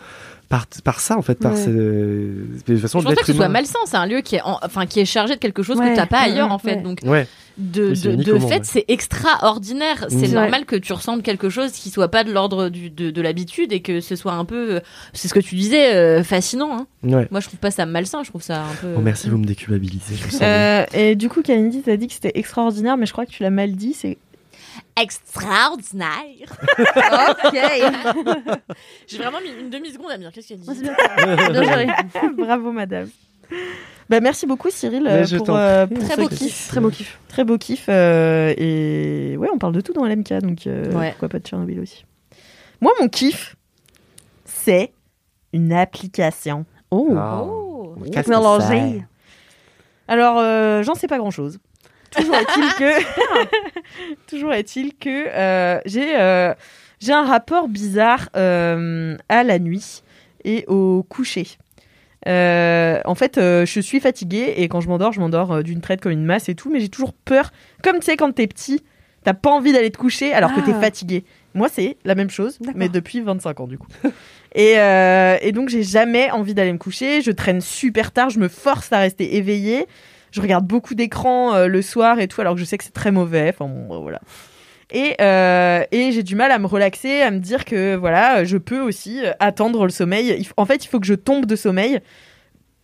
S4: par, par ça en fait par
S5: Ouais.
S4: cette façon de
S2: Je pense pas que
S4: l'être
S2: ce soit
S4: humain.
S2: malsain, c'est un lieu qui est, en- enfin, qui est chargé de quelque chose
S5: Ouais.
S2: que t'as pas ailleurs
S5: Ouais.
S2: en fait.
S5: Ouais.
S2: Donc
S4: Ouais.
S2: de,
S4: Oui, c'est
S2: de,
S4: unique
S2: de
S4: au monde,
S2: fait,
S4: ouais.
S2: c'est extraordinaire.
S4: Mm.
S2: C'est
S4: Ouais.
S2: normal que tu ressentes quelque chose qui soit pas de l'ordre du- de, de l'habitude et que ce soit un peu, euh, c'est ce que tu disais, euh, fascinant. hein.
S3: Euh,
S4: Ouais.
S2: Moi, je trouve pas ça malsain, je trouve ça un peu.
S4: Oh, merci, vous me déculpabilisez. je me sens
S3: Euh, et du coup, Kalindi, t'as dit que c'était extraordinaire, mais je crois que tu l'as mal dit. C'est
S2: Extraordinaire. J'ai vraiment mis une demi seconde à me dire qu'est-ce qu'elle dit.
S3: bravo, madame. Bah, merci beaucoup, Cyril,
S4: Mais
S3: euh,
S4: je
S3: pour,
S4: t'en
S3: euh,
S4: prie.
S3: pour
S2: Très
S3: ce
S2: beau
S3: kiff.
S5: Très beau kiff.
S3: Très beau kiff. euh, et ouais, on parle de tout dans LMK, donc euh,
S2: Ouais.
S3: pourquoi pas de Tchernobyl aussi. Moi, mon kiff, c'est une application.
S4: bien.
S3: Oh.
S4: Ah.
S2: Oh.
S4: Qu'est-ce que ça
S5: Technologie.
S3: Alors, euh, j'en sais pas grand-chose. Toujours est-il que, toujours est-il que euh, j'ai euh, j'ai un rapport bizarre euh, à la nuit et au coucher. Euh, en fait, euh, je suis fatiguée et quand je m'endors, je m'endors euh, d'une traite comme une masse et tout, mais j'ai toujours peur. Comme tu sais, quand t'es petit, t'as pas envie d'aller te coucher alors que
S5: Ah.
S3: t'es fatigué. Moi, c'est la même chose,
S5: D'accord.
S3: mais depuis 25 ans du coup. et, euh, et donc, j'ai jamais envie d'aller me coucher. Je traîne super tard, je me force à rester éveillée. Je regarde beaucoup d'écrans euh, le soir et tout, alors que je sais que c'est très mauvais. Enfin, bon, euh, voilà. Et, euh, et j'ai du mal à me relaxer, à me dire que voilà, je peux aussi euh, attendre le sommeil. Il f- en fait, il faut que je tombe de sommeil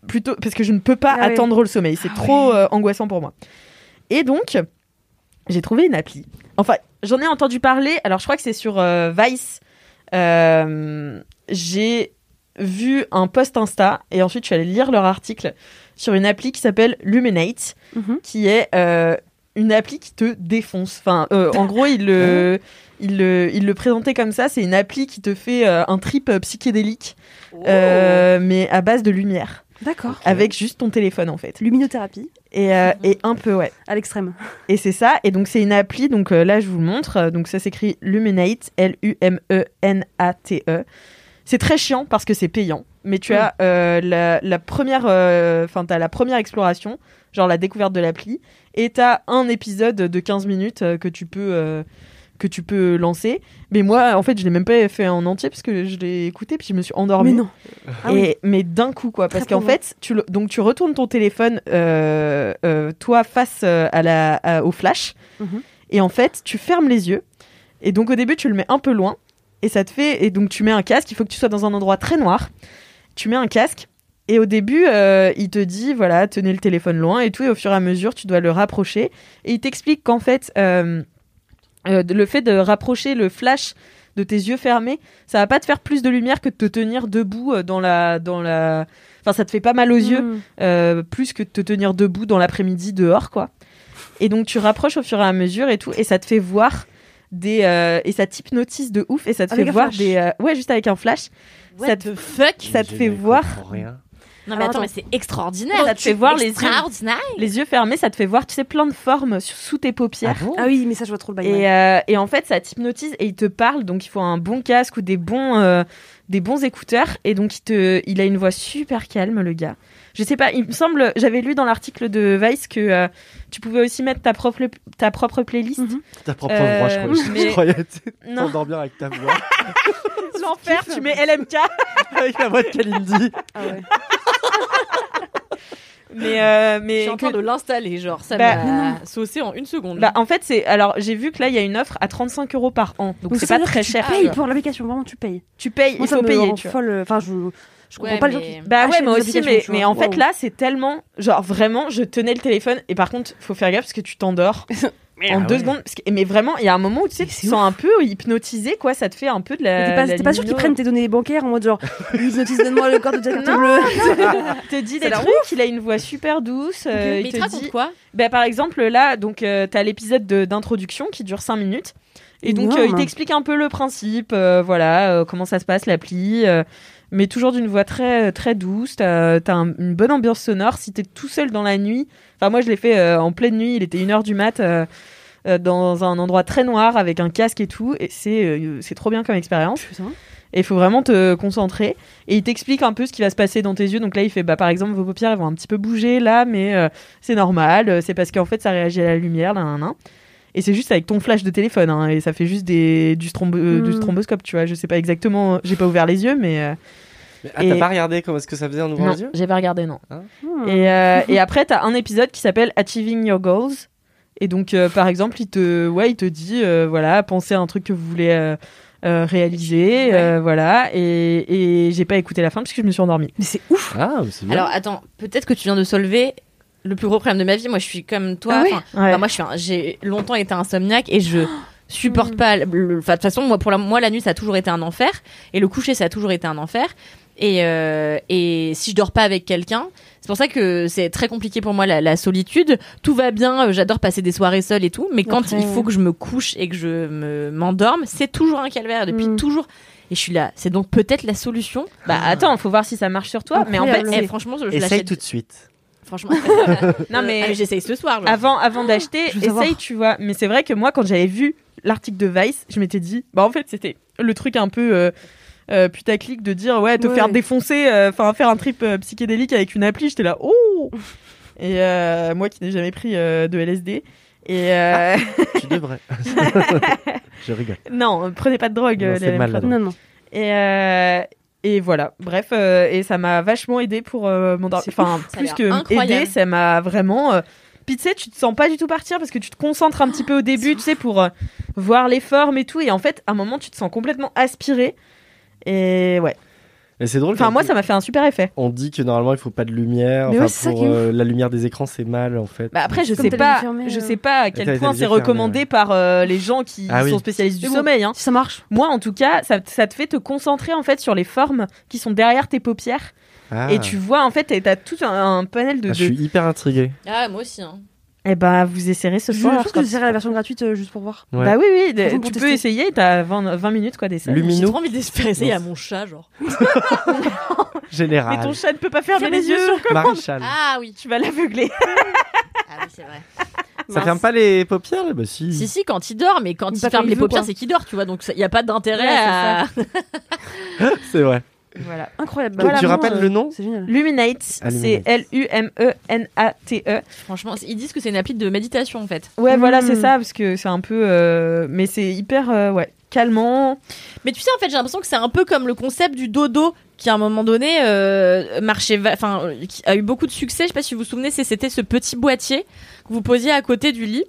S3: plutôt parce que je ne peux pas
S5: Ah ouais.
S3: attendre le sommeil. C'est trop euh, angoissant pour moi. Et donc, j'ai trouvé une appli. Enfin, j'en ai entendu parler. Alors, je crois que c'est sur euh, Vice. Euh, j'ai vu un post Insta et ensuite je suis allée lire leur article sur une appli qui s'appelle Luminate,
S5: Mhm.
S3: qui est euh, une appli qui te défonce. Enfin, euh, en gros, ils le, ils le, ils le présentaient comme ça. C'est une appli qui te fait euh, un trip euh, psychédélique,
S2: Oh,
S3: euh, mais à base de lumière,
S5: D'accord.
S3: avec juste ton téléphone en fait.
S5: Luminothérapie
S3: Et, euh, et un peu, ouais.
S5: à l'extrême.
S3: Et c'est ça. Et donc, c'est une appli. Donc euh, là, je vous le montre. Euh, Donc ça s'écrit Luminate, E L-U-M-E-N-A-T-E. E. C'est très chiant parce que c'est payant. Mais tu as euh, la, la première, euh, enfin, t'as la première exploration, genre la découverte de l'appli, et t'as un épisode de 15 minutes euh, que tu peux, euh, que tu peux lancer. Mais moi, en fait, je l'ai même pas fait en entier parce que je l'ai écouté puis je me suis endormie.
S5: mais non.
S3: Et-
S5: Ah oui.
S3: Mais d'un coup, quoi. Parce
S5: Très
S3: qu'en fait, tu le- donc tu retournes ton téléphone, euh, euh, toi, face euh, à la, à- au flash.
S5: Mhm.
S3: Et en fait, tu fermes les yeux. Et donc, au début, tu le mets un peu loin. Et ça te fait. Et donc, tu mets un casque. Il faut que tu sois dans un endroit très noir. Tu mets un casque. Et au début, euh, il te dit, voilà, tenez le téléphone loin et tout. Et au fur et à mesure, tu dois le rapprocher. Et il t'explique qu'en fait, euh, euh, le fait de rapprocher le flash de tes yeux fermés, ça va pas te faire plus de lumière que de te tenir debout euh, dans la, dans la. Enfin, ça te fait pas mal aux
S5: Mhm.
S3: yeux
S5: Mmh.
S3: euh, plus que de te tenir debout dans l'après-midi dehors, quoi. Et donc tu rapproches au fur et à mesure et tout, et ça te fait voir des euh, et ça t'hypnotise de ouf et ça te
S5: Avec
S3: fait
S5: un
S3: voir
S5: flash.
S3: des euh, ouais juste avec un flash. ça te fuck, ça te fait voir
S4: Rien.
S2: Non, mais
S3: Alors,
S2: attends, mais c'est extraordinaire.
S3: Ça te fait voir les yeux.
S2: Extraordinaire.
S3: les yeux fermés, ça te fait voir tu sais plein de formes sous, sous tes paupières.
S5: Ah oui, mais ça, je vois trop le bail. ouais.
S3: Et, euh, et en fait, ça t'hypnotise et il te parle. Donc, il faut un bon casque ou des bons, euh, des bons écouteurs. Et donc, il, te, il a une voix super calme, le gars. Je sais pas, il me semble, j'avais lu dans l'article de Vice que euh, tu pouvais aussi mettre ta propre, ta propre playlist.
S5: Mhm.
S4: Ta propre
S3: Euh,
S4: voix, je crois. Je-
S3: mais-
S4: Je croyais que tu
S3: Non.
S4: t'endors bien avec ta voix.
S3: L'enfer, tu mets LMK.
S4: avec la voix de Kalindi.
S5: Ah ouais.
S3: Mais, euh, mais
S2: Je suis en train
S3: que-
S2: de l'installer, genre, ça
S3: Bah,
S2: m'a saucé en une seconde.
S3: bah, en fait, c'est. Alors, j'ai vu que là, il y a une offre à 35 euros par an. Donc,
S5: Donc,
S3: c'est
S5: ça
S3: pas
S5: veut dire
S3: très
S5: que
S3: cher.
S5: Tu
S3: tu
S5: payes
S3: vois.
S5: pour l'application, vraiment, tu payes.
S3: Tu payes,
S5: Moi,
S3: il
S5: ça
S3: faut
S5: me
S3: payer.
S5: rend
S3: tu vois.
S5: folle. Enfin, je, je comprends
S2: Ouais,
S5: pas les gens
S2: mais-
S5: qui.
S3: Bah ouais,
S5: achètent
S3: moi
S5: des
S3: aussi, mais,
S5: applications, Ah, tu vois.
S3: mais en fait
S5: Waouh.
S3: là, c'est tellement. Genre vraiment, je tenais le téléphone et par contre, faut faire gaffe parce que tu t'endors en
S4: Ah
S3: deux
S4: ouais.
S3: secondes. parce que- mais vraiment, il y a un moment où tu sais que tu te sens un peu hypnotisé, quoi. Ça te fait un peu de la.
S5: Mais T'es pas,
S3: la
S5: t'es pas sûr qu'ils
S3: lino.
S5: prennent tes données bancaires en mode genre, ils noticent donne-moi le code de ta carte
S3: Non,
S5: bleue.
S3: Il te dit
S5: C'est
S3: des
S5: la
S3: trucs, il a une voix super douce. euh,
S2: mais
S3: il
S2: il
S3: te
S2: te
S3: dit.
S2: raconte quoi
S3: Bah, par exemple, là, donc euh, t'as l'épisode de- d'introduction qui dure 5 minutes. Et donc,
S5: Énorme.
S3: euh, il t'explique un peu le principe, euh, voilà, euh, comment ça se passe, l'appli. euh, mais toujours d'une voix très, très douce. T'as t'as un- une bonne ambiance sonore. Si t'es tout seul dans la nuit, enfin, moi, je l'ai fait euh, en pleine nuit, il était 1h du mat. euh, euh, dans un endroit très noir avec un casque et tout, et c'est euh, c'est trop bien comme expérience.
S5: Putain.
S3: Et il faut vraiment te concentrer. Et il t'explique un peu ce qui va se passer dans tes yeux. Donc là, il fait, bah, par exemple, vos paupières elles vont un petit peu bouger là, mais euh, c'est normal. euh, C'est parce qu'en fait, ça réagit à la lumière, là, là, là. Et c'est juste avec ton flash de téléphone. hein, et ça fait juste des, du, strombo- euh, du
S5: Hmm.
S3: stromboscope, tu vois. Je sais pas exactement. J'ai pas ouvert les yeux, mais. euh,
S4: Mais, ah,
S3: Et-
S4: t'as pas regardé comment est-ce que ça faisait en ouvrant
S3: non,
S4: les yeux
S3: j'ai pas regardé, non.
S5: Hmm.
S3: Et, euh, et après, t'as un épisode qui s'appelle Achieving Your Goals. Et donc, euh, par exemple, il te, ouais, il te dit, euh, voilà, pensez à un truc que vous voulez euh, euh, réaliser, euh, voilà. Et, et j'ai pas écouté la fin parce que je me suis endormie.
S5: Mais c'est ouf.
S4: Ah, mais c'est bien.
S2: Alors attends, peut-être que tu viens de solver le plus gros problème de ma vie. Moi, je suis comme toi.
S5: Ah ouais
S2: enfin,
S3: Ouais.
S2: bah, moi, je suis un- j'ai longtemps été insomniaque et je
S5: Hmm.
S2: supporte pas. le- le- enfin, De toute façon, moi, pour la, moi, la nuit, ça a toujours été un enfer et le coucher, ça a toujours été un enfer. Et, euh, et si je dors pas avec quelqu'un, c'est pour ça que c'est très compliqué pour moi la, la solitude. Tout va bien, euh, j'adore passer des soirées seules et tout, mais quand
S5: Après,
S2: il faut
S5: ouais.
S2: que je me couche et que je me- m'endorme, c'est toujours un calvaire depuis
S5: Mm.
S2: toujours. Et je suis là, c'est donc peut-être la solution.
S3: Bah attends, faut voir si ça marche sur toi. Mais en
S5: Incroyable.
S3: fait,
S2: Eh, franchement, je, je
S4: Essaye
S2: l'achète
S4: tout de suite.
S2: Franchement. après,
S3: Non,
S2: euh,
S3: mais-
S2: ah, j'essaye ce soir. genre.
S3: avant, avant d'acheter,
S5: Ah, Je veux
S3: essaye,
S5: savoir.
S3: tu vois. Mais c'est vrai que moi, quand j'avais vu l'article de Vice, je m'étais dit, bah en fait, c'était le truc un peu euh, euh, putaclic de dire, ouais, te
S5: Ouais,
S3: faire
S5: ouais.
S3: défoncer, euh, enfin, faire un trip euh, psychédélique avec une appli. J'étais là, oh Et euh, moi qui n'ai jamais pris euh, de LSD. Et
S5: Ah.
S3: euh,
S4: tu devrais. je rigole.
S3: non, prenez pas de drogue.
S4: Non,
S3: euh,
S4: c'est
S3: les
S4: mal, la
S3: LMK.
S4: drogue.
S5: Non, non.
S3: Et, euh, et voilà, bref, euh, et ça m'a vachement aidé pour euh, m'endormir.
S2: C'est
S3: Enfin,
S2: ouf, ça a
S3: plus
S2: l'air
S3: que
S2: incroyable.
S3: aider, ça m'a vraiment. euh, Puis tu sais, tu te sens pas du tout partir parce que tu te concentres un petit peu au début, tu sais, pour euh, voir les formes et tout. Et en fait, à un moment, tu te sens complètement aspiré. Et ouais.
S4: Et c'est drôle.
S3: Enfin,
S4: quand
S3: moi,
S4: on-
S3: ça m'a fait un super effet.
S4: On dit que normalement il faut pas de lumière.
S5: Mais
S4: enfin,
S5: ouais, c'est ça
S4: pour
S5: qui est
S4: euh, la lumière des écrans, c'est mal en fait.
S3: Bah après, je
S5: Comme
S3: sais
S5: t'as les
S3: pas,
S5: yeux fermés,
S3: je
S5: euh.
S3: sais pas à
S4: T'as
S3: quel
S4: les
S3: point
S4: yeux
S3: c'est
S4: fermés,
S3: recommandé
S4: ouais.
S3: par euh, les gens qui
S4: Ah oui.
S3: sont spécialistes du
S5: Mais bon,
S3: sommeil. hein.
S5: Si ça marche.
S3: Moi, en tout cas, ça, ça te fait te concentrer en fait sur les formes qui sont derrière tes paupières.
S4: Ah.
S3: Et tu vois, en fait, t'as- t'as tout un, un panel de,
S4: Ah,
S3: de
S4: je suis hyper intrigué.
S2: Ah, moi aussi. hein.
S3: Eh ben, vous essayerez ce
S5: Je,
S3: soir.
S5: pense que je serai la version gratuite euh, juste pour voir.
S4: Ouais.
S3: Bah oui, oui,
S5: Franchement,
S3: tu
S5: pour
S3: peux
S5: tester.
S3: essayer, t'as 20, 20 minutes quoi d'essai.
S4: Lumino.
S2: J'ai trop envie d'espérer à mon chat, genre.
S3: Mais
S4: Général.
S3: ton chat ne peut pas fermer les yeux,
S4: Maréchal.
S2: Ah oui.
S3: tu vas l'aveugler.
S2: Ah oui, c'est vrai.
S4: ça ferme pas les paupières là Bah si.
S2: Si, si, quand il dort, mais quand
S5: Pas
S2: il
S5: quand
S2: ferme
S5: il
S2: les
S5: veut,
S2: paupières,
S5: quoi.
S2: c'est qu'il dort, tu vois. Donc, il n'y a pas d'intérêt
S3: Ouais, c'est
S2: à.
S4: C'est vrai.
S3: Voilà.
S5: Incroyable.
S4: Donc, tu
S5: vraiment,
S4: rappelles
S5: euh,
S4: le nom
S5: C'est génial.
S3: Luminate,
S4: Ah,
S3: c'est
S4: Luminate.
S3: E L-U-M-E-N-A-T-E.
S2: Franchement, ils disent que c'est une appli de méditation, en fait.
S3: E. Ouais,
S5: Mm.
S3: voilà, c'est ça, parce que c'est un peu. euh, Mais c'est hyper euh, ouais, calmant.
S2: Mais tu sais, en fait, j'ai l'impression que c'est un peu comme le concept du dodo qui, à un moment donné, euh, marchait, va- enfin, euh, qui a eu beaucoup de succès. Je sais pas si vous vous souvenez, c'est- c'était ce petit boîtier que vous posiez à côté du lit.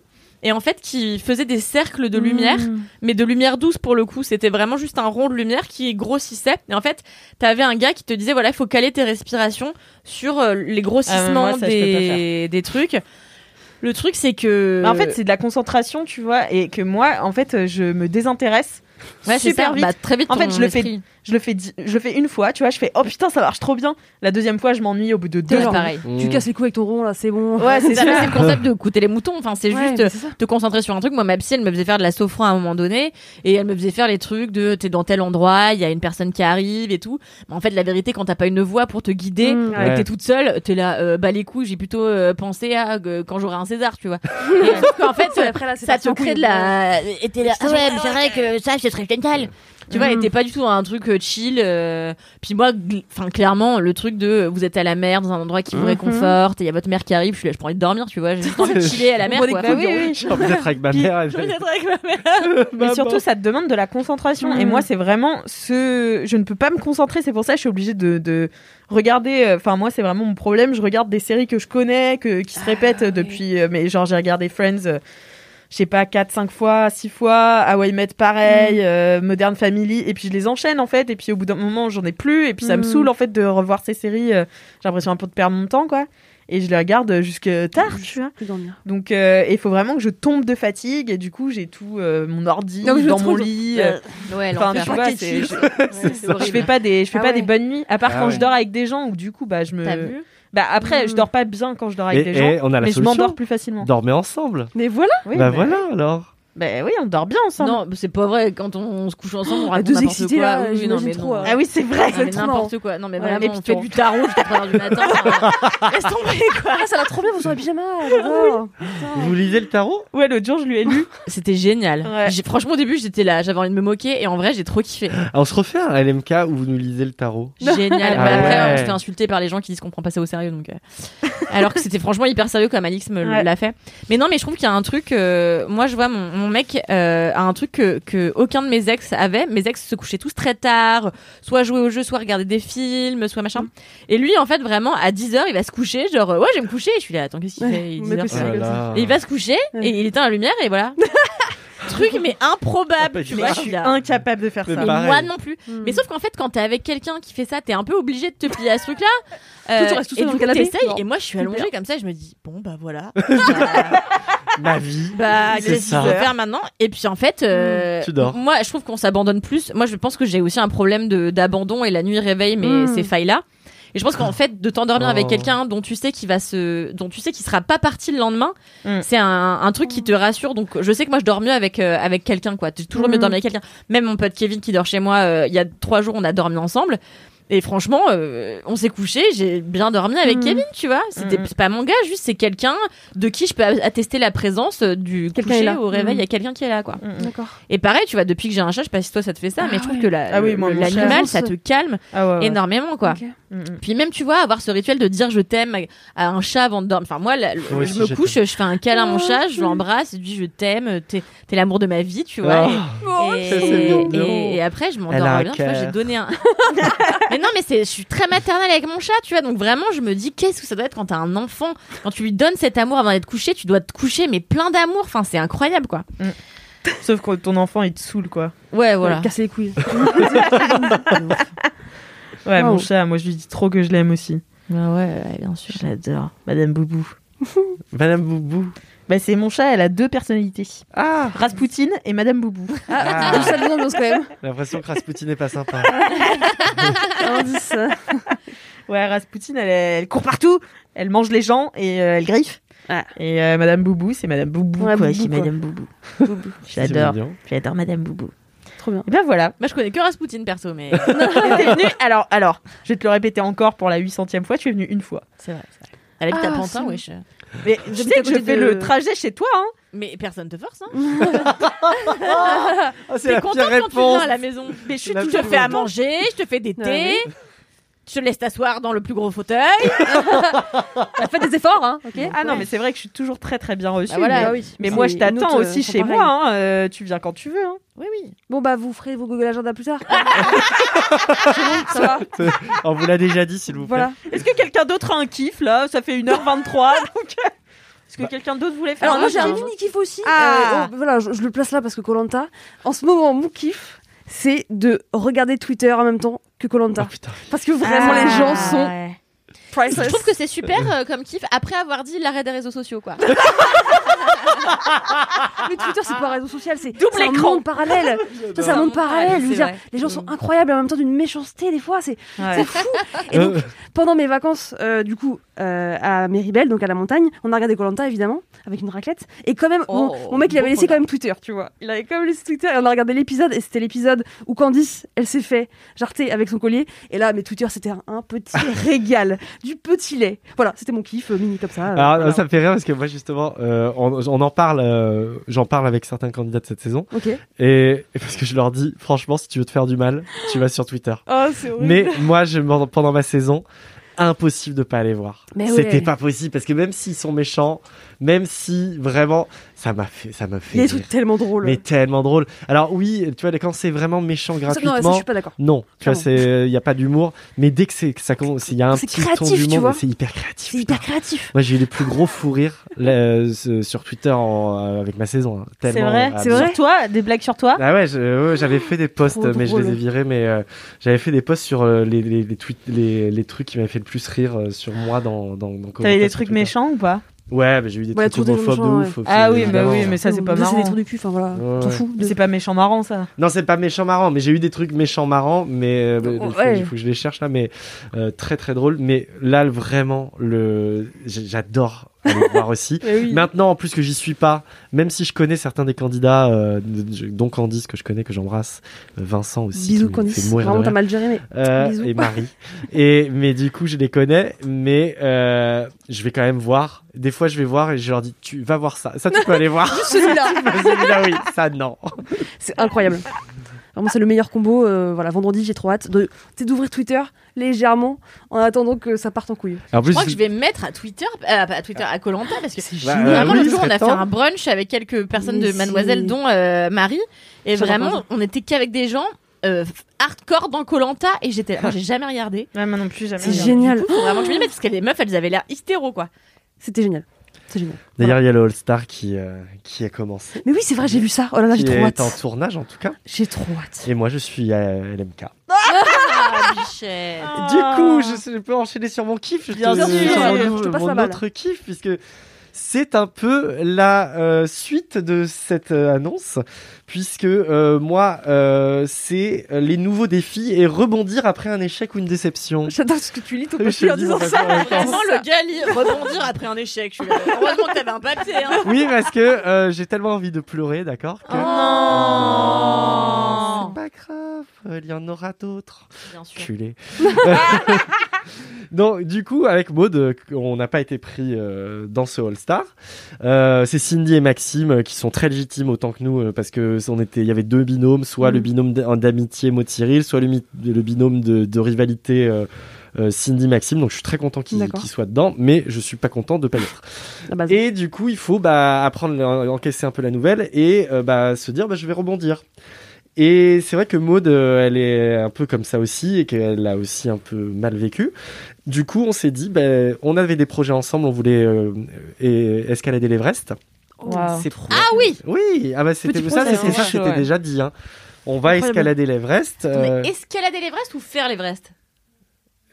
S2: et en fait qui faisait des cercles de lumière, mais de lumière douce pour le coup. C'était vraiment juste un rond de lumière qui grossissait. Et en fait, t'avais un gars qui te disait voilà, il faut caler tes respirations sur euh, les grossissements
S3: Ah, moi, ça, je peux pas
S2: des... des trucs. Le truc, Bah, c'est que.
S3: Mais En fait, c'est de la concentration, tu vois, et que moi, en fait, euh, je me désintéresse
S2: Ouais, c'est
S3: super
S2: ça.
S3: vite.
S2: Bah, très vite.
S3: En fait,
S2: ton
S3: je le fais-
S2: esprit.
S3: Je le fais, di- je le fais une fois, tu vois, je fais oh putain, ça marche trop bien. La deuxième fois, je m'ennuie au bout de deux
S2: Ouais,
S3: jours.
S2: pareil.
S4: Hmm.
S5: Tu casses les couilles avec ton rond, là, c'est bon.
S3: Ouais, c'est
S2: C'est ça,
S3: ça.
S2: c'est le concept de coûter les moutons. Enfin, c'est
S5: Ouais,
S2: juste
S5: mais
S2: euh,
S5: c'est ça.
S2: te concentrer sur un truc. Moi, ma psy, elle me faisait faire de la sophro à un moment donné, et elle me faisait faire les trucs de t'es dans tel endroit, il y a une personne qui arrive et tout. Mais en fait, la vérité, quand t'as pas une voix pour te guider, et
S5: Mmh,
S2: que
S4: ouais.
S2: t'es toute seule, t'es là, euh, bah les couilles, j'ai plutôt euh, pensé à euh, quand j'aurai un César, tu vois. Et, euh, sauf qu'en fait,
S5: Après, là, c'est
S2: ça
S5: parti
S2: te
S5: en
S2: crée de
S5: couille.
S2: la. Et t'es là, ah ouais, mais c'est vrai que ça, c'est très génial. Tu vois,
S5: Mhm.
S2: et t'es pas du tout dans un truc euh, chill. euh, Puis moi, gl- enfin clairement, le truc de euh, vous êtes à la mer dans un endroit qui vous
S5: Mhm.
S2: réconforte, et il y a votre mère qui arrive, je suis là, je prends envie de dormir, tu vois, j'ai juste envie de chiller à la mer.
S3: Bon,
S2: quoi.
S3: des couilles, Bah oui, oui.
S4: J'ai envie d'être Oh, avec ma
S3: Puis-
S4: mère.
S2: bah Je veux être avec ma mère.
S3: Mais surtout, ça te demande de la concentration. Et
S5: Mhm.
S3: moi, c'est vraiment ce. Je ne peux pas me concentrer, c'est pour ça que je suis obligée de, de regarder. euh, Enfin, moi, c'est vraiment mon problème. Je regarde des séries que je connais, que, qui se répètent euh, depuis. euh, Mais genre, j'ai regardé Friends. euh, je sais pas, 4, 5 fois, 6 fois, Hawaii Met pareil, euh, Modern Family, et puis je les enchaîne en fait, et puis au bout d'un moment j'en ai plus, et puis ça me
S5: Mm.
S3: saoule en fait de revoir ces séries, euh, j'ai l'impression un peu de perdre mon temps quoi, et je les regarde euh, jusque tard, tu vois.
S5: Plus dormir.
S3: Donc euh, il faut vraiment que je tombe de fatigue, et du coup j'ai tout euh, mon ordi
S5: Donc, je
S3: dans
S5: trouve-
S3: mon lit, euh,
S2: Ouais,
S3: enfin
S2: l'enfer.
S3: tu vois,
S5: Paquet de
S3: c'est- je,
S2: C'est
S3: je
S2: horrible.
S3: fais pas des, je fais
S5: Ah
S3: pas des
S5: ouais.
S3: bonnes nuits, à part
S4: Ah
S3: quand
S4: ouais.
S3: je dors avec des gens, ou du coup bah je me,
S2: T'as vu
S3: bah après
S5: Mm.
S3: je dors pas bien quand je dors
S4: Et,
S3: avec des gens,
S4: et Eh, on a la
S3: mais je m'endors
S4: solution.
S3: plus facilement.
S4: Dormez ensemble.
S5: Mais voilà
S3: Oui,
S4: bah
S3: mais-
S4: voilà alors.
S3: bah oui, on dort bien ensemble.
S2: Non, c'est pas vrai. Quand on se couche ensemble, on raconte
S5: deux
S2: n'importe
S5: excités,
S2: quoi.
S5: là,
S2: Oui, oui, non,
S5: j'imagine
S2: mais
S5: trop,
S2: non.
S5: ouais.
S3: Ah oui, c'est vrai,
S2: Non, mais
S3: c'est trop marrant.
S2: n'importe quoi. Non, mais
S3: Ouais,
S2: vraiment,
S3: et puis
S2: on fait
S3: tu-
S2: du tarot jusqu'à 3h du matin. enfin, Laisse tomber, quoi.
S5: Ah, ça va trop bien, vous serez pyjama j'adore.
S3: Ah.
S5: Putain.
S4: Vous lisez le tarot
S3: Ouais, l'autre jour, je lui ai lu.
S2: C'était génial.
S3: Ouais.
S2: J'ai- Franchement, au début, j'étais là, j'avais envie de me moquer, et en vrai, j'ai trop kiffé.
S4: Ah, On se refait un LMK où vous nous lisez le tarot.
S2: Génial.
S4: Ah
S2: Bah, Après,
S4: ouais.
S2: on se fait insulter par les gens qui disent qu'on prend pas ça au sérieux. Donc, euh, alors que c'était franchement hyper sérieux comme Alix me
S3: Ouais.
S2: l'a fait. Mais non, mais je trouve qu'il y a un truc. euh, moi, je vois mon, mon mec euh, a un truc que, que aucun de mes ex avait. Mes ex se couchaient tous très tard, soit jouer au jeu, soit regarder des films, soit
S3: Mm.
S2: machin. Et lui, en fait, vraiment à 10 h il va se coucher. Genre, euh, ouais, je vais me coucher. Je suis là, attends, qu'est-ce qu'il
S5: Ouais,
S2: fait Il est
S5: me
S2: 10 heures,
S5: coucher.
S4: Oh
S2: quoi.
S5: Ouais.
S2: Et Ah bah il va se coucher
S5: Ouais.
S2: et il éteint la lumière et voilà. truc mais improbable. Ah, bah, tu
S4: Mais
S2: vois,
S4: je
S2: je suis là.
S3: Incapable de faire
S4: Mais
S3: ça.
S2: Et
S4: bah-
S2: moi
S4: Pareil.
S2: non plus.
S5: Hmm.
S2: Mais sauf qu'en fait, quand t'es avec quelqu'un qui fait ça, t'es un peu obligé de te plier à ce truc-là. Euh,
S5: Toi, tu restes tout seul
S2: et
S5: dans
S2: du
S5: le
S2: coup,
S5: canapé.
S2: t'essayes.
S5: Non.
S2: Et moi, je suis
S5: Super.
S2: allongée comme ça, et je me dis, bon, bah voilà. bah,
S4: Ma vie.
S2: bah,
S4: C'est
S2: qu'est-ce qu'il
S4: ça.
S2: faut faire maintenant Et puis en fait, euh,
S4: Tu dors.
S2: moi, je trouve qu'on s'abandonne plus. Moi, je pense que j'ai aussi un problème de- d'abandon et la nuit réveille mais
S5: Mm.
S2: ces failles-là. Et je pense qu'en fait, de t'endormir
S4: Oh.
S2: avec quelqu'un dont tu sais qu'il va se, dont tu sais qu'il sera pas parti le lendemain,
S3: Mm.
S2: c'est un, un truc qui te rassure. Donc, je sais que moi, je dors mieux avec euh, avec quelqu'un, quoi. J'ai toujours mieux
S5: Mm.
S2: dormi avec quelqu'un. Même mon pote Kevin qui dort chez moi, euh, il y a trois jours, on a dormi ensemble. Et franchement, euh, on s'est couché, j'ai bien dormi avec
S5: Mm.
S2: Kevin, tu vois. C'était
S3: Mm.
S2: c'est pas mon gars, juste c'est quelqu'un de qui je peux attester la présence euh, du
S5: Quelqu'un est
S2: coucher
S5: là.
S2: au réveil, il
S5: Mm.
S2: y a quelqu'un qui est là, quoi.
S3: Mm, mm.
S5: Hmm. D'accord.
S2: Et pareil, tu vois, depuis que j'ai un chat, je sais pas si toi ça te fait ça,
S5: Ah
S2: mais je trouve
S5: ouais.
S2: que la-
S3: Ah oui,
S2: le-
S3: moi, mon
S2: l'animal,
S5: chat.
S2: ça te calme
S3: Ah ouais, ouais.
S2: énormément, quoi.
S5: Ok.
S3: Mm, mm.
S2: Puis même, tu vois, avoir ce rituel de dire je t'aime à un chat avant de dormir. Enfin, moi, la- le-
S4: Moi
S2: je
S4: aussi,
S2: me
S4: je
S2: couche, je fais un câlin à mon
S5: Oh.
S2: chat, je l'embrasse, je dis je t'aime, t'es t'es l'amour de ma vie, tu
S4: Ah.
S2: vois. et-
S4: Oh.
S2: et,
S4: ça, c'est mignon.
S2: et- et après, je m'endors
S4: Elle a un
S2: bien. Tu vois,
S4: cœur.
S2: j'ai donné un. mais non, mais c'est, je suis très maternelle avec mon chat, tu vois. Donc vraiment, je me dis, qu'est-ce que ça doit être quand t'as un enfant, quand tu lui donnes cet amour avant d'être couché, tu dois te coucher, mais plein d'amour. Enfin, c'est incroyable, quoi.
S3: Sauf que ton enfant, il te saoule, quoi.
S2: Ouais, voilà.
S5: Voilà. Ah, Casser les couilles.
S4: Ah
S3: Ouais,
S5: Wow.
S3: mon chat, moi, je lui dis trop que je l'aime aussi.
S2: Ouais, ouais, ouais, bien sûr.
S3: Je l'adore. Madame Boubou.
S4: Madame Boubou.
S3: Bah, c'est mon chat, elle a deux personnalités.
S4: Ah
S3: Raspoutine et Madame Boubou.
S5: Ah, tout ça devient quand même.
S4: J'ai l'impression que Rasputin n'est pas sympa.
S5: Indice.
S3: Ouais, Raspoutine, elle, elle court partout, elle mange les gens et euh, elle griffe.
S5: Ah.
S3: Et euh, Madame Boubou, c'est Madame Boubou,
S5: Ouais,
S3: quoi.
S5: Boubou,
S3: C'est
S5: quoi.
S3: Madame Boubou.
S4: C'est
S3: J'adore.
S4: mignon.
S3: J'adore Madame Boubou.
S5: Trop bien.
S3: Et ben voilà.
S2: Moi, je connais que Rasputin perso, mais
S3: T'es venue- Alors, alors, je vais te le répéter encore pour la 800 e fois, tu es venu une fois.
S2: c'est vrai. c'est vrai. Elle habite
S5: Ah,
S2: à
S5: c'est
S2: Pantin,
S5: bon.
S2: wesh.
S3: Mais je
S5: J'habite à
S3: sais que je
S5: côté
S3: fais
S5: de-
S3: le trajet chez toi, hein.
S2: Mais personne te force, hein.
S4: Ah, c'est
S2: T'es
S4: la
S2: content
S4: pire
S2: quand tu viens
S4: réponse.
S2: à la maison. Mais je, suis
S4: La
S2: toujours- je te
S4: pire
S2: fais à
S4: réponse.
S2: manger, je te fais des
S5: Ouais,
S2: thés. Je te laisse t'asseoir dans le plus gros fauteuil. Fais des efforts, hein, ok
S3: Ah non, mais c'est vrai que je suis toujours très très bien reçue.
S2: Bah voilà,
S3: mais...
S2: ah
S5: oui.
S3: mais moi, je t'attends aussi
S5: euh,
S3: chez moi. hein, euh, tu viens quand tu veux. hein.
S2: Oui, oui.
S5: Bon, bah, vous ferez vos Google Agenda plus tard.
S4: On vous l'a déjà dit, s'il vous plaît.
S5: Voilà.
S3: Est-ce que quelqu'un d'autre a un kiff là Ça fait 1h23. donc, euh, Est-ce que quelqu'un d'autre voulait faire
S5: Alors moi
S3: un
S5: j'ai un
S3: jeu
S5: mini kiff aussi.
S3: Ah.
S5: Euh, oh, voilà, je, je le place là parce que Colanta. En ce moment, mon kiff, c'est de regarder Twitter en même temps que Colanta.
S4: Oh, putain.
S2: Ah,
S5: parce que vraiment les gens sont
S2: Je
S3: priceless
S2: trouve que c'est super euh, comme kiff après avoir dit l'arrêt des réseaux sociaux quoi.
S5: Mais Twitter, c'est pas un réseau social, c'est
S3: Double
S5: c'est un
S3: écran.
S5: monde parallèle. Ça, c'est un monde parallèle. Je veux
S3: c'est
S5: dire,
S3: vrai.
S5: les gens sont incroyables et en même temps d'une méchanceté des fois. C'est c'est fou. Et donc, pendant mes vacances, euh, du coup, euh, à Méribel, donc à la montagne, on a regardé Colanta évidemment avec une raclette. Et quand même, mon-
S3: Oh,
S5: mon, mec, il
S3: beau
S5: avait laissé quand
S3: programme.
S5: même Twitter, tu vois. Il avait quand même laissé Twitter et on a regardé l'épisode. Et c'était l'épisode où Candice, elle s'est fait jarter avec son collier. Et là, mais Twitter, c'était un, un petit régal, du petit lait. Voilà, c'était mon kiff euh, mini comme ça. euh,
S4: Alors,
S5: voilà.
S4: ça me fait rire parce que moi justement, euh, on, on en parle, euh, j'en parle avec certains candidats de cette saison,
S5: Ok.
S4: et, et parce que je leur dis, franchement, si tu veux te faire du mal, tu vas sur Twitter.
S5: Oh, c'est horrible.
S4: Mais moi, je, m'en- pendant ma saison, impossible de pas aller voir.
S5: Mais
S4: C'était
S5: ouais.
S4: pas possible parce que même s'ils sont méchants, même si vraiment, ça m'a fait, ça m'a fait.
S5: Il y a des
S4: rire.
S5: trucs tellement drôles.
S4: Mais tellement drôle. Alors oui, tu vois, quand c'est vraiment méchant
S5: Ça, non, ça, je
S4: gratuitement.
S5: suis pas d'accord.
S4: Non, tu vois,
S5: Clairement.
S4: c'est il y a pas d'humour, mais dès que c'est que ça commence, il y a un
S5: C'est
S4: petit ton
S5: créatif, tu
S4: d'humour,
S5: vois.
S4: mais c'est hyper créatif.
S5: C'est
S4: putain.
S5: hyper créatif.
S4: Moi, j'ai eu les plus gros fous rires là, euh, ce- sur Twitter en- euh, avec ma saison. hein.
S3: c'est
S4: Tellement,
S3: vrai
S4: ah,
S3: c'est
S4: mais-
S3: vrai sur toi des blagues sur toi
S4: Ah ouais, je- ouais, j'avais fait des posts,
S5: Trop
S4: mais je les ai
S5: drôle.
S4: virés. Mais euh, j'avais fait des posts sur euh, les, les, les, tweets- les, les trucs qui m'avaient fait le plus rire euh, sur moi dans dans. dans
S3: t'avais des
S4: commentaires
S3: trucs
S4: Twitter.
S3: méchants ou pas
S4: Ouais, mais j'ai eu des
S5: Ouais,
S4: trucs
S5: trop des
S4: homophobes
S5: méchants,
S4: de
S5: ouais.
S4: ouf. au
S3: ah
S4: final,
S3: oui bah
S4: évidemment.
S3: oui mais ça c'est pas
S5: Ça,
S3: marrant
S5: C'est des trous du cul, enfin voilà.
S4: Ouais,
S5: on s'en
S4: ouais.
S5: fout. de-
S3: c'est pas méchant marrant ça
S4: Non, c'est pas méchant marrant, mais j'ai eu des trucs méchants marrants, mais euh, bah, il faut-
S5: Ouais.
S4: il faut que je les cherche là, mais euh, très très drôle. Mais là, le- vraiment, le j'- j'adore aller voir aussi. Maintenant, en plus que j'y suis pas, même si je connais certains des candidats, euh, de- je- dont Candice que je connais, que j'embrasse, euh, Vincent aussi,
S5: Bisous,
S4: qui me fait
S5: Candice.
S4: mourir de
S5: Vraiment, t'as
S4: rire.
S5: mal géré, mais.
S4: Euh,
S5: Bisous.
S4: et Marie. et mais du coup, je les connais, mais euh, je vais quand même voir. Des fois, je vais voir et je leur dis, tu vas voir ça. Ça, tu peux aller voir.
S5: Celui-là,
S4: Celui-là, oui. Ça, non.
S5: c'est incroyable. Vraiment, c'est le meilleur combo. euh, voilà, vendredi, j'ai trop hâte de- tu sais, d'ouvrir Twitter légèrement en attendant que ça parte en couille.
S4: En
S2: Je
S4: plus,
S2: crois que je vais me mettre à Twitter, euh, pas à Twitter, à Colanta parce que c'est
S4: Bah, euh,
S2: Vraiment,
S4: oui,
S2: l'autre
S4: il
S2: jour, on
S4: serait
S2: a fait
S4: temps.
S2: un brunch avec quelques personnes
S5: Mais
S2: de
S5: si.
S2: Mademoiselle, dont euh, Marie. Et
S5: Ça
S2: vraiment,
S5: représente.
S2: on n'était qu'avec des gens euh, hardcore dans Colanta. Et j'étais là, moi, j'ai jamais regardé.
S3: Ouais, moi non plus jamais
S5: C'est
S3: non.
S5: génial.
S2: Faut vraiment que je m'y mette parce que les meufs, elles avaient l'air hystéro, quoi.
S5: C'était génial. C'est génial.
S4: D'ailleurs, il y a le All Star qui, euh, qui a commencé.
S5: Mais oui, c'est vrai, j'ai vu ça. Oh
S2: Ah,
S5: là là, j'ai
S4: qui
S5: trop
S4: est en
S5: hâte.
S4: tournage en tout cas.
S5: J'ai trop hâte.
S4: Et moi, je suis à LMK.
S2: Ah, bichette.
S4: Du coup, je, je peux enchaîner sur mon kiff. Je
S3: Bien
S4: te,
S3: sûr.
S4: sur mon,
S5: Ah. Je te passe
S4: mon
S5: la balle.
S4: autre kiff, puisque c'est un peu la euh, suite de cette euh, annonce, puisque euh, moi, euh, c'est euh, les nouveaux défis et rebondir après un échec ou une déception.
S5: J'adore ce que tu lis ton
S4: Je
S5: papier en
S4: le dis,
S5: disant
S4: on
S5: ça.
S4: va faire
S2: Ah, Vraiment, le gars, il- rebondir après un échec. Je suis là, Heureusement que t'avais un papier. Hein.
S4: Oui, parce que euh, j'ai tellement envie de pleurer, d'accord que- Oh.
S5: Oh.
S2: non.
S4: C'est pas grave, il y en aura d'autres.
S2: Bien sûr.
S4: culé. Non, du coup, avec Maud, euh, on n'a pas été pris euh, dans ce All-Star. Euh, c'est Cindy et Maxime euh, qui sont très légitimes autant que nous euh, parce que on était, il y avait deux binômes, soit
S2: Mm.
S4: le binôme d'a- d'amitié Maud Cyril, soit le, mi- le binôme de, de rivalité euh, Cindy Maxime. Donc je suis très content qu'ils
S5: D'accord.
S4: qu'ils soient dedans, mais je suis pas content de pas y être.
S5: La base.
S4: Et du coup, il faut bah, apprendre, euh, encaisser un peu la nouvelle et euh, bah, se dire, bah, je vais rebondir. Et c'est vrai que Maude, euh, elle est un peu comme ça aussi et qu'elle a aussi un peu mal vécu. Du coup, on s'est dit, bah, on avait des projets ensemble, on voulait euh, euh, escalader l'Everest.
S3: Waouh.
S4: C'est
S2: Ah oui
S4: Oui, ah bah, c'était
S5: Petit
S4: ça,
S5: projet,
S4: c'était
S3: hein.
S4: ça, c'était
S3: Ouais.
S4: déjà dit. hein. On va
S5: Incroyable.
S4: escalader l'Everest. euh,
S2: Mais escalader l'Everest ou faire l'Everest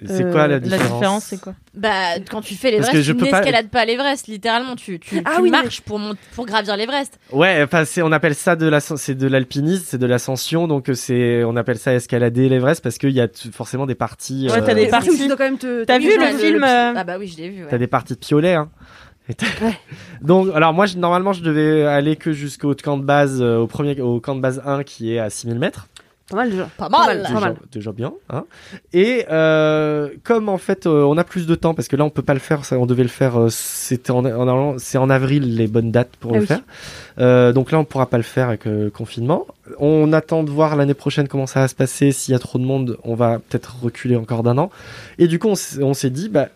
S4: c'est quoi la
S3: la
S5: euh,
S4: différence
S3: différence c'est quoi
S2: Bah, quand tu fais
S4: Parce que
S2: l'Everest,
S4: je
S2: tu
S4: peux pas-
S2: n'escalades pas, l'Everest, littéralement. Tu, tu,
S5: Ah
S2: tu
S5: oui, mais-
S2: marches pour, mont- pour gravir l'Everest.
S4: Ouais, enfin c'est on appelle ça de la c'est de l'alpinisme, c'est de l'ascension, donc euh, c'est on appelle ça escalader l'Everest parce qu'il y a t- forcément des parties. euh,
S3: Ouais, t'as
S5: Et
S3: des
S5: c'est où
S3: parties.
S5: tu dois quand même te.
S3: T'as
S5: te-
S3: vu
S5: te-
S3: le
S5: te-
S3: film euh,
S2: Ah bah oui, je l'ai vu. ouais.
S4: T'as des parties de piolet, hein. Et t'as- Donc, alors moi, je- normalement, je devais aller que jusqu'au camp de base, euh, au premier, au camp de base 1 qui est à 6000 mètres.
S5: Pas mal déjà.
S2: Pas mal.
S5: Pas
S4: Déjà,
S5: mal.
S4: déjà bien, hein. Et euh, comme en fait, euh, on a plus de temps parce que là, on peut pas le faire. ça, on devait le faire. euh, C'était en, en allant- c'est en avril les bonnes dates pour
S5: Ah
S4: le
S5: oui.
S4: faire. Euh, donc là, on pourra pas le faire avec euh, le confinement. On attend de voir l'année prochaine comment ça va se passer. S'il y a trop de monde, on va peut-être reculer encore d'un an. Et du coup, on s- on s'est dit, bah,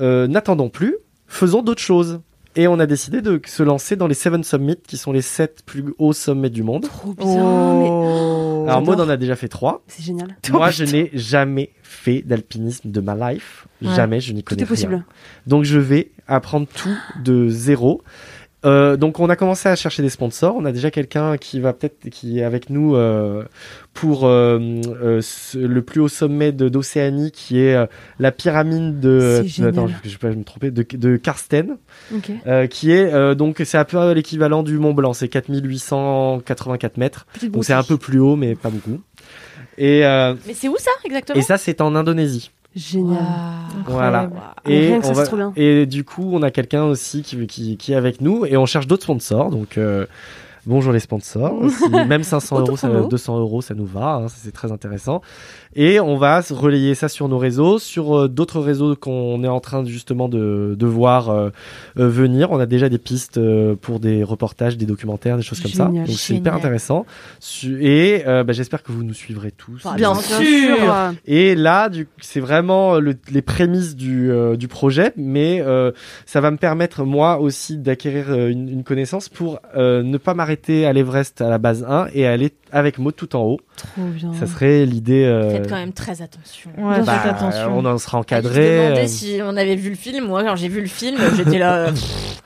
S4: euh, n'attendons plus, faisons d'autres choses. Et on a décidé de se lancer dans les Seven Summits, qui sont les sept plus hauts sommets du monde.
S5: Trop bien. mais Oh,
S3: Oh.
S4: Alors Maud en a déjà fait trois.
S5: C'est génial.
S4: Moi, je n'ai jamais fait d'alpinisme de ma life.
S5: Ouais.
S4: Jamais, je n'y
S5: Tout
S4: connais
S5: est
S4: rien.
S5: possible.
S4: Donc, je vais apprendre tout de zéro. Euh, donc on a commencé à chercher des sponsors. On a déjà quelqu'un qui va peut-être qui est avec nous euh, pour euh, euh, ce- le plus haut sommet de- d'Océanie, qui est euh, la pyramide de. euh,
S1: C'est génial.
S4: Attends, je, je vais pas me tromper de, de Karsten,
S1: Ok.
S4: euh, qui est euh, donc c'est un peu l'équivalent du Mont Blanc, c'est 4884 mètres.
S5: Petite
S4: Donc c'est un
S5: broutille.
S4: peu plus haut, mais pas beaucoup. Et, euh,
S2: Mais c'est où ça exactement
S4: et ça c'est en Indonésie.
S5: Génial.
S4: Voilà.
S5: Mais
S4: Et,
S5: rien que ça,
S4: on
S5: c'est
S4: va-
S5: trop bien.
S4: et du coup, on a quelqu'un aussi qui, qui, qui est avec nous et on cherche d'autres sponsors. Donc, euh, bonjour les sponsors. Si même 500 euros, ça-
S5: Autopromo.
S4: 200 euros, ça nous va. hein, ça, c'est très intéressant. Et on va se relayer ça sur nos réseaux, sur euh, d'autres réseaux qu'on est en train de- justement de, de voir euh, euh, venir. On a déjà des pistes euh, pour des reportages, des documentaires, des choses comme
S5: Génial.
S4: ça. Donc, c'est hyper
S1: Génial.
S4: intéressant. Su- Et euh, bah, j'espère que vous nous suivrez tous.
S2: Bien
S4: Euh,
S2: sûr.
S4: et là, du- c'est vraiment euh, le- les prémices du, euh, du projet, mais euh, ça va me permettre, moi aussi, d'acquérir euh, une, une connaissance pour euh, ne pas m'arrêter à l'Everest à la base 1 et aller avec Maud tout en haut.
S5: Trop bien.
S4: Ça serait l'idée. euh,
S2: Faites quand même très attention.
S8: Ouais,
S4: bah,
S8: faites attention.
S4: On en sera
S2: Je me
S4: encadré.
S2: demandais
S4: euh,
S2: si on avait vu le film. Moi, quand j'ai vu le film, j'étais là. euh, pff,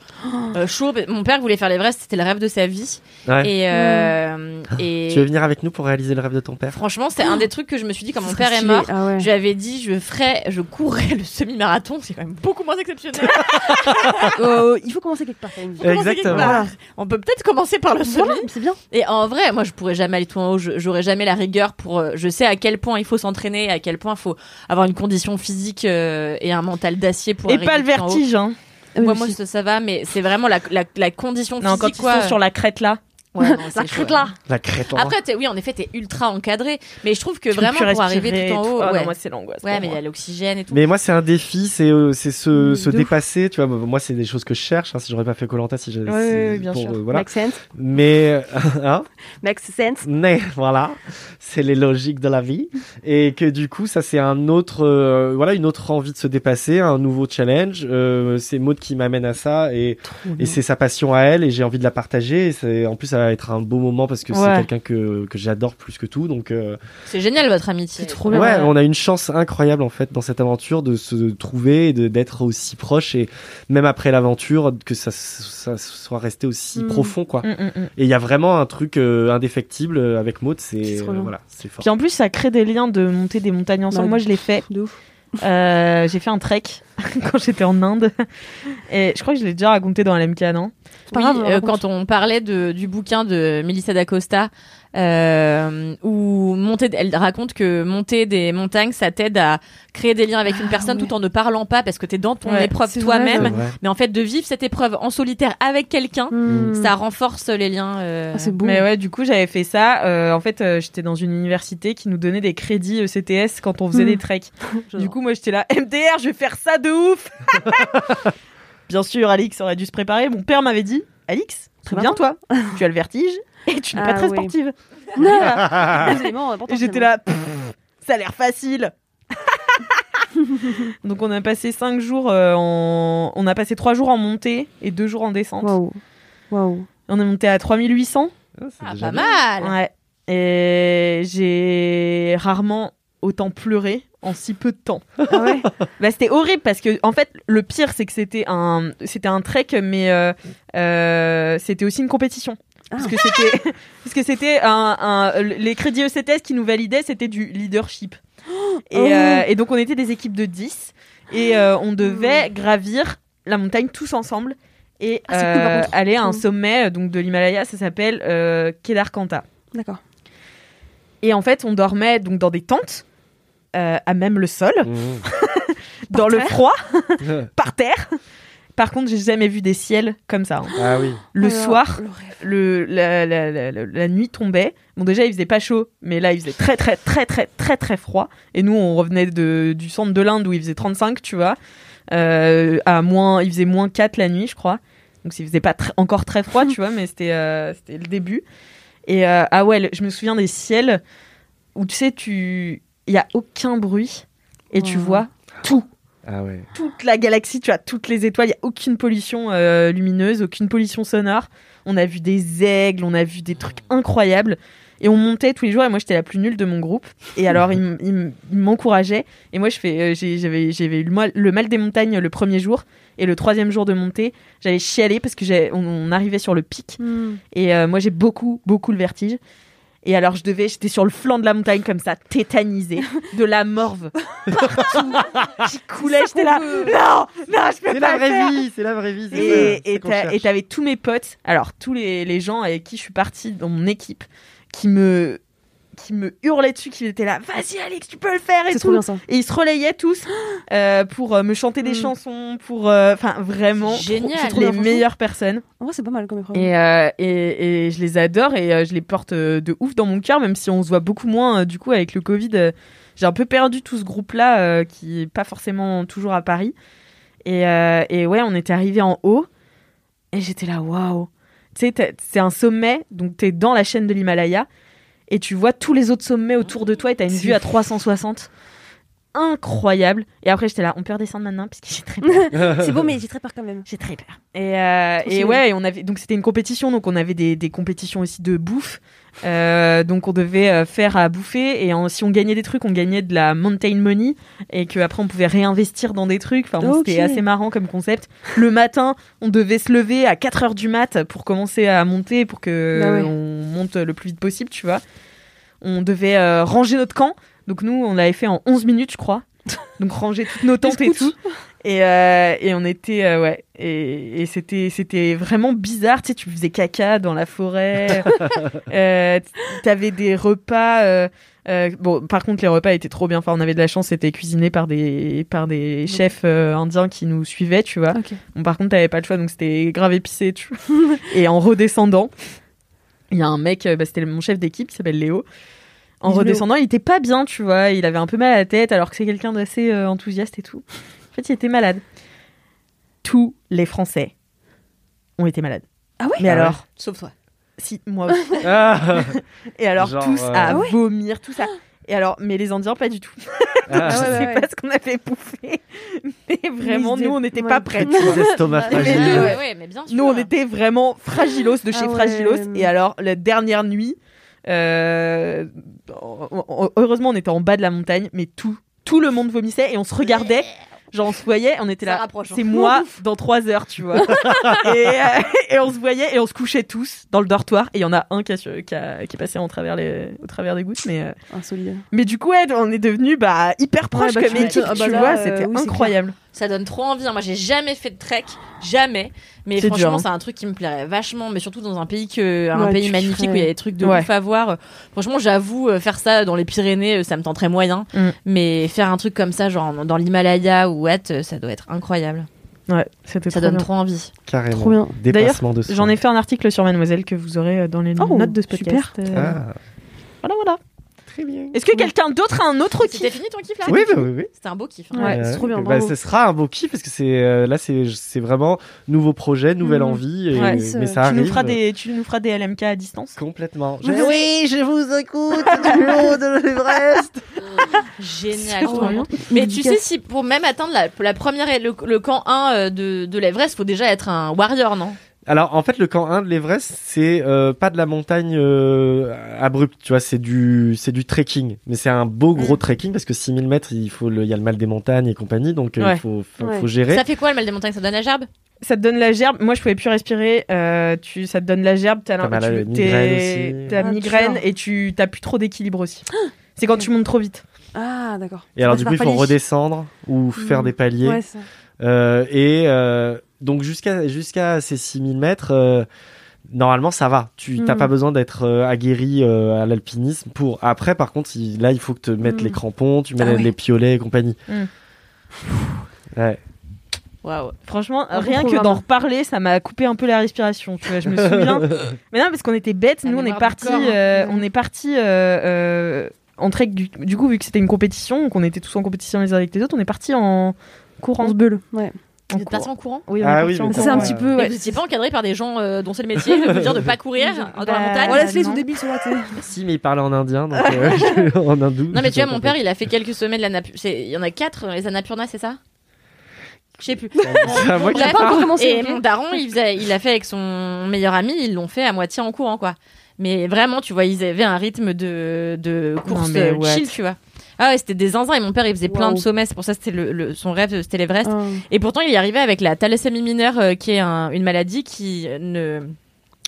S2: euh, chaud. Mon père voulait faire l'Everest, c'était le rêve de sa vie.
S4: ouais.
S2: Et, euh, et
S4: Tu veux venir avec nous pour réaliser le rêve de ton père
S2: franchement, c'est un des trucs que je me suis dit quand mon père est mort.
S5: Ah ouais.
S2: Je lui avais dit, je ferais, je courrais le semi-marathon. C'est quand même beaucoup moins exceptionnel.
S5: Euh, il faut commencer quelque part. quand même.
S2: Commencer quelque
S4: Exactement.
S2: part. On peut peut-être commencer par le semi.
S5: Voilà, c'est bien.
S2: Et en vrai, moi, je pourrais jamais aller tout en haut. Je- J'aurais jamais la rigueur pour. euh, Je sais à quel point il faut s'entraîner, à quel point il faut avoir une condition physique euh, et un mental d'acier pour.
S3: Et
S2: arriver
S3: pas le
S2: tout en haut.
S3: vertige, hein.
S5: Ah, mais
S2: Moi,
S5: si-
S2: moi, ça, ça va, mais c'est vraiment la, la, la condition physique,
S3: Non, quand ils
S2: quoi.
S3: sont sur la crête là.
S2: Ouais, non, c'est
S5: La
S2: chaud,
S5: crête
S2: ouais.
S5: là.
S4: La crête. en-
S2: Après, t'es- oui, en effet, t'es ultra encadré, mais je trouve que
S3: Tu peux
S2: vraiment
S3: plus
S2: pour arriver
S3: respirer
S2: tout en
S3: et
S2: haut,
S3: Ah
S2: ouais,
S3: non, moi, c'est l'angoisse.
S2: Ouais,
S3: pour
S2: mais il y
S3: moi.
S2: a l'oxygène et tout.
S4: Mais moi, c'est un défi, c'est euh, c'est se,
S5: Mm,
S4: se
S5: de ouf.
S4: dépasser. Tu vois, moi, c'est des choses que je cherche. hein, si j'aurais pas fait Colanta, si j'avais. euh,
S3: Ouais, ouais, ouais, bien sûr.
S4: voilà.
S5: Makes sense.
S4: Mais hein
S5: Makes sense.
S4: Mais voilà, c'est les logiques de la vie et que du coup ça c'est un autre euh, voilà une autre envie de se dépasser, un nouveau challenge. Euh, c'est Maud qui m'amène à ça et, et c'est sa passion à elle et j'ai envie de la partager. Et c'est en plus ça va être un beau moment parce que c'est
S3: Ouais.
S4: quelqu'un que que j'adore plus que tout donc. euh,
S2: C'est génial votre amitié.
S5: C'est trop bien.
S4: Ouais, on a une chance incroyable en fait dans cette aventure de se trouver et de- d'être aussi proche et même après l'aventure que ça, ça soit resté aussi
S5: Mm.
S4: profond quoi.
S3: Mm, mm, mm.
S4: Et il y a vraiment un truc euh, indéfectible euh, avec Maud, c'est
S5: C'est trop
S4: euh,
S5: bien.
S4: voilà, c'est fort.
S3: Puis en plus, ça crée des liens de monter des montagnes ensemble.
S5: Bah,
S3: Moi, je l'ai fait.
S5: De ouf.
S3: Euh, j'ai fait un trek quand j'étais en Inde. Et je crois que je l'ai déjà raconté dans LMK, non
S5: Pas
S2: Oui,
S5: grave,
S2: euh,
S5: raconte.
S2: quand on parlait de, du bouquin de Melissa d'Acosta, euh, où monter, elle raconte que monter des montagnes, ça t'aide à créer des liens avec une personne
S5: ouais.
S2: tout en ne parlant pas parce que t'es dans ton
S3: Ouais,
S2: épreuve
S5: c'est
S2: toi-même.
S5: vrai,
S4: Ouais.
S2: Mais en fait, de vivre cette épreuve en solitaire avec quelqu'un,
S5: Hmm.
S2: ça renforce les liens. euh,
S5: Ah, c'est beau.
S3: Mais ouais, du coup, j'avais fait ça. Euh, en fait, euh, j'étais dans une université qui nous donnait des crédits euh, ECTS quand on faisait
S5: Hmm.
S3: des treks. Du
S5: J'adore.
S3: coup, moi, j'étais là, MDR, je vais faire ça de ouf Bien sûr, Alix aurait dû se préparer. Mon père m'avait dit, Alix,
S5: Très
S3: bien toi, tu as le vertige et tu n'es
S5: Ah
S3: pas très
S5: oui.
S3: sportive.
S4: Ah.
S5: C'est vraiment important,
S3: Et j'étais
S5: finalement.
S3: là, Pff, ça a l'air facile. Donc on a passé cinq jours euh, en, on a passé trois jours en montée et deux jours en descente.
S5: Waouh. Waouh.
S3: On est monté à 3800.
S4: Ah, c'est
S2: ah,
S4: déjà
S2: pas
S4: bien.
S2: mal.
S3: Ouais. Et j'ai rarement autant pleuré en si peu de temps.
S5: Ah ouais.
S3: Bah, c'était horrible parce que en fait le pire c'est que c'était un c'était un trek mais euh, euh, c'était aussi une compétition parce
S5: Ah.
S3: que c'était parce que c'était un, un- les crédits E ECTS qui nous validaient c'était du leadership et,
S5: Oh.
S3: euh, et donc on était des équipes de 10 et euh, on devait gravir la montagne tous ensemble et
S5: Ah, c'est cool, par
S3: euh,
S5: contre.
S3: aller à un
S5: Mm.
S3: sommet euh, donc de l'Himalaya ça s'appelle euh, Kedarkanta
S5: D'accord.
S3: et en fait on dormait donc dans des tentes euh, à même le sol
S4: Mmh.
S3: dans le
S5: terre.
S3: froid par terre. Par contre, j'ai jamais vu des ciels comme ça. hein.
S4: ah oui.
S3: Le
S5: Alors,
S3: soir,
S5: le rêve.
S3: le, la, la- la- la- la nuit tombait. Bon, déjà, il faisait pas chaud, mais là, il faisait très, très, très, très, très, très froid. Et nous, on revenait de, du centre de l'Inde où il faisait 35, tu vois. Euh, à moins, il faisait moins 4 la nuit, je crois. Donc, il faisait pas tr- encore très froid, tu vois, mais c'était euh, c'était le début. Et euh, ah ouais, le- je me souviens des ciels où tu sais, tu il y a aucun bruit et tu
S5: Wow.
S3: vois tout
S4: Ah ouais.
S3: toute la galaxie, tu as toutes les étoiles, il n'y a aucune pollution euh, lumineuse, aucune pollution sonore. On a vu des aigles, on a vu des trucs incroyables. Et on montait tous les jours et moi j'étais la plus nulle de mon groupe. Et alors ils m- ils m- ils m'encourageaient. Et moi je fais, euh, j'ai- j'avais j'avais eu le mal, le mal des montagnes le premier jour et le troisième jour de montée j'avais chialé parce que j'ai- on, on arrivait sur le pic. Et euh, moi j'ai beaucoup beaucoup le vertige. Et alors je devais, j'étais sur le flanc de la montagne comme ça, tétanisée, de la morve partout. J'y coulais, j'étais là. Non, non, je peux
S4: C'est
S3: pas
S4: la
S3: le faire.
S4: vraie vie, c'est la vraie vie. c'est ça,
S3: Et-
S4: c'est
S3: Et
S4: qu'on
S3: t'as-
S4: cherche.
S3: et t'avais tous mes potes, alors tous les, les gens avec qui je suis partie dans mon équipe, qui me qui me hurlaient dessus, qui étaient là, vas-y Alex, tu peux le faire et
S5: C'est
S3: tout.
S5: trop bien ça.
S3: Et ils se relayaient tous euh, pour euh, me chanter des
S5: Mm.
S3: chansons, pour euh, enfin vraiment
S2: Génial.
S3: c'est
S5: trop
S3: les
S5: bien,
S3: meilleures personnes.
S5: En vrai, c'est pas mal comme épreuve.
S3: Et, euh, et, et je les adore et euh, je les porte euh, de ouf dans mon cœur, même si on se voit beaucoup moins euh, du coup avec le Covid. euh, j'ai un peu perdu tout ce groupe-là euh, qui est pas forcément toujours à Paris. Et, euh, et ouais, on était arrivé en haut et j'étais là, waouh! Tu sais, t'as- c'est un sommet, donc t'es dans la chaîne de l'Himalaya et tu vois tous les autres sommets autour de toi et t'as une vue à 360. Incroyable! Et après, j'étais là, on peut redescendre maintenant parce que j'ai très peur.
S5: C'est beau, mais j'ai très peur quand même.
S3: J'ai très peur. Et, euh,
S5: Trop
S3: et
S5: stylé.
S3: ouais, et on avait donc c'était une compétition, donc on avait des, des compétitions aussi de bouffe. Euh, donc on devait euh, faire à bouffer et en- si on gagnait des trucs, on gagnait de la mountain money et que après on pouvait réinvestir dans des trucs. Enfin, bon,
S5: Ok.
S3: c'était assez marrant comme concept. Le matin, on devait se lever à 4 heures du mat pour commencer à monter pour que
S5: Bah ouais.
S3: on monte le plus vite possible, tu vois. On devait euh, ranger notre camp. Donc nous, on l'avait fait en 11 minutes, je crois. Donc ranger toutes nos tentes et tout. Et, euh, et on était euh, ouais et, et c'était c'était vraiment bizarre tu sais tu faisais caca dans la forêt euh, t- t'avais des repas euh, euh, bon par contre les repas étaient trop bien enfin on avait de la chance c'était cuisiné par des par des chefs euh, indiens qui nous suivaient tu vois
S5: Ok.
S3: Bon, par contre, t'avais pas le choix, donc c'était grave épicé. Tu vois. et en redescendant, il y a un mec, euh, bah, c'était mon chef d'équipe, qui s'appelle Léo. En
S5: Bisous,
S3: redescendant, il était pas bien, tu vois. Il avait un peu mal à la tête, alors que c'est quelqu'un d'assez euh, enthousiaste et tout. En fait, il était malade. Tous les Français ont été malades.
S5: Ah ouais
S3: Mais
S4: Ah
S3: alors,
S2: Sauf toi.
S3: si, moi aussi.
S4: Ah,
S3: Et alors,
S4: Genre,
S3: tous
S4: euh,
S3: à
S5: Ah ouais
S3: vomir, tout ça. Et alors, mais les Indiens, pas du tout.
S4: ah,
S3: Je
S5: ouais,
S3: sais
S5: ouais,
S3: pas
S5: ouais.
S3: ce qu'on avait bouffé. Mais vraiment,
S5: Liste des-
S3: nous, on n'était
S5: ouais.
S3: pas prêts.
S4: Petits estomacs
S5: Mais
S2: Ah,
S4: fragiles.
S2: ouais, ouais, mais bien sûr.
S3: Nous, on était vraiment fragilos de chez
S5: Ah ouais.
S3: fragilos. Et alors, la dernière nuit, euh, on- on- heureusement, on était en bas de la montagne, mais tout, tout le monde vomissait et on se regardait. Genre, on se voyait, on était
S2: Ça
S3: là.
S2: rapproche, hein.
S3: C'est moi dans trois heures, tu vois. et, euh, et on se voyait et on se couchait tous dans le dortoir. Et il y en a un qui, a su- qui a- qui est passé en travers les, au travers des gouttes. Mais, euh,
S5: Insolide.
S3: mais du coup, ouais, on est devenus bah, hyper proches
S5: bah, tu
S3: comme équipe,
S5: m'étonnes. Ah, bah
S3: tu
S5: là,
S3: vois.
S5: euh,
S3: C'était
S5: oui, c'est
S3: incroyable.
S2: Ça donne trop envie. hein. Moi, j'ai jamais fait de trek, jamais. Mais
S3: C'est
S2: franchement,
S3: dur, hein.
S2: c'est un truc qui me plairait vachement, mais surtout dans un pays que un
S5: Ouais,
S2: pays
S5: tu
S2: magnifique
S5: kifferais.
S2: où il y a des trucs de
S3: Ouais.
S2: ouf à voir. Euh, Franchement, j'avoue, euh, faire ça dans les Pyrénées, euh, ça me tenterait moyen.
S3: Mm.
S2: Mais faire un truc comme ça, genre en- dans l'Himalaya ou what, euh, ça doit être incroyable.
S3: Ouais, c'était
S2: Ça
S3: trop
S2: donne
S3: bien.
S2: trop envie.
S4: Carrément.
S5: Trop bien.
S4: Dépassement de
S3: J'en ai fait un article sur Mademoiselle que vous aurez euh, dans les
S5: Oh,
S3: notes de ce podcast.
S4: fait.
S3: Euh, Voilà, voilà.
S4: Ah, très bien.
S3: Est-ce que quelqu'un d'autre a un autre
S2: C'était
S3: kiff
S2: fini ton kiff là
S4: Oui, bah oui, oui.
S2: C'était un beau kiff. hein.
S5: Ouais,
S4: Euh,
S5: c'est trop bien.
S4: bah,
S5: bravo.
S4: ce sera un beau kiff parce que c'est euh, là c'est c'est vraiment nouveau projet, nouvelle
S5: Mhm.
S4: envie et,
S3: Ouais,
S4: mais
S5: ça-
S4: ça
S3: tu
S4: arrive
S3: nous, feras des, tu nous feras des LMK à distance
S4: complètement.
S5: Vous avez-
S4: Ah, bah. Oui, je vous écoute du haut de l'Everest.
S2: Génial.
S5: trop
S2: vraiment. Mais tu sais, si pour même atteindre la, la première, le, le camp 1 euh, de, de l'Everest, faut déjà être un warrior, non
S4: Alors en fait le camp 1 de l'Everest c'est euh, pas de la montagne euh, abrupte, tu vois, c'est du c'est du trekking, mais c'est un beau gros
S5: Mm.
S4: trekking parce que 6000 mètres, il faut le il y a le mal des montagnes et compagnie donc euh,
S3: Ouais.
S4: il faut faut,
S5: Ouais.
S4: faut gérer.
S2: Ça fait quoi le mal des montagnes Ça donne la gerbe
S3: Ça te donne la gerbe. Moi, je pouvais plus respirer. euh, tu, ça te donne la gerbe. T'as
S4: Pas mal à la
S3: tu-
S4: migraine
S3: t'es-
S4: aussi.
S3: t'as
S5: Ah,
S3: migraine
S5: dur.
S3: et tu t'as plus trop d'équilibre aussi. C'est quand tu montes trop vite.
S5: Ah, d'accord.
S4: Et alors
S5: Ça
S4: du coup
S5: passe
S4: il
S5: par
S4: faut
S5: palier.
S4: redescendre ou faire
S5: Mhm.
S4: des paliers.
S5: Ouais, ça.
S4: Euh, et euh, donc jusqu'à jusqu'à ces 6000 mètres, euh, normalement ça va. Tu t'as
S5: Mm.
S4: pas besoin d'être euh, aguerri euh, à l'alpinisme pour. Après par contre, il- là il faut que tu mettes
S5: Mm.
S4: les crampons, tu mets
S5: Ah ouais.
S4: les piolets et compagnie.
S3: Mm.
S4: Ouais.
S3: Waouh. Franchement,
S5: Un bon
S3: rien que
S5: programme.
S3: d'en reparler, ça m'a coupé un peu la respiration. Tu vois, je me souviens. Mais non, parce qu'on était bêtes.
S2: La
S3: Nous, on est
S2: mémoire
S3: parti.
S2: du corps, hein.
S3: euh,
S5: Mm.
S3: On est parti. euh, euh, en trek, du, du coup, vu que c'était une compétition, qu'on était tous en compétition les uns avec les autres, on est parti en courant.
S5: On se bulle. Ouais.
S3: En
S2: Vous êtes
S3: courant.
S2: parti en courant
S3: Oui, on est
S4: Ah
S3: parti
S4: oui,
S3: en
S4: mais
S5: Ça, C'est
S3: courant.
S5: un petit peu.
S2: Mais
S5: Ouais.
S2: vous n'étiez pas encadré par des gens euh, dont c'est le métier de vous dire de pas courir dans
S3: Bah,
S2: la
S3: Ah,
S2: montagne
S5: On laisse les
S3: non.
S5: sous débiles sur la télé.
S4: Si mais il parlait en indien, donc euh, en hindou.
S2: Non mais tu
S4: je
S2: vois, mon
S4: sais
S2: père,
S4: pas.
S2: il a fait quelques semaines de l'Annapurna. Il y en a quatre, les Annapurna, c'est ça Je sais plus.
S4: C'est à moi qui
S2: Bref,
S5: Pas encore commencé.
S2: et
S5: ok.
S2: mon daron, il, faisait, il a fait avec son meilleur ami, ils l'ont fait à moitié en courant, quoi. Mais vraiment, tu vois, ils avaient un rythme de, de course
S9: Non, mais
S2: euh,
S9: what.
S2: chill, tu vois. Ah ouais, c'était des zinzins et mon père, il faisait plein de
S10: Wow.
S2: sommets. C'est pour ça que c'était le, le- son rêve, c'était l'Everest. Et pourtant, il y arrivait avec la thalassémie mineure, euh, qui est un- une maladie qui euh, ne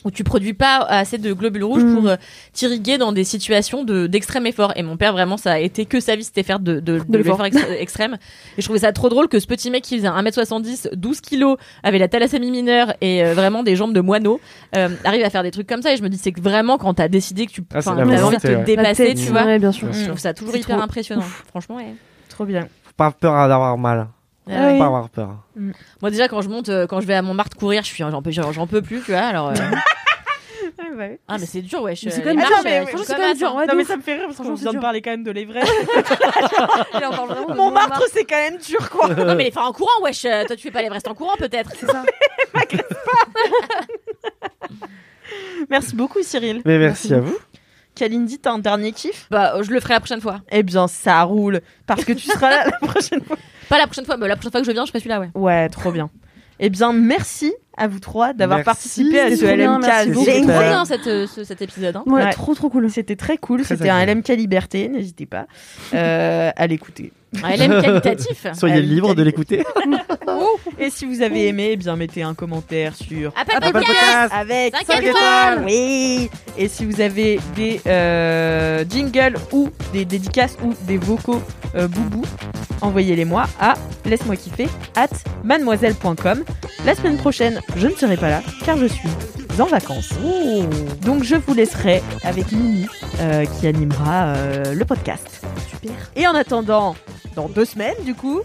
S2: où tu produis pas assez de globules rouges
S10: Mm.
S2: pour euh, t'irriguer dans des situations de d'extrême effort. Et mon père vraiment, ça a été que sa vie, c'était faire de, de, de l'effort ex- extrême. Et je trouvais ça trop drôle que ce petit mec qui faisait 1m70, 12 kilos, avait la thalassémie mineure et euh, vraiment des jambes de moineau, euh, arrive à faire des trucs comme ça. Et je me dis, c'est que vraiment quand t'as décidé que tu
S4: Ah, c'est
S2: enfin,
S4: la
S2: t'as envie de
S4: volonté,
S2: te
S4: ouais.
S2: dépasser,
S10: tête,
S2: tu vois.
S10: ouais, bien sûr.
S4: Bien
S2: Je
S4: sûr.
S2: trouve ça toujours
S10: C'est
S2: hyper
S10: trop
S2: impressionnant. Franchement, ouais.
S3: Mm, Trop bien.
S4: Faut pas avoir peur d'avoir mal.
S2: Ah
S4: Faut Pas avoir peur.
S2: Moi déjà quand je monte, euh, quand je vais à Montmartre courir, je suis, j'en peux, j'en j'en peux plus, tu vois. Alors, euh, ah mais c'est dur, ouais. je-
S10: Mais c'est
S2: les
S10: quand même
S2: marches,
S10: dur,
S2: euh,
S10: mais-
S2: elles sont
S10: franchement, c'est
S2: comme
S10: quand même
S2: ça,
S10: dur,
S2: hein.
S10: ouais.
S3: non, mais
S10: ouf.
S3: ça me fait rire parce qu'on
S10: Franchement, c'est
S3: vient de
S10: dur.
S3: parler quand même de l'Everest.
S2: Il en parle vraiment de
S3: Montmartre, c'est quand même dur, quoi.
S2: Non mais les faire en courant, wesh. euh, Toi tu fais pas l'Everest en courant peut-être. C'est ça.
S3: Merci beaucoup, Cyril.
S4: Mais merci à vous.
S3: Kalindi, t'as un dernier kiff
S2: Bah euh, je le ferai la prochaine fois.
S3: Eh bien, ça roule. Parce que tu seras là la prochaine fois.
S2: Pas la prochaine fois, mais la prochaine fois que je viens, je ferai celui-là, ouais.
S3: Ouais, trop bien. Eh bien, merci à vous trois d'avoir
S4: Merci,
S3: participé à ce
S4: c'était
S10: bien,
S4: trop
S3: LMK.
S10: merci
S3: Zoo.
S10: beaucoup.
S2: Trop
S10: Génial.
S3: Euh,
S2: bien cette, euh, ce- cet épisode. Hein.
S10: Ouais,
S3: Ouais.
S10: trop trop cool.
S3: C'était très cool.
S4: Très
S3: C'était un
S4: agréable.
S3: LMK Liberté. N'hésitez pas euh, à l'écouter.
S2: Un LM qualitatif.
S4: Soyez
S3: Elle-
S4: libres de
S3: elle-
S4: l'écouter. Oh.
S3: Et si vous avez aimé, eh bien, mettez un commentaire sur
S2: Appel
S4: Apple
S2: podcast.
S4: Podcast.
S3: avec
S2: Cinq
S3: cinq
S2: étoiles.
S3: Oui. Et si vous avez des euh, jingles ou des dédicaces ou des vocaux euh, boubou, envoyez-les moi à laisse-moi kiffer at mademoiselle.com. La semaine prochaine, je ne serai pas là car je suis en vacances. Donc je vous laisserai avec Mimi euh, qui animera euh, le podcast. Super. Et en attendant, dans deux semaines du coup,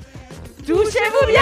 S3: touchez-vous bien,